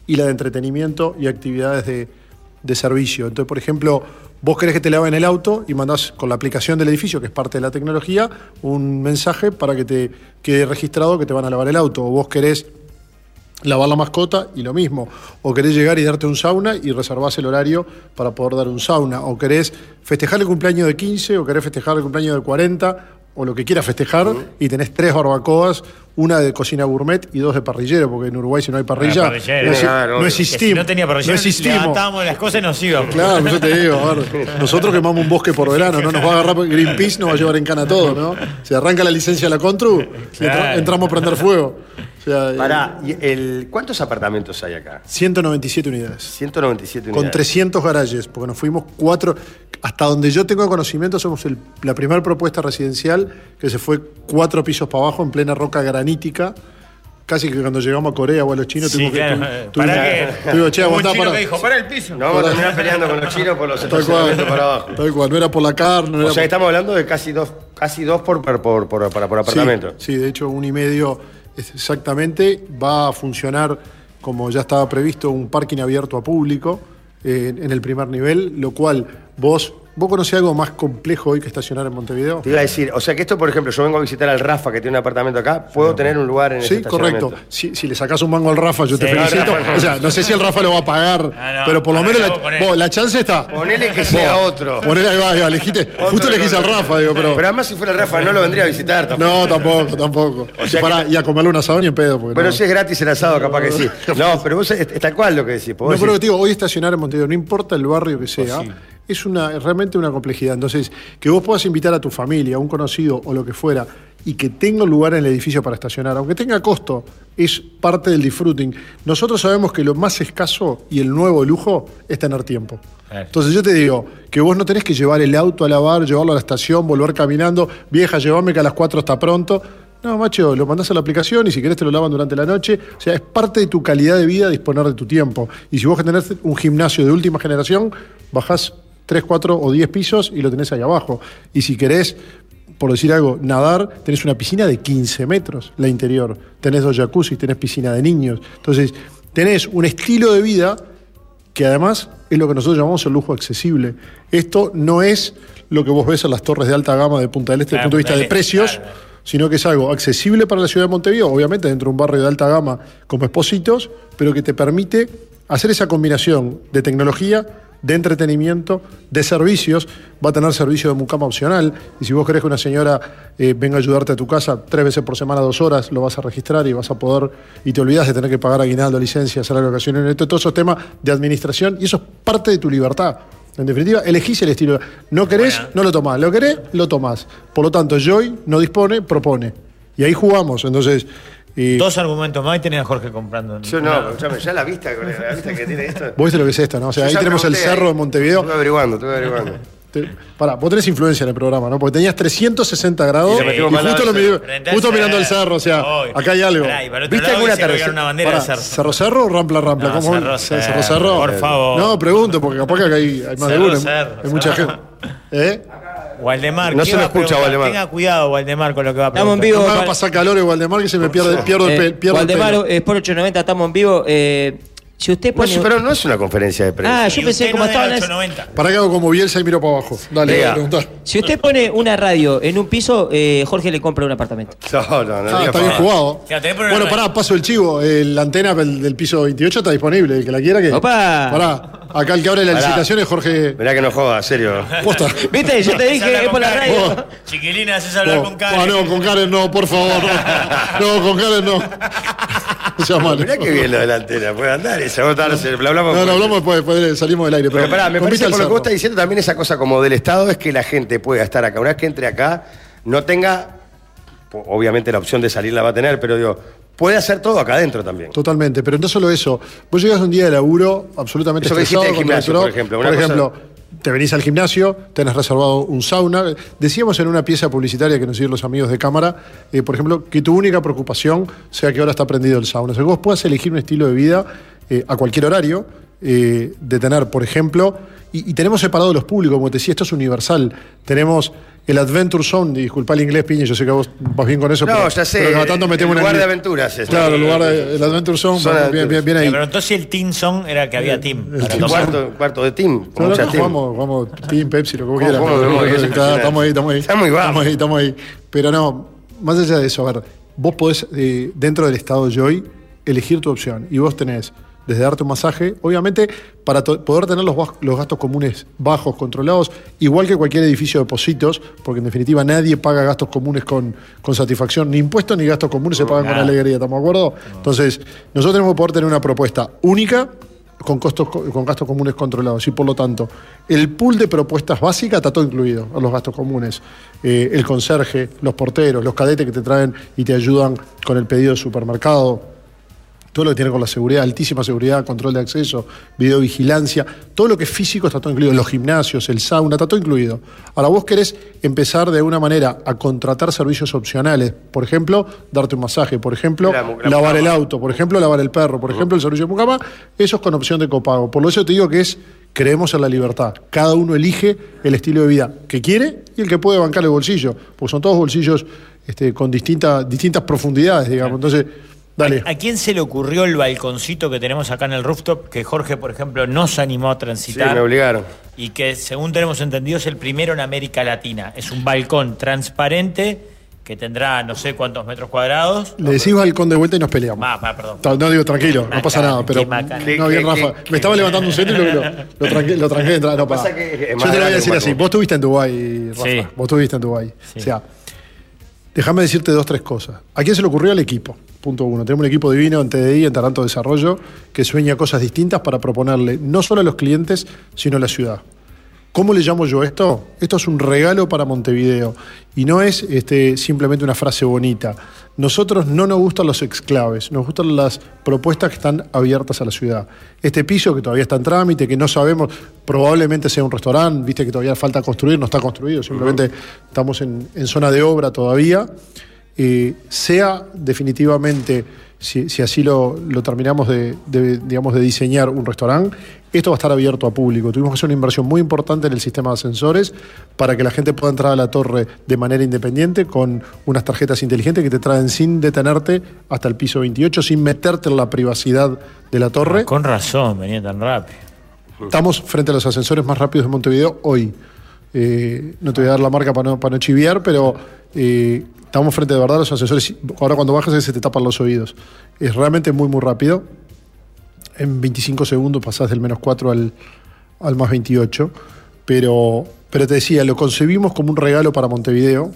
[SPEAKER 11] y la de entretenimiento y actividades de, de servicio. Entonces, por ejemplo, vos querés que te laven el auto y mandás con la aplicación del edificio, que es parte de la tecnología, un mensaje para que te quede registrado que te van a lavar el auto. O vos querés lavar la mascota y lo mismo. O querés llegar y darte un sauna y reservás el horario para poder dar un sauna. O querés festejar el cumpleaños de 15, o querés festejar el cumpleaños de 40, o lo que quieras festejar, y tenés tres barbacoas, una de cocina gourmet y dos de parrillero, porque en Uruguay si no hay parrilla,
[SPEAKER 2] Ah, parrillero.
[SPEAKER 11] no, exi-
[SPEAKER 1] Claro,
[SPEAKER 11] no
[SPEAKER 1] obvio.
[SPEAKER 2] Que si
[SPEAKER 11] existimos.
[SPEAKER 2] no tenía
[SPEAKER 11] No
[SPEAKER 2] parrillero,
[SPEAKER 11] existimos.
[SPEAKER 2] levantábamos las cosas y nos íbamos.
[SPEAKER 11] Claro, yo te digo, a ver,
[SPEAKER 2] *laughs*
[SPEAKER 11] nosotros quemamos un bosque por verano, no nos va a agarrar Greenpeace, nos va a llevar en cana todo, ¿no? Se arranca la licencia de la Contru, entra- entramos a prender fuego. O sea, eh,
[SPEAKER 1] Pará, y el, ¿cuántos apartamentos hay acá?
[SPEAKER 11] 197 unidades.
[SPEAKER 1] 197
[SPEAKER 11] Con
[SPEAKER 1] unidades.
[SPEAKER 11] 300 garajes, porque nos fuimos cuatro. Hasta donde yo tengo conocimiento, somos el- la primera propuesta residencial que se fue cuatro pisos para abajo en plena roca granítica. Casi que cuando llegamos a Corea o a los chinos
[SPEAKER 2] Sí,
[SPEAKER 11] tuvimos
[SPEAKER 2] claro.
[SPEAKER 11] que.
[SPEAKER 2] eh,
[SPEAKER 11] tu-
[SPEAKER 2] Pará
[SPEAKER 11] tuvimos-
[SPEAKER 2] que.
[SPEAKER 11] tuvimos, che,
[SPEAKER 2] hubo un
[SPEAKER 11] aguantá,
[SPEAKER 2] chino
[SPEAKER 11] pará.
[SPEAKER 2] que dijo, para el piso.
[SPEAKER 1] No vamos a terminar peleando con los chinos por los *laughs*
[SPEAKER 11] Tal cual.
[SPEAKER 1] estacionamientos para abajo.
[SPEAKER 11] Tal cual, no era por la carne, no era
[SPEAKER 1] O sea,
[SPEAKER 11] por-
[SPEAKER 1] estamos hablando de casi dos, casi dos por, por, por, por, por- por
[SPEAKER 11] Sí,
[SPEAKER 1] apartamento.
[SPEAKER 11] Sí, de hecho, un y medio es exactamente. Va a funcionar, como ya estaba previsto, un parking abierto a público eh, en el primer nivel, lo cual vos. ¿Vos conocés algo más complejo hoy que estacionar en Montevideo?
[SPEAKER 1] Te iba a decir, o sea que esto, por ejemplo, yo vengo a visitar al Rafa que tiene un apartamento acá, puedo tener un lugar en ese
[SPEAKER 11] Sí, correcto.
[SPEAKER 1] estacionamiento?
[SPEAKER 11] Si, si le sacás un mango al Rafa, yo te
[SPEAKER 2] Sí,
[SPEAKER 11] felicito.
[SPEAKER 2] no, Rafa, no.
[SPEAKER 11] O sea, no sé si el Rafa lo va a pagar,
[SPEAKER 2] Ah, no.
[SPEAKER 11] pero por lo
[SPEAKER 2] Ahora
[SPEAKER 11] menos
[SPEAKER 2] lo hago con
[SPEAKER 11] la,
[SPEAKER 2] él.
[SPEAKER 11] vos, la chance está.
[SPEAKER 1] Ponele que sea otro.
[SPEAKER 11] Ponele, ahí va, ahí va, elegiste- justo
[SPEAKER 1] Otro,
[SPEAKER 11] elegís al
[SPEAKER 1] otro.
[SPEAKER 11] Rafa, digo, pero.
[SPEAKER 1] Pero además si fuera el Rafa no lo vendría a visitar tampoco.
[SPEAKER 11] No, tampoco, tampoco.
[SPEAKER 1] O sea
[SPEAKER 11] y, pará,
[SPEAKER 1] que-
[SPEAKER 11] y a comerle un asado ni en pedo. Porque
[SPEAKER 1] Bueno,
[SPEAKER 11] no.
[SPEAKER 1] si es gratis el asado, capaz que
[SPEAKER 11] *laughs*
[SPEAKER 1] sí. No, pero vos es, es tal cual lo que decís.
[SPEAKER 11] No,
[SPEAKER 1] porque vos
[SPEAKER 11] pero
[SPEAKER 1] decís,
[SPEAKER 11] te digo, hoy estacionar en Montevideo, no importa el barrio que sea, es una es realmente una complejidad. Entonces, que vos puedas invitar a tu familia, a un conocido o lo que fuera, y que tenga un lugar en el edificio para estacionar, aunque tenga costo, es parte del disfruting. Nosotros sabemos que lo más escaso y el nuevo lujo es tener tiempo.
[SPEAKER 2] Claro.
[SPEAKER 11] Entonces yo te digo que vos no tenés que llevar el auto a lavar, llevarlo a la estación, volver caminando, vieja, llévame que a las 4 está pronto. No, macho, lo mandás a la aplicación y si querés te lo lavan durante la noche. O sea, es parte de tu calidad de vida disponer de tu tiempo. Y si vos tenés un gimnasio de última generación, bajás 3, 4 o 10 pisos y lo tenés ahí abajo. Y si querés, por decir algo, nadar, tenés una piscina de 15 metros, la interior. Tenés dos jacuzzis, tenés piscina de niños. Entonces, tenés un estilo de vida que además es lo que nosotros llamamos el lujo accesible. Esto no es lo que vos ves en las torres de alta gama de Punta del Este desde
[SPEAKER 2] Claro,
[SPEAKER 11] el punto de vista
[SPEAKER 2] Punta
[SPEAKER 11] de
[SPEAKER 2] del Este,
[SPEAKER 11] precios,
[SPEAKER 2] claro.
[SPEAKER 11] sino que es algo accesible para la ciudad de Montevideo, obviamente dentro de un barrio de alta gama como Espositos, pero que te permite hacer esa combinación de tecnología, de entretenimiento, de servicios. Va a tener servicio de mucama opcional y si vos querés que una señora eh, venga a ayudarte a tu casa tres veces por semana, dos horas, lo vas a registrar y vas a poder, y te olvidas de tener que pagar aguinaldo, licencia, salario vacaciones, todos esos temas de administración y eso es parte de tu libertad. En definitiva, elegís el estilo. No querés, no lo tomás. Lo querés, lo tomás. Por lo tanto, Joy no dispone, propone. Y ahí jugamos. Entonces, eh,
[SPEAKER 2] Dos argumentos más y tenía a Jorge comprando.
[SPEAKER 1] Yo no, pero escuchame, ya la vista, la vista que tiene esto.
[SPEAKER 11] vos viste lo que es esto, ¿no? O sea,
[SPEAKER 1] Yo
[SPEAKER 11] ahí
[SPEAKER 1] ya
[SPEAKER 11] tenemos el
[SPEAKER 1] pregunté, ¿eh?
[SPEAKER 11] cerro
[SPEAKER 1] ahí.
[SPEAKER 11] de Montevideo. *laughs*
[SPEAKER 1] Estuve averiguando, estuve averiguando.
[SPEAKER 11] Te- pará, vos tenés influencia en el programa, ¿no? Porque tenías 360 grados
[SPEAKER 1] Y
[SPEAKER 11] y,
[SPEAKER 1] le metimos para el
[SPEAKER 11] justo,
[SPEAKER 1] lado
[SPEAKER 11] lo
[SPEAKER 1] del
[SPEAKER 11] miré-
[SPEAKER 1] cerro. Frente al
[SPEAKER 11] justo mirando el
[SPEAKER 1] cerro.
[SPEAKER 11] cerro, o sea,
[SPEAKER 1] Obvio.
[SPEAKER 11] acá hay algo.
[SPEAKER 1] Pará, y para el otro lado hubiese colgado una bandera
[SPEAKER 11] Pará,
[SPEAKER 1] del cerro.
[SPEAKER 11] ¿Cerro Cerro o Rampla Rampla?
[SPEAKER 1] No,
[SPEAKER 11] ¿Cómo?
[SPEAKER 1] Cerro
[SPEAKER 11] Cerro
[SPEAKER 1] Cerro,
[SPEAKER 11] Cerro.
[SPEAKER 1] por favor.
[SPEAKER 11] No, pregunto, porque capaz que acá hay, hay más de
[SPEAKER 2] Cerro
[SPEAKER 11] uno. hay-
[SPEAKER 2] Cerro,
[SPEAKER 11] hay mucha
[SPEAKER 2] cerro.
[SPEAKER 11] gente. ¿Eh?
[SPEAKER 2] Waldemar,
[SPEAKER 11] No
[SPEAKER 2] ¿qué
[SPEAKER 11] se lo
[SPEAKER 2] va a
[SPEAKER 11] escucha,
[SPEAKER 2] preguntar?
[SPEAKER 11] Waldemar.
[SPEAKER 2] Tenga cuidado, Waldemar, con lo que va a preguntar.
[SPEAKER 9] Estamos en vivo.
[SPEAKER 11] No me haga pasar calor, Waldemar, que se me pierde,
[SPEAKER 3] Eh,
[SPEAKER 11] pierdo el, pe- pierdo el
[SPEAKER 9] Valdemar,
[SPEAKER 11] pelo.
[SPEAKER 9] eh, Sport 890, estamos en vivo. Eh, si usted
[SPEAKER 1] No,
[SPEAKER 9] pone.
[SPEAKER 1] sí, pero no es una conferencia de prensa.
[SPEAKER 9] Ah, yo pensé como estaban las-
[SPEAKER 2] eh.
[SPEAKER 11] Pará que hago como Bielsa y miro para abajo. Dale,
[SPEAKER 1] Lea.
[SPEAKER 11] preguntá.
[SPEAKER 9] Si usted pone una radio en un piso, eh, Jorge le compra un apartamento.
[SPEAKER 1] No, no, no. diga
[SPEAKER 11] Ah, está
[SPEAKER 1] pavada.
[SPEAKER 11] bien jugado.
[SPEAKER 2] Claro, tenés por una
[SPEAKER 11] Bueno,
[SPEAKER 2] radio.
[SPEAKER 11] pará, paso el chivo. Eh, La antena del, del piso 28 está disponible. El que la quiera que.
[SPEAKER 9] Opa.
[SPEAKER 11] Pará, acá el que abre la
[SPEAKER 1] Pará.
[SPEAKER 11] licitación es Jorge.
[SPEAKER 1] Mirá que no joda, serio. *laughs*
[SPEAKER 11] Posta.
[SPEAKER 9] ¿Viste? Yo
[SPEAKER 2] *laughs*
[SPEAKER 9] te
[SPEAKER 2] Empezá a
[SPEAKER 9] dije,
[SPEAKER 2] hablar
[SPEAKER 9] es por la
[SPEAKER 2] con
[SPEAKER 9] radio.
[SPEAKER 11] Vos.
[SPEAKER 2] Chiquilina, haces hablar
[SPEAKER 11] Vos.
[SPEAKER 2] con Karen.
[SPEAKER 11] Ah, no, con Karen no,
[SPEAKER 1] *laughs*
[SPEAKER 11] por favor. No, No, con Karen no. *laughs* No seas malo.
[SPEAKER 1] Mirá que bien lo de la antena. Puede andar esa. Vos tal, se lo hablamos.
[SPEAKER 11] No,
[SPEAKER 1] después.
[SPEAKER 11] no, hablamos después, después salimos del aire. Pero
[SPEAKER 1] Pero pará, me
[SPEAKER 11] con
[SPEAKER 1] parece que
[SPEAKER 11] vista al
[SPEAKER 1] por lo que
[SPEAKER 11] cerro.
[SPEAKER 1] vos estás diciendo también esa cosa como del Estado es que la gente pueda estar acá. Una vez que entre acá, no tenga, po- obviamente la opción de salir la va a tener, pero digo, puede hacer todo acá adentro también.
[SPEAKER 11] Totalmente, pero no solo eso. Vos llegas un día de laburo absolutamente
[SPEAKER 1] Eso que
[SPEAKER 11] estresado,
[SPEAKER 1] dijiste del gimnasio,
[SPEAKER 11] contracturado.
[SPEAKER 1] por ejemplo, una
[SPEAKER 11] Por ejemplo,
[SPEAKER 1] cosa-
[SPEAKER 11] te venís al gimnasio, tenés reservado un sauna. Decíamos en una pieza publicitaria que nos hicieron los amigos de cámara, eh, por ejemplo, que tu única preocupación sea que ahora está prendido el sauna. O sea, que vos puedas elegir un estilo de vida eh, a cualquier horario, eh, de tener, por ejemplo, y, y tenemos separados los públicos, como te decía, esto es universal. Tenemos el Adventure Zone, disculpa el inglés, Piña, yo sé que vos vas bien con eso,
[SPEAKER 1] No,
[SPEAKER 11] pero,
[SPEAKER 1] ya sé,
[SPEAKER 11] pero cada tanto metemos
[SPEAKER 1] el
[SPEAKER 11] una-
[SPEAKER 1] lugar de aventuras es.
[SPEAKER 11] Claro, el lugar de- el Adventure Zone,
[SPEAKER 1] Zona de
[SPEAKER 11] bien, bien, bien
[SPEAKER 2] Me
[SPEAKER 11] ahí.
[SPEAKER 2] preguntó si el Team Song era el que había Team. para
[SPEAKER 1] Un
[SPEAKER 2] tomar.
[SPEAKER 1] cuarto, un cuarto de team, con
[SPEAKER 11] No, no,
[SPEAKER 1] mucha
[SPEAKER 11] no,
[SPEAKER 1] team.
[SPEAKER 11] jugamos, jugamos Team Pepsi, lo que vos
[SPEAKER 1] Vamos,
[SPEAKER 11] quieras.
[SPEAKER 1] vamos,
[SPEAKER 11] pero-
[SPEAKER 1] vamos,
[SPEAKER 11] pero-
[SPEAKER 1] vamos,
[SPEAKER 11] está-
[SPEAKER 1] vamos.
[SPEAKER 11] Estamos ahí, estamos ahí.
[SPEAKER 1] Estamos ahí, vamos.
[SPEAKER 11] Estamos ahí, estamos ahí. Pero no, más allá de eso, a ver, vos podés, eh, dentro del estado de hoy, elegir tu opción. Y vos tenés, desde darte un masaje, obviamente, para to- poder tener los, baj- los gastos comunes bajos, controlados, igual que cualquier edificio de Positos, porque en definitiva nadie paga gastos comunes con, con satisfacción, ni impuestos ni gastos comunes se pagan con alegría, ¿estamos de acuerdo? Entonces, nosotros tenemos que poder tener una propuesta única con, costos, co- con gastos comunes controlados. Y por lo tanto, el pool de propuestas básicas está todo incluido, los gastos comunes. Eh, el conserje, los porteros, los cadetes que te traen y te ayudan con el pedido de supermercado, todo lo que tiene con la seguridad, altísima seguridad, control de acceso, videovigilancia, todo lo que es físico está todo incluido, los gimnasios, el sauna, está todo incluido. Ahora vos querés empezar de alguna manera a contratar servicios opcionales, por ejemplo, darte un masaje, por ejemplo,
[SPEAKER 1] La mu- la
[SPEAKER 11] lavar
[SPEAKER 1] mucama.
[SPEAKER 11] el auto, por ejemplo, lavar el perro, por ejemplo, el servicio de mucama, eso es con opción de copago. Por lo eso te digo que es creemos en la libertad. Cada uno elige el estilo de vida que quiere y el que puede bancar el bolsillo, porque son todos bolsillos este, con distinta- distintas profundidades, digamos. Entonces, dale.
[SPEAKER 2] ¿A quién se le ocurrió el balconcito que tenemos acá en el rooftop que Jorge, por ejemplo, no se animó a
[SPEAKER 1] Sí,
[SPEAKER 2] transitar?
[SPEAKER 1] me obligaron.
[SPEAKER 2] y que según tenemos entendido es el primero en América Latina. Es un balcón transparente que tendrá no sé cuántos metros cuadrados.
[SPEAKER 11] Le decís balcón de vuelta y nos peleamos.
[SPEAKER 2] Más, más, perdón.
[SPEAKER 11] Ta- No digo tranquilo,
[SPEAKER 2] Maca,
[SPEAKER 11] no pasa nada, pero.
[SPEAKER 2] qué maca.
[SPEAKER 11] No, bien, Rafa.
[SPEAKER 1] Qué- qué-
[SPEAKER 11] Me estaba
[SPEAKER 1] qué-
[SPEAKER 11] levantando un centro y lo, lo,
[SPEAKER 1] *laughs*
[SPEAKER 11] lo tranqué, lo tranqué de entrada. No,
[SPEAKER 1] Pasa
[SPEAKER 11] pará.
[SPEAKER 1] que es
[SPEAKER 11] Yo
[SPEAKER 1] más
[SPEAKER 11] te lo voy a
[SPEAKER 1] grande
[SPEAKER 11] decir
[SPEAKER 1] que
[SPEAKER 11] así.
[SPEAKER 1] Paco.
[SPEAKER 11] Vos estuviste en Dubái, Rafa.
[SPEAKER 2] Sí.
[SPEAKER 11] Vos estuviste en Dubái. O sea, déjame decirte dos, tres cosas. ¿A quién se le ocurrió al equipo? Punto uno. Tenemos un equipo divino en TDI, en Taranto Desarrollo, que sueña cosas distintas para proponerle no solo a los clientes, sino a la ciudad. ¿Cómo le llamo yo esto? Esto es un regalo para Montevideo y no es este, simplemente una frase bonita. Nosotros no nos gustan los exclaves, nos gustan las propuestas que están abiertas a la ciudad. Este piso que todavía está en trámite, que no sabemos, probablemente sea un restaurante, viste que todavía falta construir, no está construido, simplemente estamos en, en zona de obra todavía. Eh, sea definitivamente, si, si así lo, lo terminamos de, de, digamos, de diseñar un restaurante, esto va a estar abierto a público. Tuvimos que hacer una inversión muy importante en el sistema de ascensores para que la gente pueda entrar a la torre de manera independiente con unas tarjetas inteligentes que te traen sin detenerte hasta el piso 28, sin meterte en la privacidad de la torre.
[SPEAKER 2] Ah, Con razón, venía tan rápido.
[SPEAKER 11] Estamos frente a los ascensores más rápidos de Montevideo hoy. Eh, no te voy a dar la marca para no, para no chiviar, pero eh, estamos frente de verdad a los ascensores. Ahora cuando bajas se te tapan los oídos. Es realmente muy, muy rápido. En 25 segundos pasás del menos 4 al, al más 28. Pero, pero te decía, lo concebimos como un regalo para Montevideo.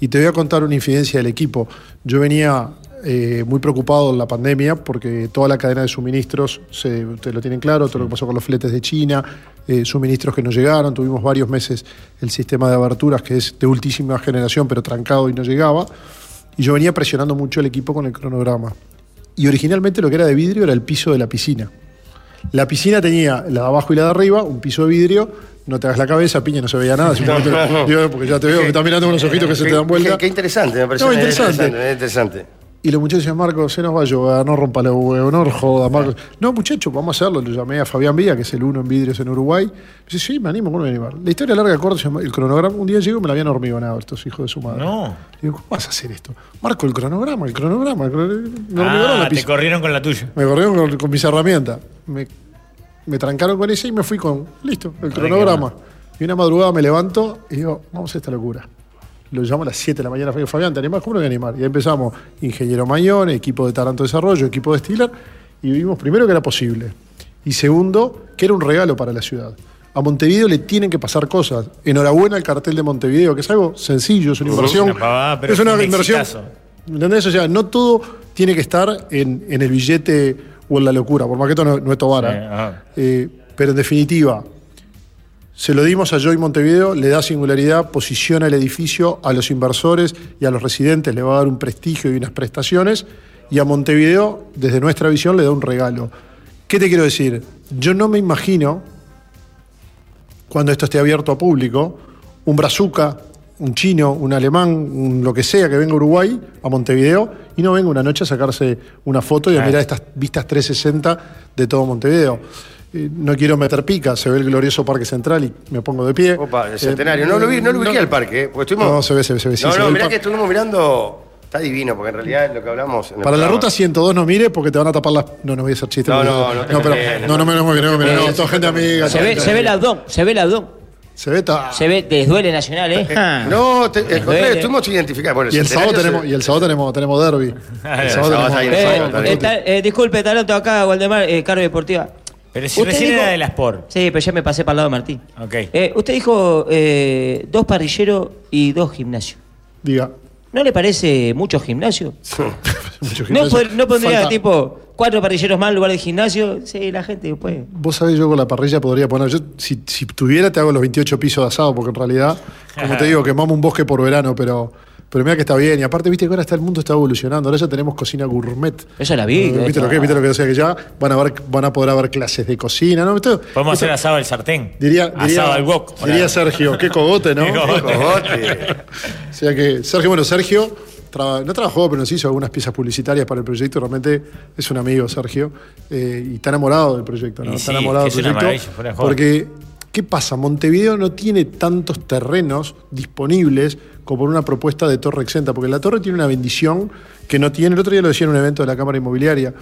[SPEAKER 11] Y te voy a contar una infidencia del equipo. Yo venía eh, muy preocupado en la pandemia porque toda la cadena de suministros, se, ustedes lo tienen claro, todo lo que pasó con los fletes de China, eh, suministros que no llegaron, tuvimos varios meses el sistema de aberturas que es de ultísima generación pero trancado y no llegaba. Y yo venía presionando mucho al equipo con el cronograma. Y originalmente lo que era de vidrio era el piso de la piscina. La piscina tenía la de abajo y la de arriba, un piso de vidrio, No te hagas la cabeza, piña, no se veía
[SPEAKER 1] *laughs*
[SPEAKER 11] nada. simplemente-
[SPEAKER 1] No, no, no.
[SPEAKER 11] Digo, porque ya te veo que estás mirando con los ojitos que se te dan vuelta.
[SPEAKER 1] Qué, qué interesante, me parece.
[SPEAKER 11] No,
[SPEAKER 1] me-
[SPEAKER 11] interesante.
[SPEAKER 1] me- interesante. ¿eh?
[SPEAKER 11] Y los muchachos decían, Marcos, se nos va a llover, no rompa los huevos, no joda, Marcos. No, muchachos, vamos a hacerlo. Lo llamé a Fabián Villa, que es el uno en vidrios en Uruguay. Me dice, sí, me animo, ¿cómo no me voy a animar? La historia larga, corta, se llama- el cronograma. Un día llego y me la habían hormigonado estos hijos de su madre. No. digo, ¿cómo vas a hacer esto? Marco, el cronograma, el cronograma. El cronograma. Me hormigonaron
[SPEAKER 2] Ah,
[SPEAKER 11] la
[SPEAKER 2] te
[SPEAKER 11] pizza.
[SPEAKER 2] corrieron con la tuya.
[SPEAKER 11] Me corrieron con, con mis herramientas. Me, me trancaron con esa y me fui con, listo, el cronograma. Y una madrugada me levanto y digo, vamos a esta locura. Lo llamo a las 7 de la mañana, Fabián, ¿te animás? ¿Cómo no voy a animar? Y ahí empezamos, ingeniero Mañón, equipo de Taranto Desarrollo, equipo de Stiller, y vimos primero que era posible. Y segundo, que era un regalo para la ciudad. A Montevideo le tienen que pasar cosas. Enhorabuena al cartel de Montevideo, que es algo sencillo, es una inversión.
[SPEAKER 2] Una pavada, pero
[SPEAKER 11] es una
[SPEAKER 2] fue un
[SPEAKER 11] inversión
[SPEAKER 2] exitazo.
[SPEAKER 11] ¿Entendés? O sea, no todo tiene que estar en, en el billete o en la locura, por más que esto no, no es Tobara. Eh, pero en definitiva, se lo dimos a Joy Montevideo, le da singularidad, posiciona el edificio a los inversores y a los residentes, le va a dar un prestigio y unas prestaciones, y a Montevideo, desde nuestra visión, le da un regalo. ¿Qué te quiero decir? Yo no me imagino, cuando esto esté abierto a público, un brazuca, un chino, un alemán, un lo que sea que venga a Uruguay, a Montevideo, y no venga una noche a sacarse una foto y a
[SPEAKER 12] Claro.
[SPEAKER 11] mirar estas vistas 360 de todo Montevideo. Eh, No quiero meter pica, se ve el glorioso Parque Central y me pongo de pie.
[SPEAKER 1] Opa, el centenario. No lo vi, no lo ubiqué al parque, eh, porque estuvimos.
[SPEAKER 11] Eh, No, se ve, se ve, se ve. sí,
[SPEAKER 1] no,
[SPEAKER 11] se
[SPEAKER 1] no,
[SPEAKER 11] ve el
[SPEAKER 1] mirá
[SPEAKER 11] parque.
[SPEAKER 1] que estuvimos mirando. Está divino, porque en realidad lo que hablamos. en el
[SPEAKER 11] Para la
[SPEAKER 1] programa-
[SPEAKER 11] ruta 102 no mires porque te van a tapar las. No, no voy a hacer chistes.
[SPEAKER 1] No,
[SPEAKER 11] porque-
[SPEAKER 1] no, no te
[SPEAKER 11] pero-
[SPEAKER 1] conviene,
[SPEAKER 11] no, no, me- no, me- no, me- no,
[SPEAKER 1] No,
[SPEAKER 11] no, toda gente amiga.
[SPEAKER 3] Se ve, se ve el abdón, se ve el abdón.
[SPEAKER 11] Se ve todo.
[SPEAKER 3] Se ve, te duele Nacional,
[SPEAKER 11] *laughs*
[SPEAKER 3] ¿eh?
[SPEAKER 11] Ah.
[SPEAKER 1] No, te,
[SPEAKER 3] Les
[SPEAKER 1] al contrario,
[SPEAKER 3] duele.
[SPEAKER 1] estuvimos identificados. Bueno, el
[SPEAKER 11] Y el sábado
[SPEAKER 1] centenario
[SPEAKER 11] tenemos, y el sábado tenemos, tenemos
[SPEAKER 2] *laughs*
[SPEAKER 11] derby.
[SPEAKER 1] Ah, el sábado está ahí, el sábado está ahí.
[SPEAKER 3] Eh, ta- eh, disculpe, Taranto, acá, Waldemar, eh, Caro Deportiva.
[SPEAKER 2] Pero si
[SPEAKER 3] Usted
[SPEAKER 2] recién
[SPEAKER 3] dijo-
[SPEAKER 2] era de las por.
[SPEAKER 3] Sí, pero ya me pasé para el lado de Martín.
[SPEAKER 2] Ok.
[SPEAKER 3] Eh, usted dijo eh, dos parrilleros y dos gimnasios.
[SPEAKER 11] Diga.
[SPEAKER 3] ¿No le parece mucho gimnasio?
[SPEAKER 11] *laughs* Mucho
[SPEAKER 3] ¿No,
[SPEAKER 11] gimnasio.
[SPEAKER 3] pod- no pondría
[SPEAKER 11] Falta-
[SPEAKER 3] tipo cuatro parrilleros más en lugar de gimnasio? Sí, la gente pues. después.
[SPEAKER 11] Vos sabés, yo con la parrilla podría poner. Yo, si, si tuviera, te hago los 28 pisos de asado, porque en realidad, como
[SPEAKER 2] *laughs*
[SPEAKER 11] te digo, quemamos un bosque por verano, pero. Pero mira que está bien, y aparte, viste que ahora está el mundo está evolucionando, ahora ya tenemos cocina gourmet.
[SPEAKER 3] Esa la vi,
[SPEAKER 11] ¿Viste
[SPEAKER 3] esa.
[SPEAKER 11] lo que es? ¿Viste lo que es? O sea que ya van a, ver, van a poder haber clases de cocina, ¿no? Esto-
[SPEAKER 2] Podemos
[SPEAKER 11] esto-
[SPEAKER 2] hacer asado al sartén.
[SPEAKER 11] Diría,
[SPEAKER 2] Asado
[SPEAKER 11] diría-
[SPEAKER 2] al wok.
[SPEAKER 11] Diría Sergio, qué cogote, ¿no?
[SPEAKER 2] Qué cogote.
[SPEAKER 11] o sea que, Sergio, bueno, Sergio traba- no trabajó, pero nos hizo algunas piezas publicitarias para el proyecto. Realmente es un amigo, Sergio, eh, y está enamorado del proyecto, ¿no?
[SPEAKER 2] Y
[SPEAKER 11] está
[SPEAKER 2] sí,
[SPEAKER 11] enamorado
[SPEAKER 2] es que
[SPEAKER 11] del
[SPEAKER 2] es una
[SPEAKER 11] proyecto.
[SPEAKER 2] maravilla, fuera de joda.
[SPEAKER 11] Porque, ¿qué pasa? Montevideo no tiene tantos terrenos disponibles como por una propuesta de Torre Exenta, porque la Torre tiene una bendición que no tiene. El otro día lo decía en un evento de la Cámara Inmobiliaria.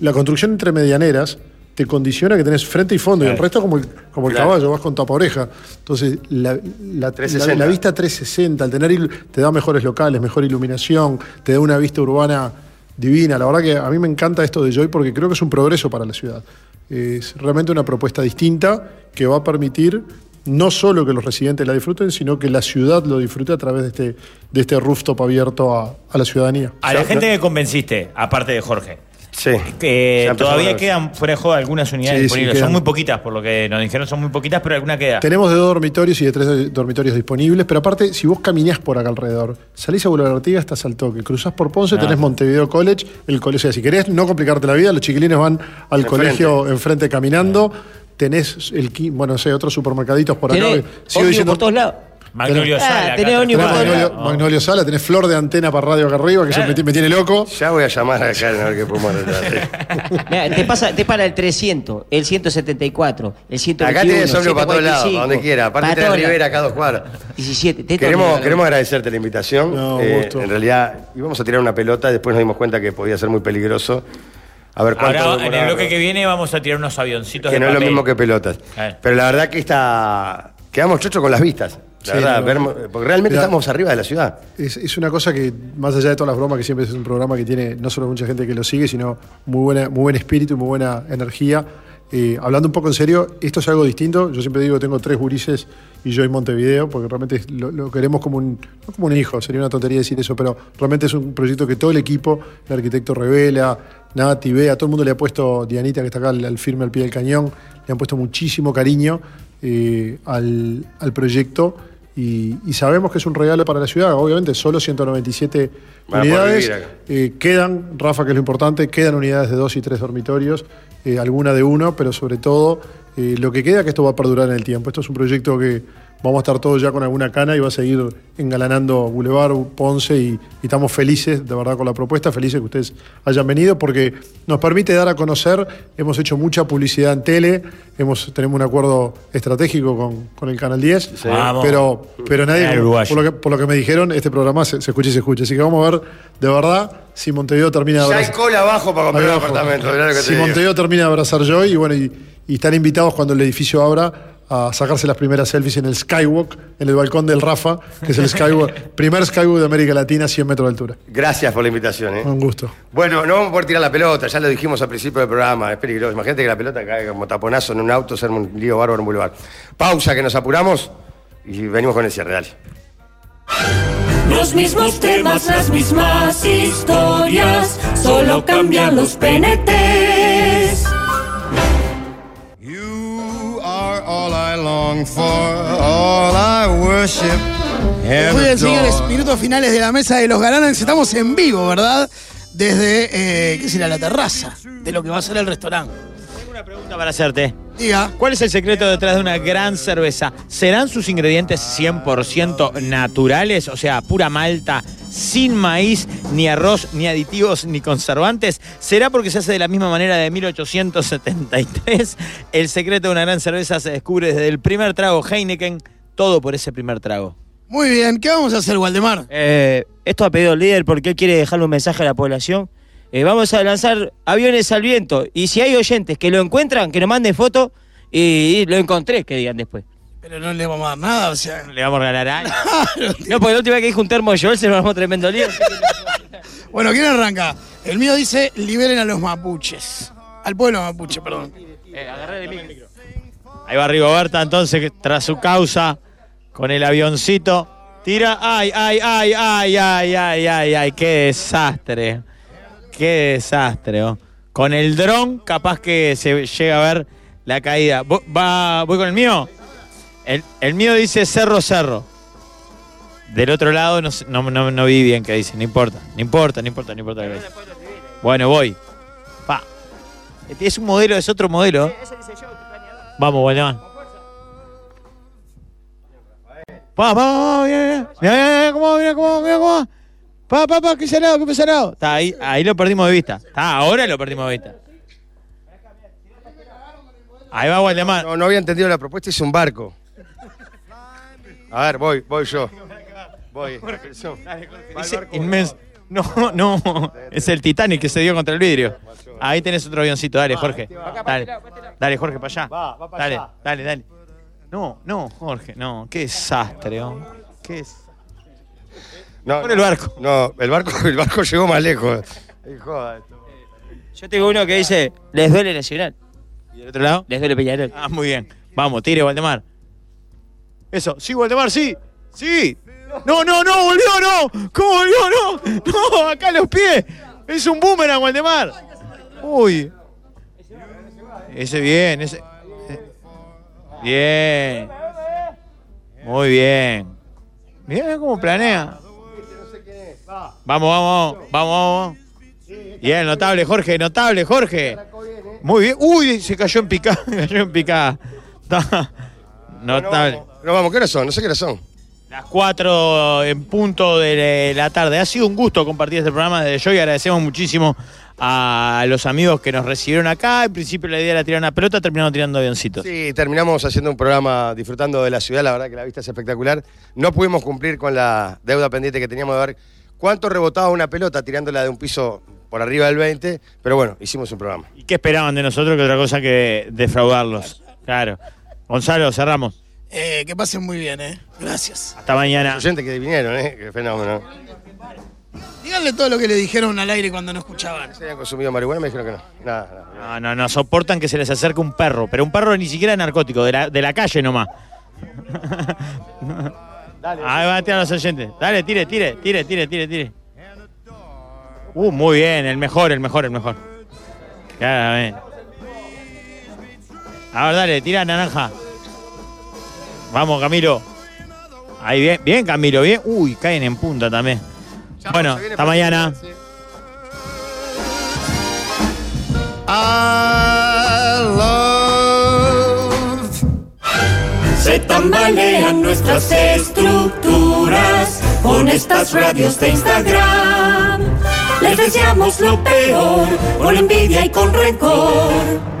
[SPEAKER 11] La construcción entre medianeras te condiciona que tenés frente y fondo, y el
[SPEAKER 1] Claro.
[SPEAKER 11] resto es como el, como el
[SPEAKER 1] Claro.
[SPEAKER 11] caballo, vas con tapa oreja. Entonces, la, la-
[SPEAKER 1] 360.
[SPEAKER 11] la- la vista 360, al tener ilu- te da mejores locales, mejor iluminación, te da una vista urbana divina. La verdad que a mí me encanta esto de Joy porque creo que es un progreso para la ciudad. Es realmente una propuesta distinta que va a permitir no solo que los residentes la disfruten, sino que la ciudad lo disfrute a través de este, de este rooftop abierto a, a la ciudadanía.
[SPEAKER 2] A la gente que convenciste, aparte de Jorge.
[SPEAKER 1] Sí.
[SPEAKER 2] Que
[SPEAKER 1] Ya empezó
[SPEAKER 2] todavía
[SPEAKER 1] una-
[SPEAKER 2] quedan fuera de joda algunas unidades
[SPEAKER 11] Sí, sí,
[SPEAKER 2] disponibles.
[SPEAKER 11] quedan.
[SPEAKER 2] son muy poquitas, por lo que nos dijeron, son muy poquitas, pero alguna queda.
[SPEAKER 11] Tenemos de dos dormitorios y de tres dormitorios disponibles, pero aparte, si vos caminás por acá alrededor, salís a Boulevard Artigas, estás al toque, cruzás por Ponce,
[SPEAKER 2] Ah.
[SPEAKER 11] tenés Montevideo College, el colegio. O sea, si querés no complicarte la vida, los chiquilines van al
[SPEAKER 1] Enfrente.
[SPEAKER 11] colegio enfrente caminando. Tenés el qui- bueno, no sé, otros supermercaditos por acá.
[SPEAKER 3] Tenés
[SPEAKER 11] que-
[SPEAKER 3] ómnibus por todos lados. *laughs*
[SPEAKER 2] Magnolio
[SPEAKER 3] Ah,
[SPEAKER 2] Sala. acá
[SPEAKER 3] tenés ómnibus
[SPEAKER 2] atrás.
[SPEAKER 3] por todos
[SPEAKER 11] Magnolio, Magnolio Sala, tenés flor de antena para radio acá arriba, que eso
[SPEAKER 1] Claro.
[SPEAKER 11] me, ti- me tiene loco.
[SPEAKER 1] Ya voy a llamar a Karen a ver qué podemos
[SPEAKER 2] *laughs*
[SPEAKER 1] arreglar.
[SPEAKER 3] Mirá, te, pasa, te para el 300, el 174, el 121,
[SPEAKER 1] Acá tenés sombra para todos
[SPEAKER 3] 145,
[SPEAKER 1] lados, para donde quiera. Aparte
[SPEAKER 3] para
[SPEAKER 1] tenés
[SPEAKER 3] todos
[SPEAKER 1] Rivera,
[SPEAKER 3] lados.
[SPEAKER 1] acá a dos cuadras.
[SPEAKER 3] 17. tenés
[SPEAKER 1] Queremos,
[SPEAKER 3] todo.
[SPEAKER 1] queremos agradecerte la invitación.
[SPEAKER 11] No,
[SPEAKER 1] Eh,
[SPEAKER 11] gusto.
[SPEAKER 1] en realidad íbamos a tirar una pelota, después nos dimos cuenta que podía ser muy peligroso. A ver cuánto
[SPEAKER 2] Ahora, en el
[SPEAKER 1] demoraba.
[SPEAKER 2] bloque que viene, vamos a tirar unos avioncitos
[SPEAKER 1] que
[SPEAKER 2] de
[SPEAKER 1] no es lo
[SPEAKER 2] papel.
[SPEAKER 1] mismo que pelotas.
[SPEAKER 2] Claro.
[SPEAKER 1] Pero la verdad que está. Quedamos chochos con las vistas. La
[SPEAKER 11] Sí,
[SPEAKER 1] verdad,
[SPEAKER 11] no, no.
[SPEAKER 1] vermo- porque realmente
[SPEAKER 11] Mirá.
[SPEAKER 1] estamos arriba de la ciudad.
[SPEAKER 11] Es, es una cosa que, más allá de todas las bromas, que siempre es un programa que tiene no solo mucha gente que lo sigue, sino muy, buena, muy buen espíritu y muy buena energía. Eh, hablando un poco en serio, esto es algo distinto. Yo siempre digo, tengo tres gurises y yo en Montevideo, porque realmente es- lo, lo queremos como un, no como un hijo, sería una tontería decir eso, pero realmente es un proyecto que todo el equipo, el arquitecto Revela, Nati, Bea, todo el mundo le ha puesto, Dianita que está acá al, al firme al pie del cañón, le han puesto muchísimo cariño eh, al, al proyecto y, y sabemos que es un regalo para la ciudad. Obviamente, solo 197
[SPEAKER 1] Van a poder
[SPEAKER 11] unidades.
[SPEAKER 1] vivir acá.
[SPEAKER 11] Eh, quedan, Rafa, que es lo importante, quedan unidades de dos y tres dormitorios, eh, alguna de uno, pero sobre todo eh, lo que queda que esto va a perdurar en el tiempo. Esto es un proyecto que vamos a estar todos ya con alguna cana y va a seguir engalanando Boulevard, Ponce y, y estamos felices, de verdad, con la propuesta, felices que ustedes hayan venido porque nos permite dar a conocer, hemos hecho mucha publicidad en tele, hemos, tenemos un acuerdo estratégico con, con el Canal 10,
[SPEAKER 12] Vamos.
[SPEAKER 11] pero, pero nadie,
[SPEAKER 12] El
[SPEAKER 11] por
[SPEAKER 12] uruguayo.
[SPEAKER 11] lo, que, por lo que me dijeron, este programa se, se escucha y se escucha, así que vamos a ver, de verdad, si Montevideo termina de
[SPEAKER 1] Ya hay
[SPEAKER 11] abrazar.
[SPEAKER 1] cola abajo para comprar
[SPEAKER 11] Abajo.
[SPEAKER 1] un apartamento. mirá lo que te
[SPEAKER 11] Si
[SPEAKER 1] digo.
[SPEAKER 11] Montevideo termina de abrazar yo y bueno, y, y están invitados cuando el edificio abra a sacarse las primeras selfies en el Skywalk, en el balcón del Rafa, que es el Skywalk, *laughs* primer Skywalk de América Latina, 100 metros de altura.
[SPEAKER 1] Gracias por la invitación. ¿eh?
[SPEAKER 11] Un gusto.
[SPEAKER 1] Bueno, no vamos a poder tirar la pelota, ya lo dijimos al principio del programa, es peligroso. Imagínate que la pelota caiga como taponazo en un auto, ser un lío bárbaro en Boulevard. Pausa, que nos apuramos y venimos con el cierre, dale.
[SPEAKER 6] Los mismos temas, las mismas historias, solo cambian los penetes.
[SPEAKER 13] all I long for, all I worship and
[SPEAKER 5] Muy bien,
[SPEAKER 13] adore.
[SPEAKER 5] señores, minutos finales de la mesa de los galanes. Estamos en vivo, ¿verdad? Desde, eh, ¿qué será? La terraza de lo que va a ser el restaurante.
[SPEAKER 2] Pregunta para hacerte.
[SPEAKER 5] Diga.
[SPEAKER 2] ¿Cuál es el secreto detrás de una gran cerveza? ¿Serán sus ingredientes 100% naturales? O sea, pura malta, sin maíz, ni arroz, ni aditivos, ni conservantes. ¿Será porque se hace de la misma manera de 1873? El secreto de una gran cerveza se descubre desde el primer trago Heineken. Todo por ese primer trago.
[SPEAKER 5] Muy bien, ¿qué vamos a hacer, Waldemar?
[SPEAKER 3] Eh, esto ha pedido el líder porque él quiere dejarle un mensaje a la población. Eh, vamos a lanzar aviones al viento y si hay oyentes que lo encuentran, que nos manden fotos y, y lo encontré, que digan después.
[SPEAKER 5] Pero no le vamos a dar nada, o sea.
[SPEAKER 2] Le vamos a regalar a
[SPEAKER 3] No, porque la última vez que dijo un termo de Joel se nos armó tremendo lío.
[SPEAKER 5] Bueno, ¿quién arranca? El mío dice, liberen a los mapuches. Al pueblo mapuche, perdón.
[SPEAKER 2] Ahí va Rigoberta entonces, que tras su causa, con el avioncito. Tira, ay, ay, ay, ay, ay, ay, ay, ay, qué desastre. Qué desastre. oh. Con el dron, capaz que se llega a ver la caída. Vo- va- ¿Voy con el mío? El, el mío dice cerro, cerro. Del otro lado no, sé- no- no- no vi bien qué dice, no importa, no importa, no importa, no importa qué dice. Bueno, voy. Pa. Este Es un modelo, es otro modelo. Vamos, Guayamán. Pa, pa, pa, mira, mira. Mira, mira, mira cómo, va, mira cómo, va, mira cómo. va. Pa, pa, pa, qué salado, qué salado. Está ahí, ahí lo perdimos de vista. Está, ahora lo perdimos de vista. Ahí va Guayamán.
[SPEAKER 1] No, no había entendido la propuesta, es un barco. A ver, voy, voy yo. Voy.
[SPEAKER 2] Ese inmenso. No, no. Es el Titanic que se dio contra el vidrio. Ahí tenés otro avioncito, dale, Jorge. Dale, dale Jorge, para allá. Dale, dale, dale. No, no, Jorge, no. Qué desastre, oh. Qué desastre.
[SPEAKER 1] No,
[SPEAKER 2] Por el barco.
[SPEAKER 1] No, el barco, el barco llegó más lejos.
[SPEAKER 3] Yo tengo uno que dice, les duele Nacional.
[SPEAKER 2] ¿Y del otro lado?
[SPEAKER 3] Les duele Peñarol.
[SPEAKER 2] Ah, muy bien. Vamos, tire, Valdemar. Eso, sí, Valdemar, sí. Sí. No, no, no, volvió, no. ¿Cómo volvió? No. No, acá los pies. Es un boomerang, Valdemar. Uy. Ese bien, ese. eh, Bien. Muy bien. Mirá cómo planea. Vamos, vamos, vamos, vamos. Bien, notable, Jorge, notable, Jorge. Muy bien. Uy, se cayó en picada, *laughs* se cayó en picada. Ta. Notable.
[SPEAKER 1] No vamos, ¿qué hora son? No sé qué hora son.
[SPEAKER 2] Las 4 en punto de la tarde. Ha sido un gusto compartir este programa desde yo y agradecemos muchísimo a los amigos que nos recibieron acá. En principio la idea era tirar una pelota, terminaron tirando avioncitos.
[SPEAKER 1] Sí, terminamos haciendo un programa disfrutando de la ciudad, la verdad que la vista es espectacular. No pudimos cumplir con la deuda pendiente que teníamos de ver cuánto rebotaba una pelota tirándola de un piso por arriba del 20, pero bueno, hicimos un programa.
[SPEAKER 2] ¿Y qué esperaban de nosotros que otra cosa que defraudarlos? Claro. Gonzalo, cerramos.
[SPEAKER 5] Eh, que pasen muy bien, ¿eh? Gracias.
[SPEAKER 2] Hasta mañana.
[SPEAKER 1] gente que vinieron, ¿eh? Qué fenómeno.
[SPEAKER 5] Díganle todo lo que le dijeron al aire cuando no escuchaban.
[SPEAKER 1] Se habían consumido marihuana, me dijeron que no. Nada, nada.
[SPEAKER 2] No, no, no soportan que se les acerque un perro, pero un perro ni siquiera narcótico, de la, de la calle nomás. Ahí va a tirar los oyentes. Dale, tire, tire, tire, tire, tire, tire. Uh, muy bien, el mejor, el mejor, el mejor. Claramente. A ver, dale, tira naranja. Vamos, Camilo. Ahí bien, bien Camilo, bien. Uy, caen en punta también. bueno,
[SPEAKER 13] se viene
[SPEAKER 2] hasta
[SPEAKER 13] para-
[SPEAKER 2] mañana.
[SPEAKER 13] I love
[SPEAKER 10] Se
[SPEAKER 6] tambalean nuestras estructuras con estas radios de Instagram. Les deseamos lo peor, con envidia y con rencor.